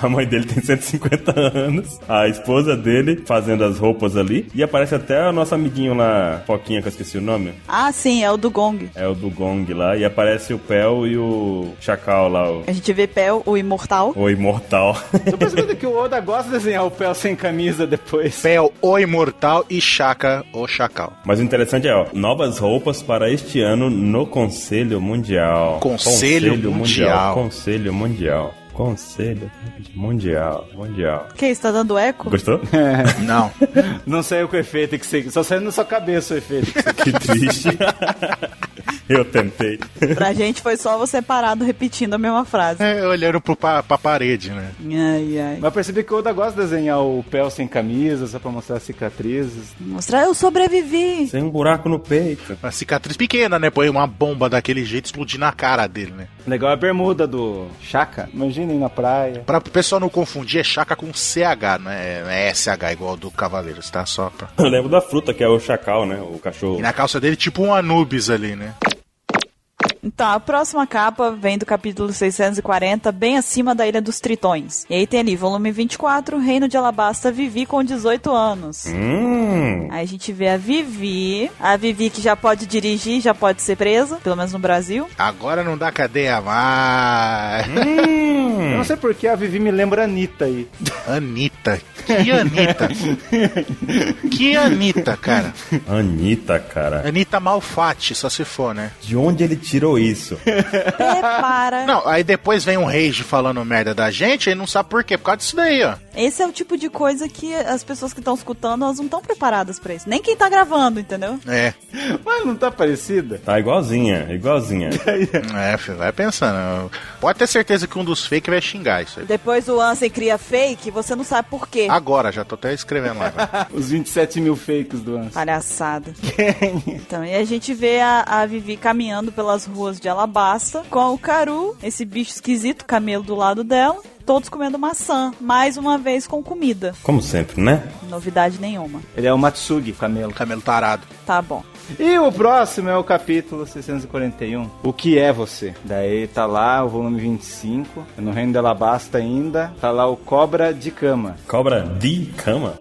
Speaker 4: a mãe dele tem 150 anos. A esposa dele fazendo as roupas ali. E aparece até o nosso amiguinho lá, Foquinha, que eu esqueci o nome.
Speaker 3: Ah, sim, é o do Gong.
Speaker 4: É o do Gong lá. E aparece o Pel e o Chacal lá, o,
Speaker 3: A gente vê Pel, o imortal.
Speaker 4: o Imortal.
Speaker 1: Tô percebendo que o Oda gosta de desenhar o Pel sem camisa depois.
Speaker 2: Pel, o imortal e Chaka, o chacal.
Speaker 4: Mas o interessante é, ó, novas roupas para este ano no Conselho Mundial.
Speaker 2: Conselho Mundial.
Speaker 4: Conselho Mundial. Conselho Mundial. Mundial.
Speaker 3: Que isso, tá dando eco?
Speaker 4: Gostou?
Speaker 2: Não.
Speaker 1: Não saiu com o efeito que você... Só saiu na sua cabeça o efeito. que você-
Speaker 4: Que triste. Eu tentei.
Speaker 3: Pra gente foi só você parado repetindo a mesma frase.
Speaker 2: É, olhando pro, pa, pra parede, né?
Speaker 3: Ai, ai.
Speaker 1: Mas percebi que o Oda gosta de desenhar o Pel sem camisa, só pra mostrar as cicatrizes.
Speaker 3: Mostrar, eu sobrevivi.
Speaker 4: Tem um buraco no peito.
Speaker 2: Uma cicatriz pequena, né? Põe uma bomba daquele jeito explodir na cara dele, né?
Speaker 1: Legal é a bermuda do Chaka. Imaginem na praia.
Speaker 2: Pra o pessoal não confundir, é Chaka com CH, né? Não é SH igual do Cavaleiros, tá? Só pra...
Speaker 4: Eu lembro da fruta, que é o chacal, né? O
Speaker 2: E
Speaker 4: cachorro.
Speaker 2: na calça dele, tipo um Anubis ali, né?
Speaker 3: Então, a próxima capa vem do capítulo 640, bem acima da Ilha dos Tritões. E aí tem ali, volume 24, Reino de Alabasta, Vivi com 18 anos.
Speaker 4: Hum.
Speaker 3: Aí a gente vê a Vivi, a Vivi que já pode dirigir, já pode ser presa, pelo menos no Brasil.
Speaker 2: Agora não dá cadeia mais.
Speaker 4: Hum?
Speaker 1: Eu não sei porque a Vivi me lembra a Anitta aí.
Speaker 2: Anitta. Que Anitta? que Anitta, cara?
Speaker 4: Anitta, cara.
Speaker 2: Anitta Malfatti, só se for, né?
Speaker 4: De onde ele tirou isso?
Speaker 3: Prepara.
Speaker 2: Não, aí depois vem um rage falando merda da gente e não sabe por quê. Por causa disso daí, ó.
Speaker 3: Esse é o tipo de coisa que as pessoas que estão escutando, elas não estão preparadas pra isso. Nem quem tá gravando, entendeu?
Speaker 2: É,
Speaker 1: Mas não tá parecida?
Speaker 4: Tá igualzinha, igualzinha.
Speaker 2: é, filho, vai pensando. né? Pode ter certeza que um dos fake vai xingar isso aí.
Speaker 3: Depois o Ansem cria fake, você não sabe por quê.
Speaker 2: Agora, já tô até escrevendo lá. né? vai.
Speaker 1: Os 27 mil fakes do Anson.
Speaker 3: Palhaçada. então, e a gente vê a, a Vivi caminhando pelas ruas de Alabasta com o Caru, esse bicho esquisito, camelo do lado dela, todos comendo maçã, mais uma vez com comida.
Speaker 4: Como sempre, né?
Speaker 3: Novidade nenhuma.
Speaker 1: Ele é o Matsugi, camelo.
Speaker 2: Camelo tarado.
Speaker 3: Tá bom.
Speaker 1: E o próximo é o capítulo 641. O que é você? Daí tá lá o volume 25. No reino dela basta ainda. Tá lá o cobra de cama.
Speaker 4: Cobra de cama.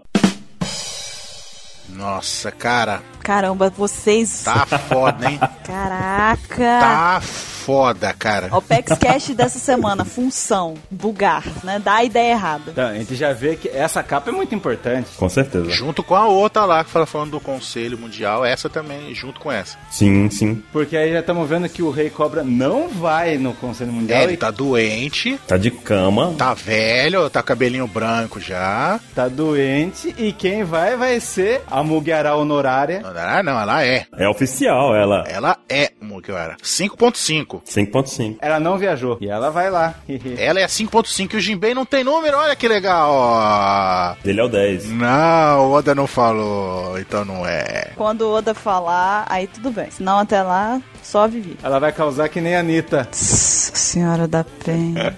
Speaker 2: Nossa, cara,
Speaker 3: Caramba, vocês.
Speaker 2: tá foda, hein?
Speaker 3: Caraca!
Speaker 2: Tá foda, cara.
Speaker 3: OPEX Cash dessa semana, função, bugar, né? Dá a ideia errada.
Speaker 1: Então, a gente já vê que essa capa é muito importante.
Speaker 4: Com certeza.
Speaker 2: Junto com a outra lá que fala falando do Conselho Mundial, essa também, junto com essa.
Speaker 4: Sim, sim.
Speaker 1: Porque aí já estamos vendo que o Rei Cobra não vai no Conselho Mundial
Speaker 2: ele
Speaker 1: e
Speaker 2: tá doente,
Speaker 4: Tá de cama.
Speaker 2: tá velho, tá cabelinho branco já.
Speaker 1: tá doente. E quem vai vai ser a Mugiará honorária.
Speaker 2: Não, não, não, ela é.
Speaker 4: É oficial ela.
Speaker 2: Ela é Mugiwara. 5.5.
Speaker 4: 5.5.
Speaker 1: Ela não viajou. E ela vai lá.
Speaker 2: Ela é 5.5 e o Jinbei não tem número, olha que legal. ó.
Speaker 4: Ele é o 10.
Speaker 2: Não, o Oda não falou, então não é.
Speaker 3: Quando o Oda falar, aí tudo bem. Se não, até lá, só a Vivi.
Speaker 1: ela vai causar que nem a Anitta.
Speaker 3: Senhora da Penha.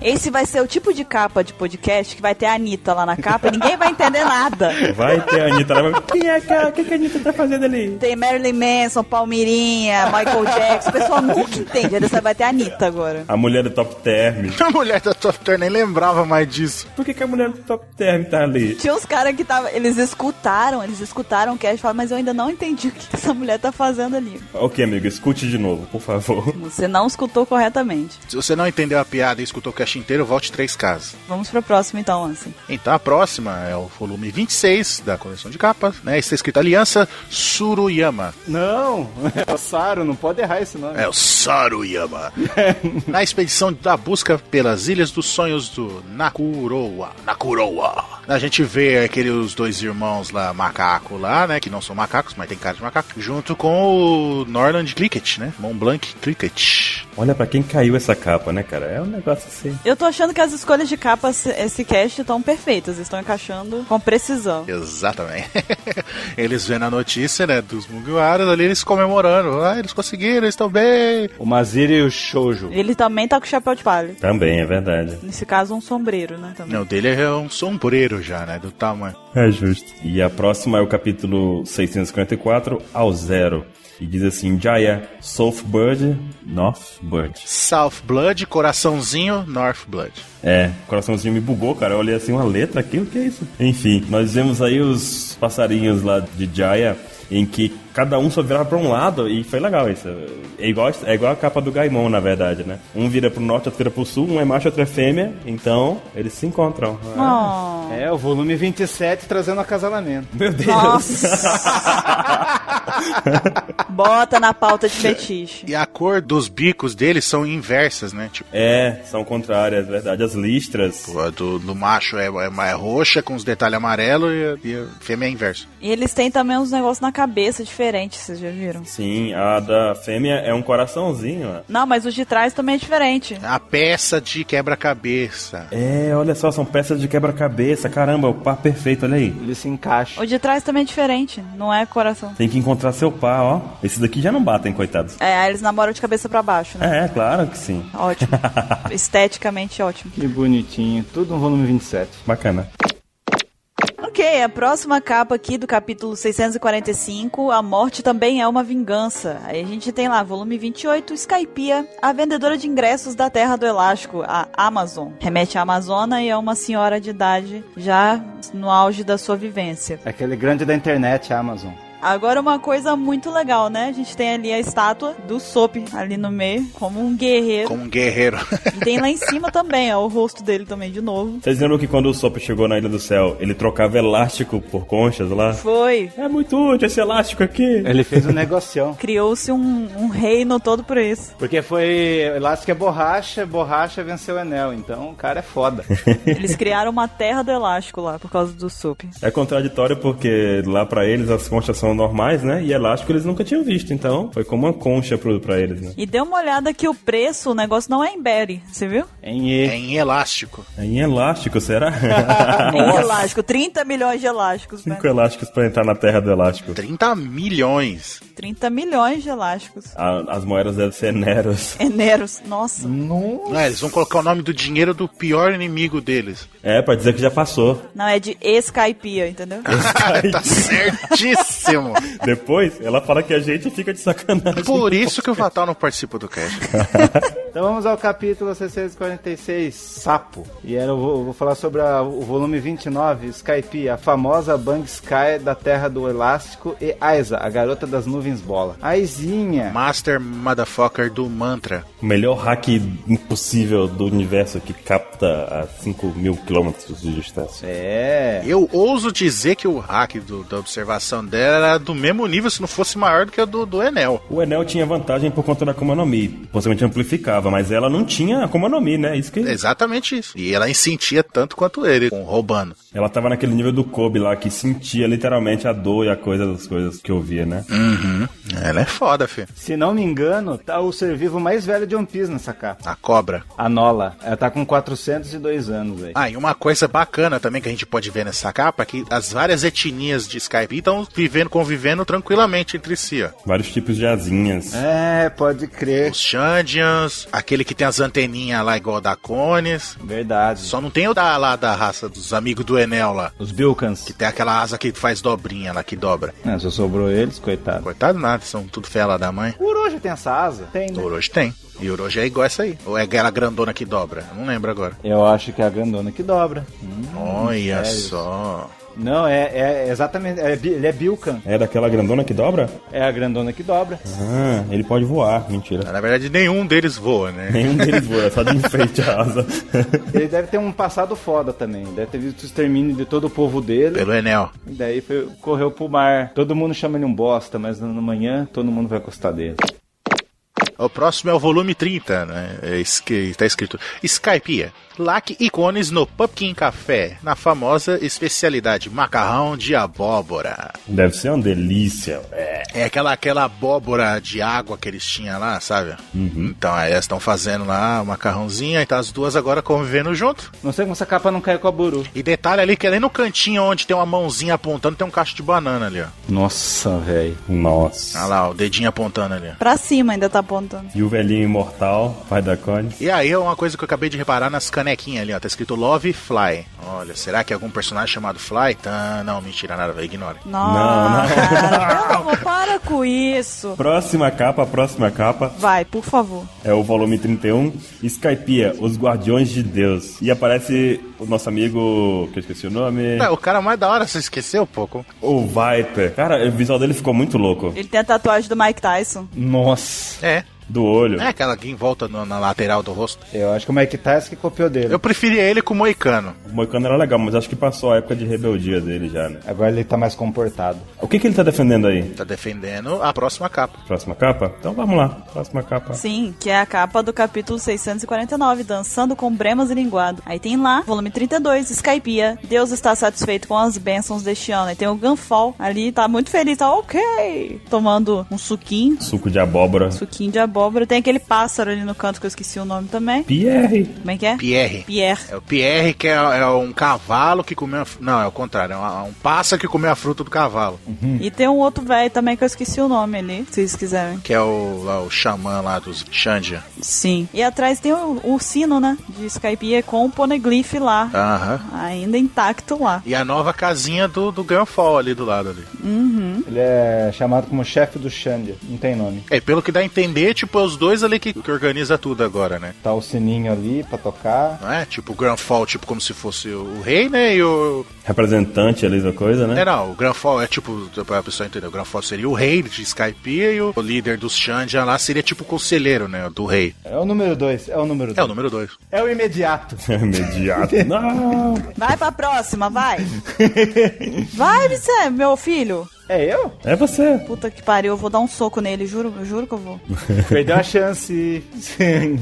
Speaker 3: Esse vai ser o tipo de capa de podcast que vai ter a Anitta lá na capa e ninguém vai entender nada.
Speaker 4: Vai ter a Anitta. Ela vai... Quem é que, o que, que a Anitta tá fazendo ali?
Speaker 3: Tem Marilyn Manson, Palmirinha, Michael Jackson. O pessoal nunca entende. Aí Você vai ter a Anitta agora.
Speaker 4: A mulher do Top Term.
Speaker 2: A mulher da Top Turn nem lembrava mais disso.
Speaker 4: Por que, que a mulher do Top Term tá ali?
Speaker 3: Tinha uns caras que tava, eles escutaram, eles escutaram o cast e falaram, mas eu ainda não entendi o que que essa mulher tá fazendo ali.
Speaker 4: Ok, amigo, escute de novo, por favor.
Speaker 3: Você não escutou corretamente.
Speaker 2: Se você não entendeu a piada e escutou o cast inteiro, volte três casas.
Speaker 3: Vamos pra próxima então, assim.
Speaker 2: Então a próxima é o volume 26 da coleção de capas, né? Está escrito Aliança Suruyama.
Speaker 1: Não, é o Saru, não pode errar esse nome.
Speaker 2: É o Saruyama. Na expedição da busca pelas Ilhas dos Sonhos do Nakuroa. Nakuroa. A gente vê aqueles dois irmãos lá, macaco lá, né? Que não são macacos, mas tem cara de macaco. Junto com o Norland Cricket, né? Mont Blanc Cricket.
Speaker 4: Olha pra quem caiu essa capa, né, cara? É um negócio assim.
Speaker 3: Eu tô achando que as escolhas de capa esse cast estão perfeitas, estão encaixando com precisão.
Speaker 2: Exatamente. eles vendo a notícia, né? Dos Mugiwaras ali, eles comemorando. Ah, eles conseguiram, eles estão bem.
Speaker 1: O Maziri e o Shoujo.
Speaker 3: Ele também tá com chapéu de palha.
Speaker 4: Também, é verdade.
Speaker 3: Nesse caso, um sombreiro, né? Também.
Speaker 2: Não, o dele é um sombreiro já, né? Do tamanho.
Speaker 4: É justo. E a próxima é o capítulo 654 ao zero. E diz assim: Jaya, Southbird, Northbird.
Speaker 2: South Blood, coraçãozinho, North Blood.
Speaker 4: É, o coraçãozinho me bugou, cara. Eu olhei assim uma letra aqui, o que é isso? Enfim, nós vemos aí os passarinhos lá de Jaya, em que cada um só virava pra um lado, e foi legal isso. É igual, é igual a capa do Gaimon, na verdade, né? Um vira pro norte, outro vira pro sul, um é macho, outro é fêmea, então eles se encontram.
Speaker 3: Oh.
Speaker 1: É, o volume 27 trazendo acasalamento.
Speaker 4: Meu Deus!
Speaker 3: Nossa! Bota na pauta de fetiche.
Speaker 2: E a cor dos bicos deles são inversas, né? Tipo,
Speaker 4: É, são contrárias, é verdade. As listras.
Speaker 2: a do, do macho é, é mais roxa, com os detalhes amarelos, e, a- e a fêmea é inversa.
Speaker 3: E eles têm também uns negócios na cabeça diferentes, vocês já viram?
Speaker 4: Sim, a da fêmea é um coraçãozinho, ó.
Speaker 3: Não, mas os de trás também é diferente.
Speaker 2: A peça de quebra-cabeça.
Speaker 4: É, olha só, são peças de quebra-cabeça. Caramba, o par perfeito, olha aí.
Speaker 1: Ele se encaixa.
Speaker 3: O de trás também é diferente, não é coração.
Speaker 4: Tem que encontrar seu par, ó. Esses daqui já não batem, coitados.
Speaker 3: É, aí eles namoram de cabeça pra baixo, né?
Speaker 4: É, claro que sim.
Speaker 3: Ótimo. Esteticamente ótimo.
Speaker 1: Que bonitinho. Tudo no volume 27.
Speaker 4: Bacana.
Speaker 3: Ok, a próxima capa aqui do capítulo 645, A Morte Também é uma Vingança. Aí a gente tem lá, volume 28, Skypia, a vendedora de ingressos da Terra do Elástico, a Amazon. Remete à Amazona e é uma senhora de idade já no auge da sua vivência.
Speaker 1: Aquele grande da internet, a Amazon.
Speaker 3: Agora uma coisa muito legal, né? A gente tem ali a estátua do Sop ali no meio, como um guerreiro.
Speaker 2: Como um guerreiro.
Speaker 3: E tem lá em cima também, ó, o rosto dele também de novo.
Speaker 4: Vocês lembram que quando o Sop chegou na Ilha do Céu, ele trocava elástico por conchas lá?
Speaker 3: Foi.
Speaker 4: É muito útil esse elástico aqui.
Speaker 1: Ele fez um negocião.
Speaker 3: Criou-se um, um reino todo por isso.
Speaker 1: Porque foi elástico é borracha, borracha venceu o Enel. Então o cara é foda.
Speaker 3: Eles criaram uma terra do elástico lá, por causa do Sop.
Speaker 4: É contraditório porque lá pra eles as conchas são normais, né? E elástico eles nunca tinham visto, então foi como uma concha pro, pra eles, né?
Speaker 3: E dê uma olhada que o preço, o negócio não é em Berry, você viu?
Speaker 1: em E.
Speaker 2: É em elástico.
Speaker 4: É em elástico, será?
Speaker 3: É em elástico, 30 milhões de elásticos, né?
Speaker 4: Cinco elásticos pra entrar na terra do elástico.
Speaker 2: 30 milhões.
Speaker 3: 30 milhões de elásticos.
Speaker 4: A- as moedas devem ser Neros.
Speaker 3: Eneros, nossa.
Speaker 2: Não, é, eles vão colocar o nome do dinheiro do pior inimigo deles.
Speaker 4: É, pra dizer que já passou.
Speaker 3: Não, é de Skypia, entendeu?
Speaker 2: tá certíssimo.
Speaker 4: Depois, ela fala que a gente fica de sacanagem.
Speaker 2: Por isso que o Fatal não participa do cast.
Speaker 1: Então vamos ao capítulo 646, Sapo. E era, eu vou, eu vou falar sobre a- o volume 29, Skype, a famosa Bang Sky da Terra do Elástico e Aiza, a garota das nuvens bola. Aizinha.
Speaker 2: Master Motherfucker do Mantra.
Speaker 4: O melhor hack impossível do universo que capta a 5 mil quilômetros de distância.
Speaker 1: É.
Speaker 2: Eu ouso dizer que o hack do- da observação dela era do mesmo nível, se não fosse maior do que o do, do Enel.
Speaker 4: O Enel tinha vantagem por conta da Akuma no Mi. Possivelmente amplificava, mas ela não tinha Akuma no Mi, né? Isso que...
Speaker 2: É Exatamente isso. E ela incentia tanto quanto ele, com roubando.
Speaker 4: Ela tava naquele nível do Kobe lá, que sentia literalmente a dor e a coisa das coisas que eu via, né?
Speaker 2: Uhum. Ela é foda, filho.
Speaker 1: Se não me engano, tá o ser vivo mais velho de One Piece nessa capa.
Speaker 2: A cobra.
Speaker 1: A Nola. Ela tá com 402 anos aí.
Speaker 2: Ah, e uma coisa bacana também que a gente pode ver nessa capa é que as várias etnias de Skype estão vivendo, convivendo tranquilamente entre si, ó.
Speaker 4: Vários tipos de asinhas.
Speaker 1: É, pode crer.
Speaker 2: Os Xandians, aquele que tem as anteninhas lá igual a da Cones.
Speaker 1: Verdade.
Speaker 2: Só não tem o da, lá da raça dos amigos do Enel lá.
Speaker 1: Os Bilkans.
Speaker 2: Tem aquela asa que faz dobrinha lá, que dobra.
Speaker 1: É, só sobrou eles, coitado.
Speaker 2: Coitado nada, são tudo fé lá da mãe.
Speaker 1: O Orochi tem essa asa? Tem,
Speaker 2: O
Speaker 1: né?
Speaker 2: Orochi tem. E o Orochi é igual essa aí. Ou é aquela grandona que dobra? Eu Não lembro agora.
Speaker 1: Eu acho que é a grandona que dobra. Hum.
Speaker 2: Olha
Speaker 1: sério?
Speaker 2: só.
Speaker 1: Não, é, é exatamente. é bi- ele é Bilkan.
Speaker 4: É daquela grandona que dobra?
Speaker 1: É a grandona que dobra.
Speaker 4: Ah, ele pode voar. Mentira.
Speaker 2: Na verdade, nenhum deles voa, né?
Speaker 4: Nenhum deles voa, é só de enfeite a asa.
Speaker 1: Ele deve ter um passado foda também. Deve ter visto o extermínio de todo o povo dele.
Speaker 2: Pelo Enel.
Speaker 1: E daí foi- correu pro mar. Todo mundo chama ele um bosta, mas na manhã todo mundo vai gostar dele.
Speaker 2: O próximo é o volume 30, né? É es- que tá escrito Skypiea. Lac Icones no Pumpkin Café, na famosa especialidade macarrão de abóbora.
Speaker 4: Deve ser uma delícia. É.
Speaker 2: É aquela, aquela abóbora de água que eles tinham lá, sabe? Então, aí elas estão fazendo lá o macarrãozinho, aí tá as duas agora convivendo junto.
Speaker 1: Não sei como essa capa não caiu com a buru.
Speaker 2: E detalhe ali que ali no cantinho onde tem uma mãozinha apontando, tem um cacho de banana ali, ó.
Speaker 1: Nossa, velho.
Speaker 4: Nossa.
Speaker 2: Olha Ah lá, o dedinho apontando ali.
Speaker 3: Pra cima ainda tá apontando.
Speaker 4: E o velhinho imortal, pai da Connie.
Speaker 2: E aí, uma coisa que eu acabei de reparar nas canequinhas ali, ó. Tá escrito Love Fly. Olha, será que é algum personagem chamado Fly? Tá, não, mentira, nada, velho. Ignora.
Speaker 3: Não,
Speaker 4: Não, não.
Speaker 3: cara, pelo amor, para com isso.
Speaker 4: Próxima capa, próxima capa
Speaker 3: Vai, por favor.
Speaker 4: é o volume 31, Skypiea, Os Guardiões de Deus. E aparece o nosso amigo, que eu esqueci o nome,
Speaker 2: Ué, É, o cara mais da hora, você esqueceu um pouco?
Speaker 4: o Viper. Cara, o visual dele ficou muito louco.
Speaker 3: Ele tem a tatuagem do Mike Tyson.
Speaker 1: Nossa.
Speaker 2: É.
Speaker 4: Do olho.
Speaker 2: É aquela que em volta no- na lateral do rosto.
Speaker 1: Eu acho que o Mike Tyson que copiou dele.
Speaker 2: Eu preferia ele com o Moicano.
Speaker 4: O Moicano era legal, mas acho que passou a época de rebeldia dele já, né?
Speaker 1: Agora ele tá mais comportado.
Speaker 4: O que, que ele tá defendendo aí?
Speaker 2: Tá defendendo a próxima capa.
Speaker 4: Próxima capa? Então vamos lá, próxima capa.
Speaker 3: Sim, que é a capa do capítulo 649, Dançando com Bremas e Linguado. Aí tem lá, volume 32, Skypiea, Deus está satisfeito com as bênçãos deste ano. Aí tem o Gunfall ali, tá muito feliz, tá ok. Tomando um suquinho,
Speaker 4: Suco de abóbora.
Speaker 3: suquinho de abóbora. Tem aquele pássaro ali no canto que eu esqueci o nome também.
Speaker 4: Pierre.
Speaker 3: Como é que é?
Speaker 2: Pierre.
Speaker 3: Pierre.
Speaker 2: É o Pierre que é, é um cavalo que comeu. A, fru- não, é o contrário. É um, um pássaro que comeu a fruta do cavalo.
Speaker 3: E tem um outro velho também que eu esqueci o nome ali, se vocês quiserem.
Speaker 2: Que é o, lá, o xamã lá dos Xandia.
Speaker 3: Sim. E atrás tem o, o sino, né? De Skypiea com o poneglyph lá.
Speaker 2: Aham.
Speaker 3: Ainda intacto lá.
Speaker 2: E a nova casinha do, do Gunfall ali do lado ali.
Speaker 1: Ele é chamado como chefe do Xandia. Não tem nome.
Speaker 2: É, pelo que dá a entender, tipo, é os dois ali que, que organiza tudo agora, né?
Speaker 1: Tá o sininho ali pra tocar.
Speaker 2: Não é? Tipo, o Gunfall, tipo, como se fosse o rei, né? E o.
Speaker 4: Representante ali da coisa, né?
Speaker 2: É, não, o Granfall é tipo, pra pessoa entender, o Granfall seria o rei de Skypiea e o líder dos Xandia lá seria tipo o conselheiro, né? Do rei.
Speaker 1: É o número 2, é o número
Speaker 2: É o
Speaker 1: 2.
Speaker 2: número dois.
Speaker 1: É, o imediato.
Speaker 4: Imediato. Não!
Speaker 3: Vai pra próxima, vai. vai, Vicente, meu filho.
Speaker 1: É eu?
Speaker 4: É você.
Speaker 3: Puta que pariu, eu vou dar um soco nele, juro, eu juro que eu vou.
Speaker 1: Perdeu a chance.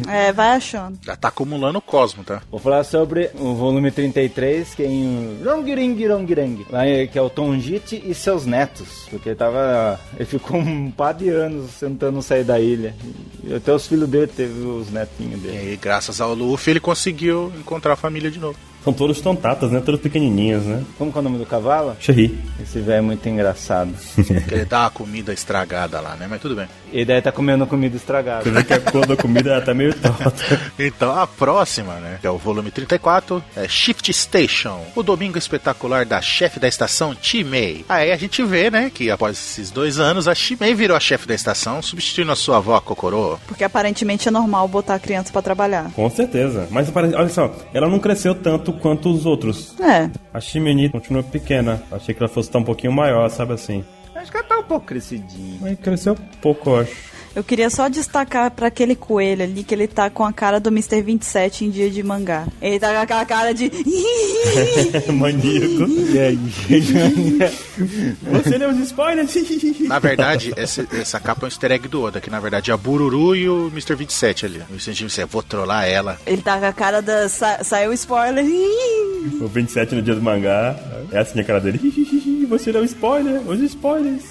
Speaker 3: É, vai achando.
Speaker 2: Já tá acumulando o cosmo, tá?
Speaker 1: Vou falar sobre o volume 33, que é em Rongiring Rongirang, lá é- que é o Tonjite e seus netos, porque ele tava, ele ficou um par de anos tentando sair da ilha. E até os filhos dele teve os netinhos
Speaker 2: E
Speaker 1: dele.
Speaker 2: aí, graças ao Luffy, ele conseguiu encontrar a família de novo.
Speaker 4: São todos tontatas, né? Todos pequenininhos, né?
Speaker 1: Como que é o nome do cavalo?
Speaker 4: Xerri.
Speaker 1: Esse velho é muito engraçado.
Speaker 2: Porque ele dá a comida estragada lá, né? Mas tudo bem.
Speaker 1: E daí tá comendo comida estragada.
Speaker 4: Você vê que a cor da comida ela tá meio torta.
Speaker 2: Então, a próxima, né? Que é o volume 34, é Shift Station. O domingo espetacular da chefe da estação, Chimei. Aí a gente vê, né, que após esses dois anos, a Chimei virou a chefe da estação, substituindo a sua avó, a Kokoro.
Speaker 3: Porque aparentemente é normal botar a criança pra trabalhar.
Speaker 4: Com certeza. Mas parece- olha só, ela não cresceu tanto quanto os outros.
Speaker 3: É,
Speaker 4: A Chimini continua pequena. Achei que ela fosse estar um pouquinho maior, sabe assim.
Speaker 1: Acho que ela tá um pouco crescidinha.
Speaker 4: Mas cresceu pouco, eu acho.
Speaker 3: eu queria só destacar pra aquele coelho ali que ele tá com a cara do Mr. 27 em dia de mangá. Ele tá com aquela cara de.
Speaker 4: É Maníaco. Você leu os spoilers?
Speaker 2: Na verdade, essa, essa capa é um easter egg do Oda, que na verdade é a Bururu e o Mr. 27 ali. O Mr. 27, vou trollar ela.
Speaker 3: Ele tá com a cara da. sa- Saiu spoiler.
Speaker 4: o 27 no dia do mangá. É assim a cara dele. Você leu spoiler? Os spoilers.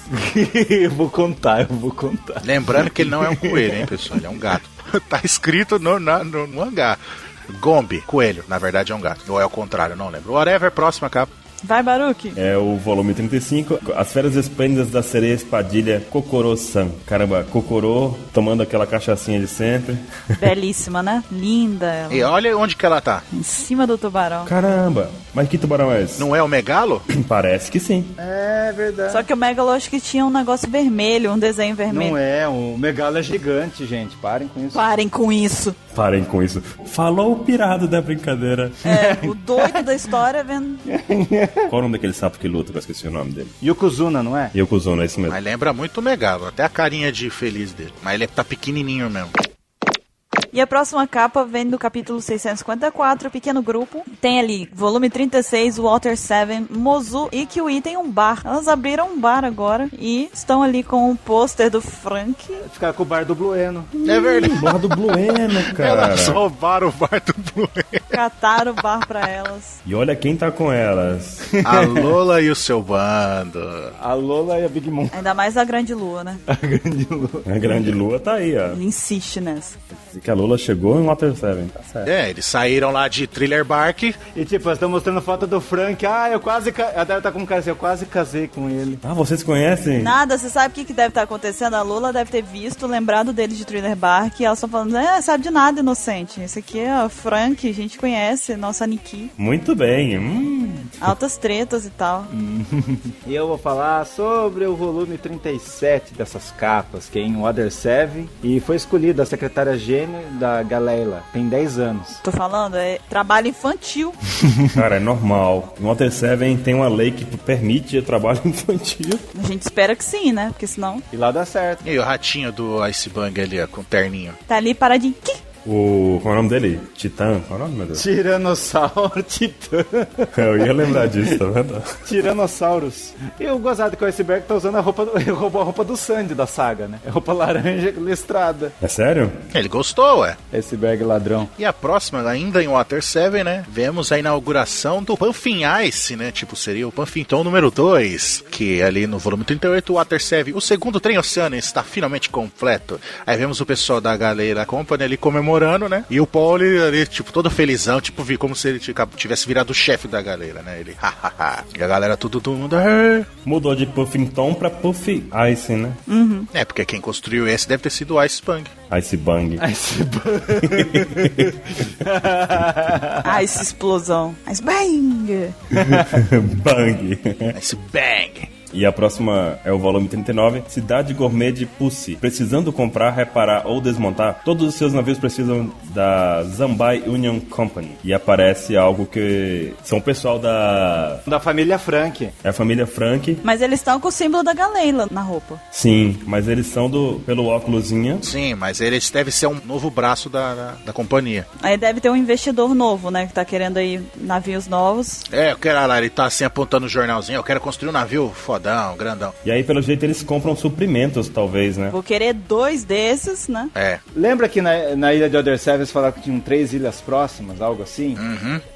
Speaker 1: eu vou contar, eu vou contar.
Speaker 2: Lembrando que ele não é um coelho, hein, pessoal? Ele é um gato. tá escrito no, na, no, no hangar. Gombe, coelho. Na verdade é um gato. Ou é o contrário, não lembro. Whatever, próxima capa.
Speaker 3: Vai, Baruque.
Speaker 4: É o volume 35, As Férias Esplêndidas da Sereia Espadilha Kokoro-san. Caramba, Kokoro tomando aquela cachaçinha de sempre.
Speaker 3: Belíssima, né? Linda ela.
Speaker 2: E olha onde que ela tá.
Speaker 3: Em cima do tubarão.
Speaker 4: Caramba, mas que tubarão é esse?
Speaker 2: Não é o Megalo?
Speaker 4: Parece que sim.
Speaker 1: É verdade.
Speaker 3: Só que o Megalo acho que tinha um negócio vermelho, um desenho vermelho.
Speaker 1: Não é, o Megalo é gigante, gente. Parem com isso.
Speaker 3: Parem com isso.
Speaker 4: Parem com isso. Falou o pirado da brincadeira.
Speaker 3: É, o doido da história vendo.
Speaker 4: Qual o nome daquele sapo que luta? Eu esqueci o nome dele.
Speaker 1: Yokozuna, não é?
Speaker 4: Yokozuna, é isso mesmo.
Speaker 2: Mas lembra muito o Megalo. Até a carinha de feliz dele. Mas ele tá pequenininho mesmo.
Speaker 3: E a próxima capa vem do capítulo 654, Pequeno Grupo. Tem ali, volume 36, Water 7, Mozu e Kiwi tem um bar. Elas abriram um bar agora e estão ali com o pôster do Frank.
Speaker 1: Ficar com o bar do Blueno.
Speaker 2: É verdade.
Speaker 4: Bar do Blueno, cara.
Speaker 2: Elas roubaram o bar do Blumen.
Speaker 3: Cataram o bar pra elas.
Speaker 4: E olha quem tá com elas.
Speaker 2: A Lola e o seu bando.
Speaker 1: A Lola e a Big Mom.
Speaker 3: Ainda mais a Grande Lua, né?
Speaker 1: A grande Lola.
Speaker 4: A grande lua tá aí, ó.
Speaker 3: Ele insiste nessa.
Speaker 4: Diz que a Lula chegou em Water 7. Tá certo.
Speaker 2: É, eles saíram lá de Thriller Bark.
Speaker 1: E tipo, elas estão mostrando foto do Frank. Ah, eu quase. Ca... A Débora tá com um cara assim, eu quase casei com ele.
Speaker 4: Ah, vocês conhecem?
Speaker 3: Nada, você sabe o que, que deve estar acontecendo? A Lula deve ter visto, lembrado dele de Thriller Bark e elas estão falando, é, sabe de nada, inocente. Esse aqui é o Frank, a gente conhece, nossa Niki.
Speaker 4: Muito bem. Hum.
Speaker 3: Altas tretas e tal.
Speaker 1: E eu vou falar sobre o volume 37 dessas capas, que é em Water 7. E foi escolhida a secretária gênio da Galela. Tem 10 anos.
Speaker 3: Tô falando, é trabalho infantil.
Speaker 4: Cara, é normal. Em Water 7 tem uma lei que permite o trabalho infantil.
Speaker 3: A gente espera que sim, né? Porque senão
Speaker 1: E lá dá certo.
Speaker 2: E o ratinho do Icebang ali, ó, com o terninho.
Speaker 3: tá ali paradinho. Que?
Speaker 4: O. Qual é o nome dele? Titã. Qual é o nome, meu Deus?
Speaker 1: Tiranossauro Titã.
Speaker 4: Eu ia lembrar disso, tá vendo?
Speaker 1: Tiranossauros. E o gozado que o iceberg tá usando a roupa. Do... Ele roubou a roupa do Sandy da saga, né? É roupa laranja listrada.
Speaker 4: É sério?
Speaker 2: Ele gostou, ué.
Speaker 1: Iceberg ladrão.
Speaker 2: E a próxima, ainda em Water 7, né? Vemos a inauguração do Panfin Ice, né? Tipo, seria o Panfinton número 2. Que é ali no volume 38, Water 7, o segundo trem oceano está finalmente completo. Aí vemos o pessoal da Galera Company ali comemorando, né? E o Pauli ali, tipo, todo felizão, tipo, vi como se ele tica- tivesse virado o chefe da galera, né? Ele, hahaha. E a galera, tudo, todo mundo, "Ah".
Speaker 4: Mudou de Puffington pra Puff Ice, né?
Speaker 2: É, porque quem construiu esse deve ter sido o Ice Punk.
Speaker 4: Ice Bang.
Speaker 1: Iceberg.
Speaker 3: Ah, essa explosão. Mas bang!
Speaker 4: Bang.
Speaker 2: Ice Bang.
Speaker 4: E a próxima é o volume 39, Cidade Gourmet de Pussy. Precisando comprar, reparar ou desmontar, todos os seus navios precisam da Zambai Union Company. E aparece algo que são o pessoal da
Speaker 1: da família Frank.
Speaker 4: é a família Frank.
Speaker 3: Mas eles estão com o símbolo da Galeila na roupa.
Speaker 4: Sim, mas eles são do pelo óculosinha.
Speaker 2: Sim, mas ele deve ser um novo braço da, da, da companhia.
Speaker 3: Aí deve ter um investidor novo, né? Que tá querendo aí navios novos.
Speaker 2: É, eu quero olha lá, ele tá assim apontando o jornalzinho. Eu quero construir um navio fodão, grandão.
Speaker 4: E aí pelo jeito eles compram suprimentos, talvez, né?
Speaker 3: Vou querer dois desses, né?
Speaker 2: É,
Speaker 1: Lembra que na, na ilha de Other Service falaram que tinham três ilhas próximas, algo assim?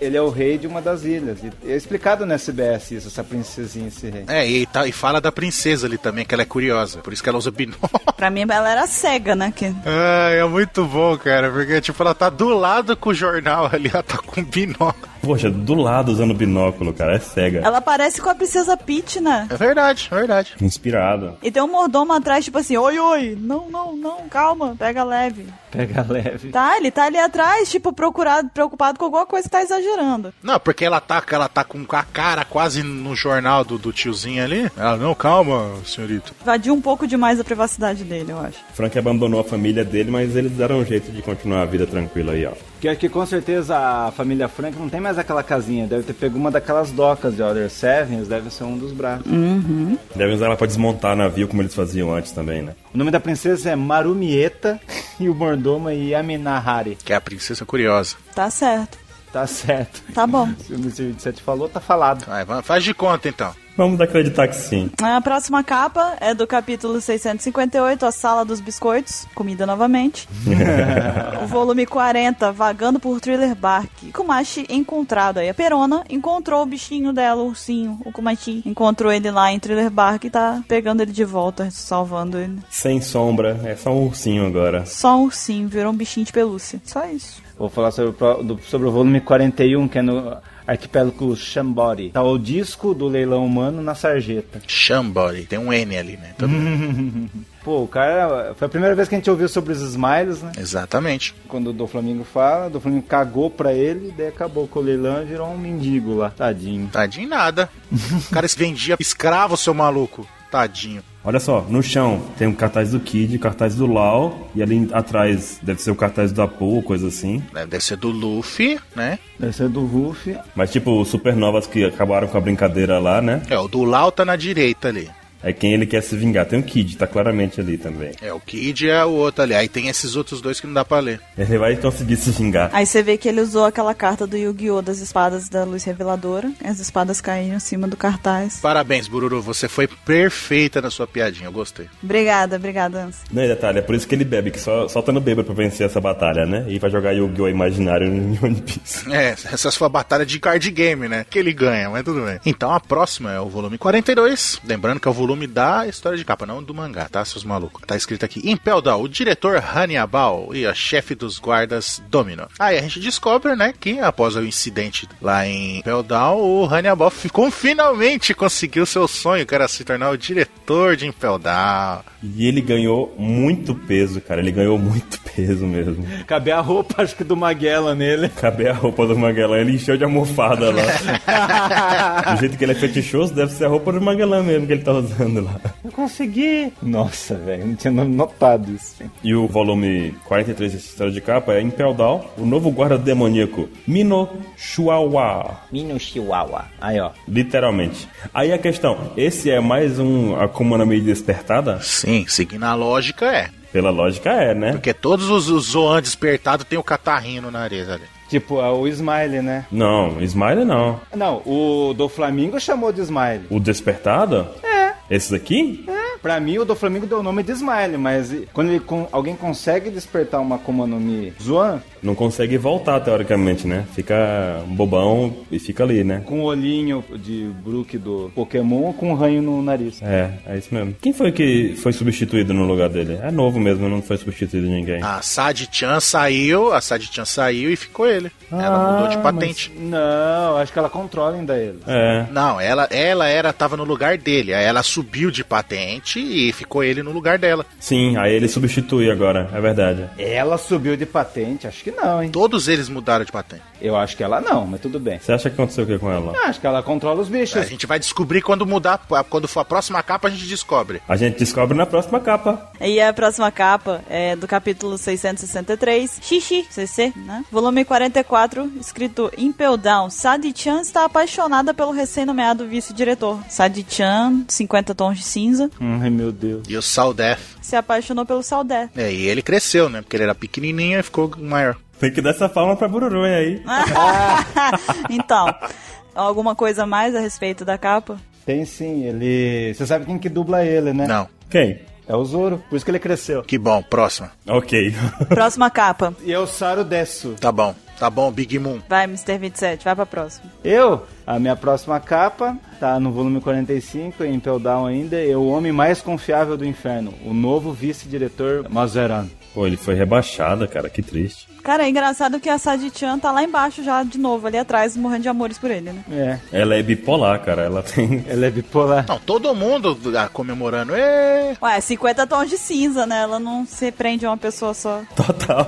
Speaker 1: Ele é o rei de uma das ilhas. E é explicado na SBS isso, essa princesinha, esse rei.
Speaker 2: é e, tá, e fala da princesa ali também, que ela é curiosa. Por isso que ela usa binóculo.
Speaker 3: Pra mim, ela era cega, né? Que...
Speaker 2: Ah, é muito bom, cara, porque tipo, ela tá do lado com o jornal ali, ela tá com binóculo.
Speaker 4: Poxa, do lado usando binóculo, cara, é cega.
Speaker 3: Ela parece com a princesa Peach, né?
Speaker 2: É verdade, é verdade.
Speaker 4: Inspirado.
Speaker 3: E tem um mordomo atrás, tipo assim, oi, oi, não, não, não, calma, pega leve.
Speaker 1: Pega leve.
Speaker 3: Tá, ele tá ali atrás, tipo, procurado, preocupado com alguma coisa que tá exagerando.
Speaker 2: Não, porque ela tá, ela tá com a cara quase no jornal do, do tiozinho ali. Ela, não, calma, senhorita.
Speaker 3: Invadiu um pouco demais a privacidade dele, eu acho.
Speaker 4: Frank abandonou a família dele, mas eles deram um jeito de continuar a vida tranquila aí, ó.
Speaker 1: Que acho que com certeza a família Frank não tem mais aquela casinha. Deve ter pego uma daquelas docas de Other Sevens, deve ser um dos braços.
Speaker 4: Devem usar ela pra desmontar navio como eles faziam antes também, né?
Speaker 1: O nome da princesa é Marumieta e o mordomo é Yaminahari.
Speaker 2: Que é a princesa curiosa.
Speaker 3: Tá certo,
Speaker 1: Tá certo.
Speaker 3: tá bom.
Speaker 1: Se o Mr. 27 falou, tá falado.
Speaker 2: Vai, vai, faz de conta então.
Speaker 4: Vamos acreditar que sim.
Speaker 3: A próxima capa é do capítulo 658, A Sala dos Biscoitos, comida novamente. o volume 40, Vagando por Thriller Bark. Kumashi encontrado aí. A Perona encontrou o bichinho dela, o ursinho, o Kumashi. Encontrou ele lá em Thriller Bark e tá pegando ele de volta, salvando ele.
Speaker 4: Sem sombra, é só um ursinho agora.
Speaker 3: Só um ursinho, virou um bichinho de pelúcia. Só isso.
Speaker 1: Vou falar sobre, o pro- do- sobre o volume 41, que é no arquipélago Shambori. Tá o disco do leilão humano na sarjeta.
Speaker 2: Shambody, tem um N ali, né? Todo-
Speaker 1: Pô, o cara. Foi a primeira vez que a gente ouviu sobre os smiles, né?
Speaker 2: Exatamente.
Speaker 1: Quando o do Flamengo fala, do Flamengo cagou pra ele, daí acabou com o leilão e virou um mendigo lá. Tadinho.
Speaker 2: Tadinho nada. O cara se vendia escravo, seu maluco. Tadinho.
Speaker 4: Olha só, no chão tem um cartaz do Kid, cartaz do Lau, e ali atrás deve ser o cartaz do Apu, coisa assim.
Speaker 2: Né, Deve ser do Luffy, né?
Speaker 1: Deve ser é do Ruffy.
Speaker 4: Mas tipo, os supernovas que acabaram com a brincadeira lá, né?
Speaker 2: É, o do Lau tá na direita ali.
Speaker 4: é quem ele quer se vingar. Tem o Kid, tá claramente ali também.
Speaker 2: É, o Kid é o outro ali. Aí tem esses outros dois que não dá pra ler.
Speaker 4: Ele vai conseguir se vingar.
Speaker 3: Aí você vê que ele usou aquela carta do Yu-Gi-Oh! das espadas da luz reveladora. As espadas caíram em cima do cartaz.
Speaker 2: Parabéns, Bururu. Você foi perfeita na sua piadinha. Eu gostei.
Speaker 3: Obrigada, obrigada, Ansa.
Speaker 4: Não, e detalhe, é por isso que ele bebe, que só, só tá no bêbado pra vencer essa batalha, né? E vai jogar Yu-Gi-Oh! imaginário em One Piece.
Speaker 2: É, essa foi a batalha de card game, né? Que ele ganha, mas tudo bem. Então a próxima é o volume 42. Lembrando que é o volume da história de capa, não do mangá, tá, seus malucos? Tá escrito aqui: Impel Down, o diretor Hani Abal e a chefe dos guardas Domino. Aí a gente descobre, né, que após o incidente lá em Impel Down, o Hani Abal ficou, finalmente conseguiu seu sonho, que era se tornar o diretor de Impel Down.
Speaker 4: E ele ganhou muito peso, cara. Ele ganhou muito peso mesmo.
Speaker 1: Cabe a roupa, acho que do Maguela nele.
Speaker 4: Acabei a roupa do Magellan, ele encheu de almofada lá. do jeito que ele é fetichoso, deve ser a roupa do Magellan mesmo que ele tá usando lá.
Speaker 1: Eu consegui! Nossa, velho, não tinha notado isso. velho.
Speaker 4: E o volume 43 dessa história de capa é Impel Down, o novo guarda demoníaco, Mino Shuawa.
Speaker 1: Mino Chihuahua. Aí, ó.
Speaker 4: Literalmente. Aí a questão, esse é mais um Akuma no meio despertada?
Speaker 2: Sim, seguindo a lógica é.
Speaker 4: Pela lógica é, né?
Speaker 2: Porque todos os, os Zoan despertados tem o catarrinho no nariz ali.
Speaker 1: Tipo, é o Smiley, né?
Speaker 4: Não, Smiley não.
Speaker 1: Não, o do Flamengo chamou de Smiley.
Speaker 4: O despertado?
Speaker 1: É.
Speaker 4: Esse daqui?
Speaker 1: É, pra mim o do Flamengo deu o nome de Smiley, mas quando ele con- alguém consegue despertar uma Akuma no Mi Zoan,
Speaker 4: Não consegue voltar, teoricamente, né? Fica bobão e fica ali, né?
Speaker 1: com o olhinho de Brook do Pokémon, com um ranho no nariz.
Speaker 4: É, é isso mesmo. Quem foi que foi substituído no lugar dele? É novo mesmo, não foi substituído ninguém.
Speaker 2: A Sad Chan saiu, a Sad Chan saiu e ficou ele. ela
Speaker 4: Ah,
Speaker 2: mudou de
Speaker 4: mas-
Speaker 2: patente.
Speaker 1: Não, acho que ela controla ainda ele.
Speaker 4: É.
Speaker 2: Não, ela, ela era tava no lugar dele. Aí ela subiu de patente e ficou ele no lugar dela.
Speaker 4: Sim, aí ele substitui agora, é verdade.
Speaker 1: Ela subiu de patente? Acho que não, hein?
Speaker 2: Todos eles mudaram de patente.
Speaker 1: Eu acho que ela não, mas tudo bem.
Speaker 4: Você acha que aconteceu o que com ela?
Speaker 1: Eu acho que ela controla os bichos.
Speaker 2: A gente vai descobrir quando mudar, quando for a próxima capa a gente descobre.
Speaker 4: A gente descobre na próxima capa.
Speaker 3: E a próxima capa é do capítulo 663, Xixi, CC, né? Volume 44, escrito Impel Down. Sadi-chan está apaixonada pelo recém-nomeado vice-diretor. Sadi-chan, 50 tons de cinza,
Speaker 1: Ai, meu Deus.
Speaker 2: E o Saldef.
Speaker 3: se apaixonou pelo Saudé.
Speaker 2: É, e ele cresceu, né? Porque ele era pequenininho e ficou maior.
Speaker 4: Tem que dar essa palma pra Bururu hein, aí.
Speaker 3: então, alguma coisa mais a respeito da capa?
Speaker 1: Tem sim, ele. Você sabe quem que dubla ele, né?
Speaker 2: Não.
Speaker 4: Quem?
Speaker 1: É o Zoro, por isso que ele cresceu.
Speaker 2: Que bom, próxima.
Speaker 4: Ok.
Speaker 3: Próxima capa.
Speaker 1: E é o Saru Desu.
Speaker 2: Tá bom. Tá bom, Big Moon.
Speaker 3: Vai, Mr. 27, vai pra próxima.
Speaker 1: Eu, a minha próxima capa, tá no volume 45, em Impel Down ainda, é o homem mais confiável do inferno, o novo vice-diretor Mazeran.
Speaker 4: Pô, ele foi rebaixado, cara, que triste.
Speaker 3: Cara, é engraçado que a Sadi-chan tá lá embaixo já, de novo, ali atrás, morrendo de amores por ele, né?
Speaker 1: É,
Speaker 4: Ela é bipolar, cara, ela tem.
Speaker 1: ele é bipolar.
Speaker 2: Não, todo mundo ah, comemorando. Ê!
Speaker 3: Ué, 50 tons de cinza, né? Ela não se prende a uma pessoa só.
Speaker 4: Total.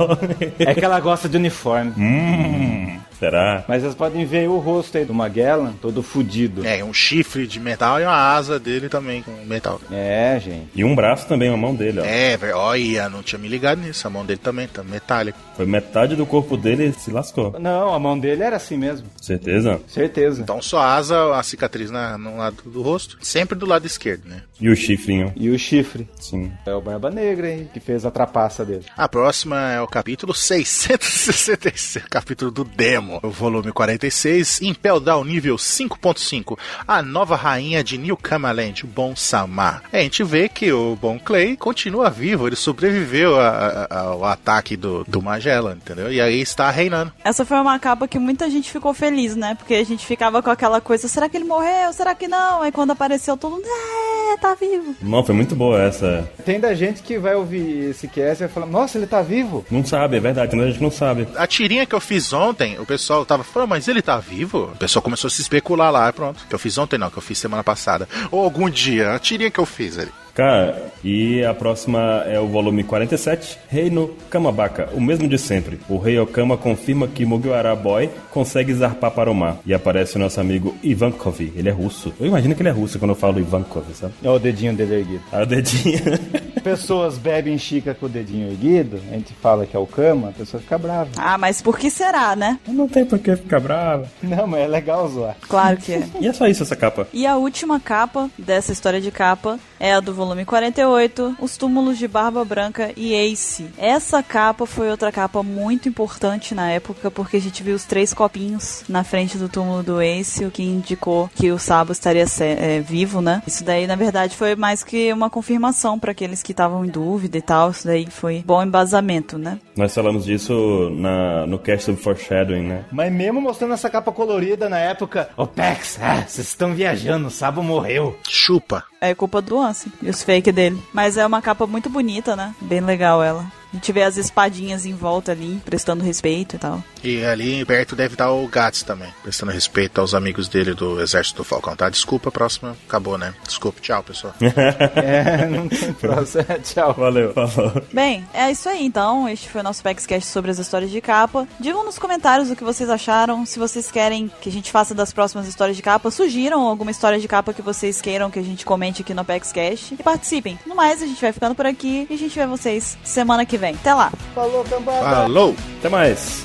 Speaker 1: É que ela gosta de uniforme.
Speaker 4: hum, será?
Speaker 1: Mas vocês podem ver aí o rosto aí do Magellan, todo fudido.
Speaker 2: É, um chifre de metal e uma asa dele também com metal.
Speaker 1: É, gente.
Speaker 4: E um braço também, uma mão dele, ó.
Speaker 2: É, velho. Olha, não tinha me ligado nisso. A mão dele também tá metálica.
Speaker 4: Foi metade do corpo dele e se lascou.
Speaker 1: Não, a mão dele era assim mesmo.
Speaker 4: Certeza?
Speaker 1: Certeza.
Speaker 2: Então só asa, a cicatriz na, no lado do rosto, sempre do lado esquerdo, né?
Speaker 4: E o chifrinho.
Speaker 1: E o chifre.
Speaker 4: Sim.
Speaker 1: É o Barba Negra, hein? Que fez a trapaça dele.
Speaker 2: A próxima é o capítulo 666, capítulo do Demo, o volume 46, Impel Down nível 5.5, a nova rainha de New Kamaland, o Bon Samar. É, a gente vê que o Bon Clay continua vivo, ele sobreviveu a- a- a- ao ataque do, do Magellan, entendeu? E aí está reinando.
Speaker 3: Essa foi uma capa que muita gente ficou feliz, né? Porque a gente ficava com aquela coisa, será que ele morreu? Será que não? Aí quando apareceu, todo mundo, é, tá vivo.
Speaker 4: Não, foi muito boa essa.
Speaker 1: Tem da gente que vai ouvir esse cast e vai falar, nossa, ele tá vivo.
Speaker 4: Não sabe, é verdade, tem muita gente que não sabe.
Speaker 2: A tirinha que eu fiz ontem, o pessoal tava falando, mas ele tá vivo? O pessoal começou a se especular lá, pronto. Que eu fiz ontem não, que eu fiz semana passada. Ou algum dia, a tirinha que eu fiz ali.
Speaker 4: Cara, e a próxima é o volume 47, Reino Kamabaka, o mesmo de sempre. O rei Okama confirma que Mugiwara Boy consegue zarpar para o mar. E aparece o nosso amigo Ivankov, ele é russo. Eu imagino que ele é russo quando eu falo Ivankov, sabe?
Speaker 1: Olha o dedinho dele erguido.
Speaker 4: Aí o dedinho.
Speaker 1: pessoas bebem xícara com o dedinho erguido, a gente fala que é o cama, a pessoa fica brava.
Speaker 3: Ah, mas por que será, né?
Speaker 4: Não tem por que ficar brava.
Speaker 1: Não, mas é legal zoar.
Speaker 3: Claro que é.
Speaker 4: E é só isso essa capa.
Speaker 3: E a última capa dessa história de capa é a do volume 48, Os Túmulos de Barba Branca e Ace. Essa capa foi outra capa muito importante na época, porque a gente viu os três copinhos na frente do túmulo do Ace, o que indicou que o Sabo estaria ce- é, vivo, né? Isso daí, na verdade, foi mais que uma confirmação para aqueles que estavam em dúvida e tal. Isso daí foi bom embasamento, né?
Speaker 4: Nós falamos disso na, no cast sobre foreshadowing, né?
Speaker 1: Mas mesmo mostrando essa capa colorida na época, ô Pex, ah, vocês estão viajando, o Sabo morreu.
Speaker 2: Chupa.
Speaker 3: É culpa do Ansem e os fake dele. Mas é uma capa muito bonita, né? Bem legal ela. A gente vê as espadinhas em volta ali, prestando respeito e tal.
Speaker 2: E ali perto deve estar o Gats também, prestando respeito aos amigos dele do Exército do Falcão, tá? Desculpa, próxima acabou, né? Desculpa, tchau, pessoal.
Speaker 1: É, não tem próximo. Tchau.
Speaker 4: Valeu, falou.
Speaker 3: Bem, é isso aí então. Este foi o nosso Paxcast sobre as histórias de capa. Digam nos comentários o que vocês acharam. Se vocês querem que a gente faça das próximas histórias de capa, sugiram alguma história de capa que vocês queiram que a gente comente aqui no Paxcast e participem. No mais, a gente vai ficando por aqui e a gente vê vocês semana que vem. Até lá!
Speaker 1: Falou, cambada.
Speaker 2: Falou!
Speaker 4: Até mais.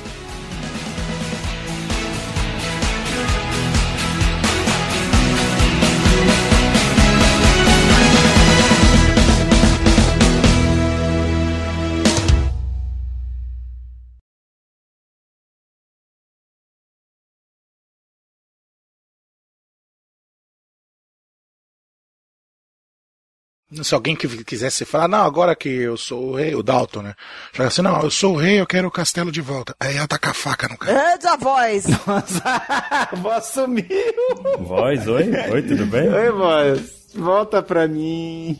Speaker 2: Se alguém que quisesse falar, não, agora que eu sou o rei, o Dalton, né? Fala assim, não, eu sou o rei, eu quero o castelo de volta. Aí ela taca a faca no cara.
Speaker 3: a voz!
Speaker 1: Voz sumiu.
Speaker 4: Voz, oi? Oi, tudo bem?
Speaker 1: Oi, voz. Volta pra mim.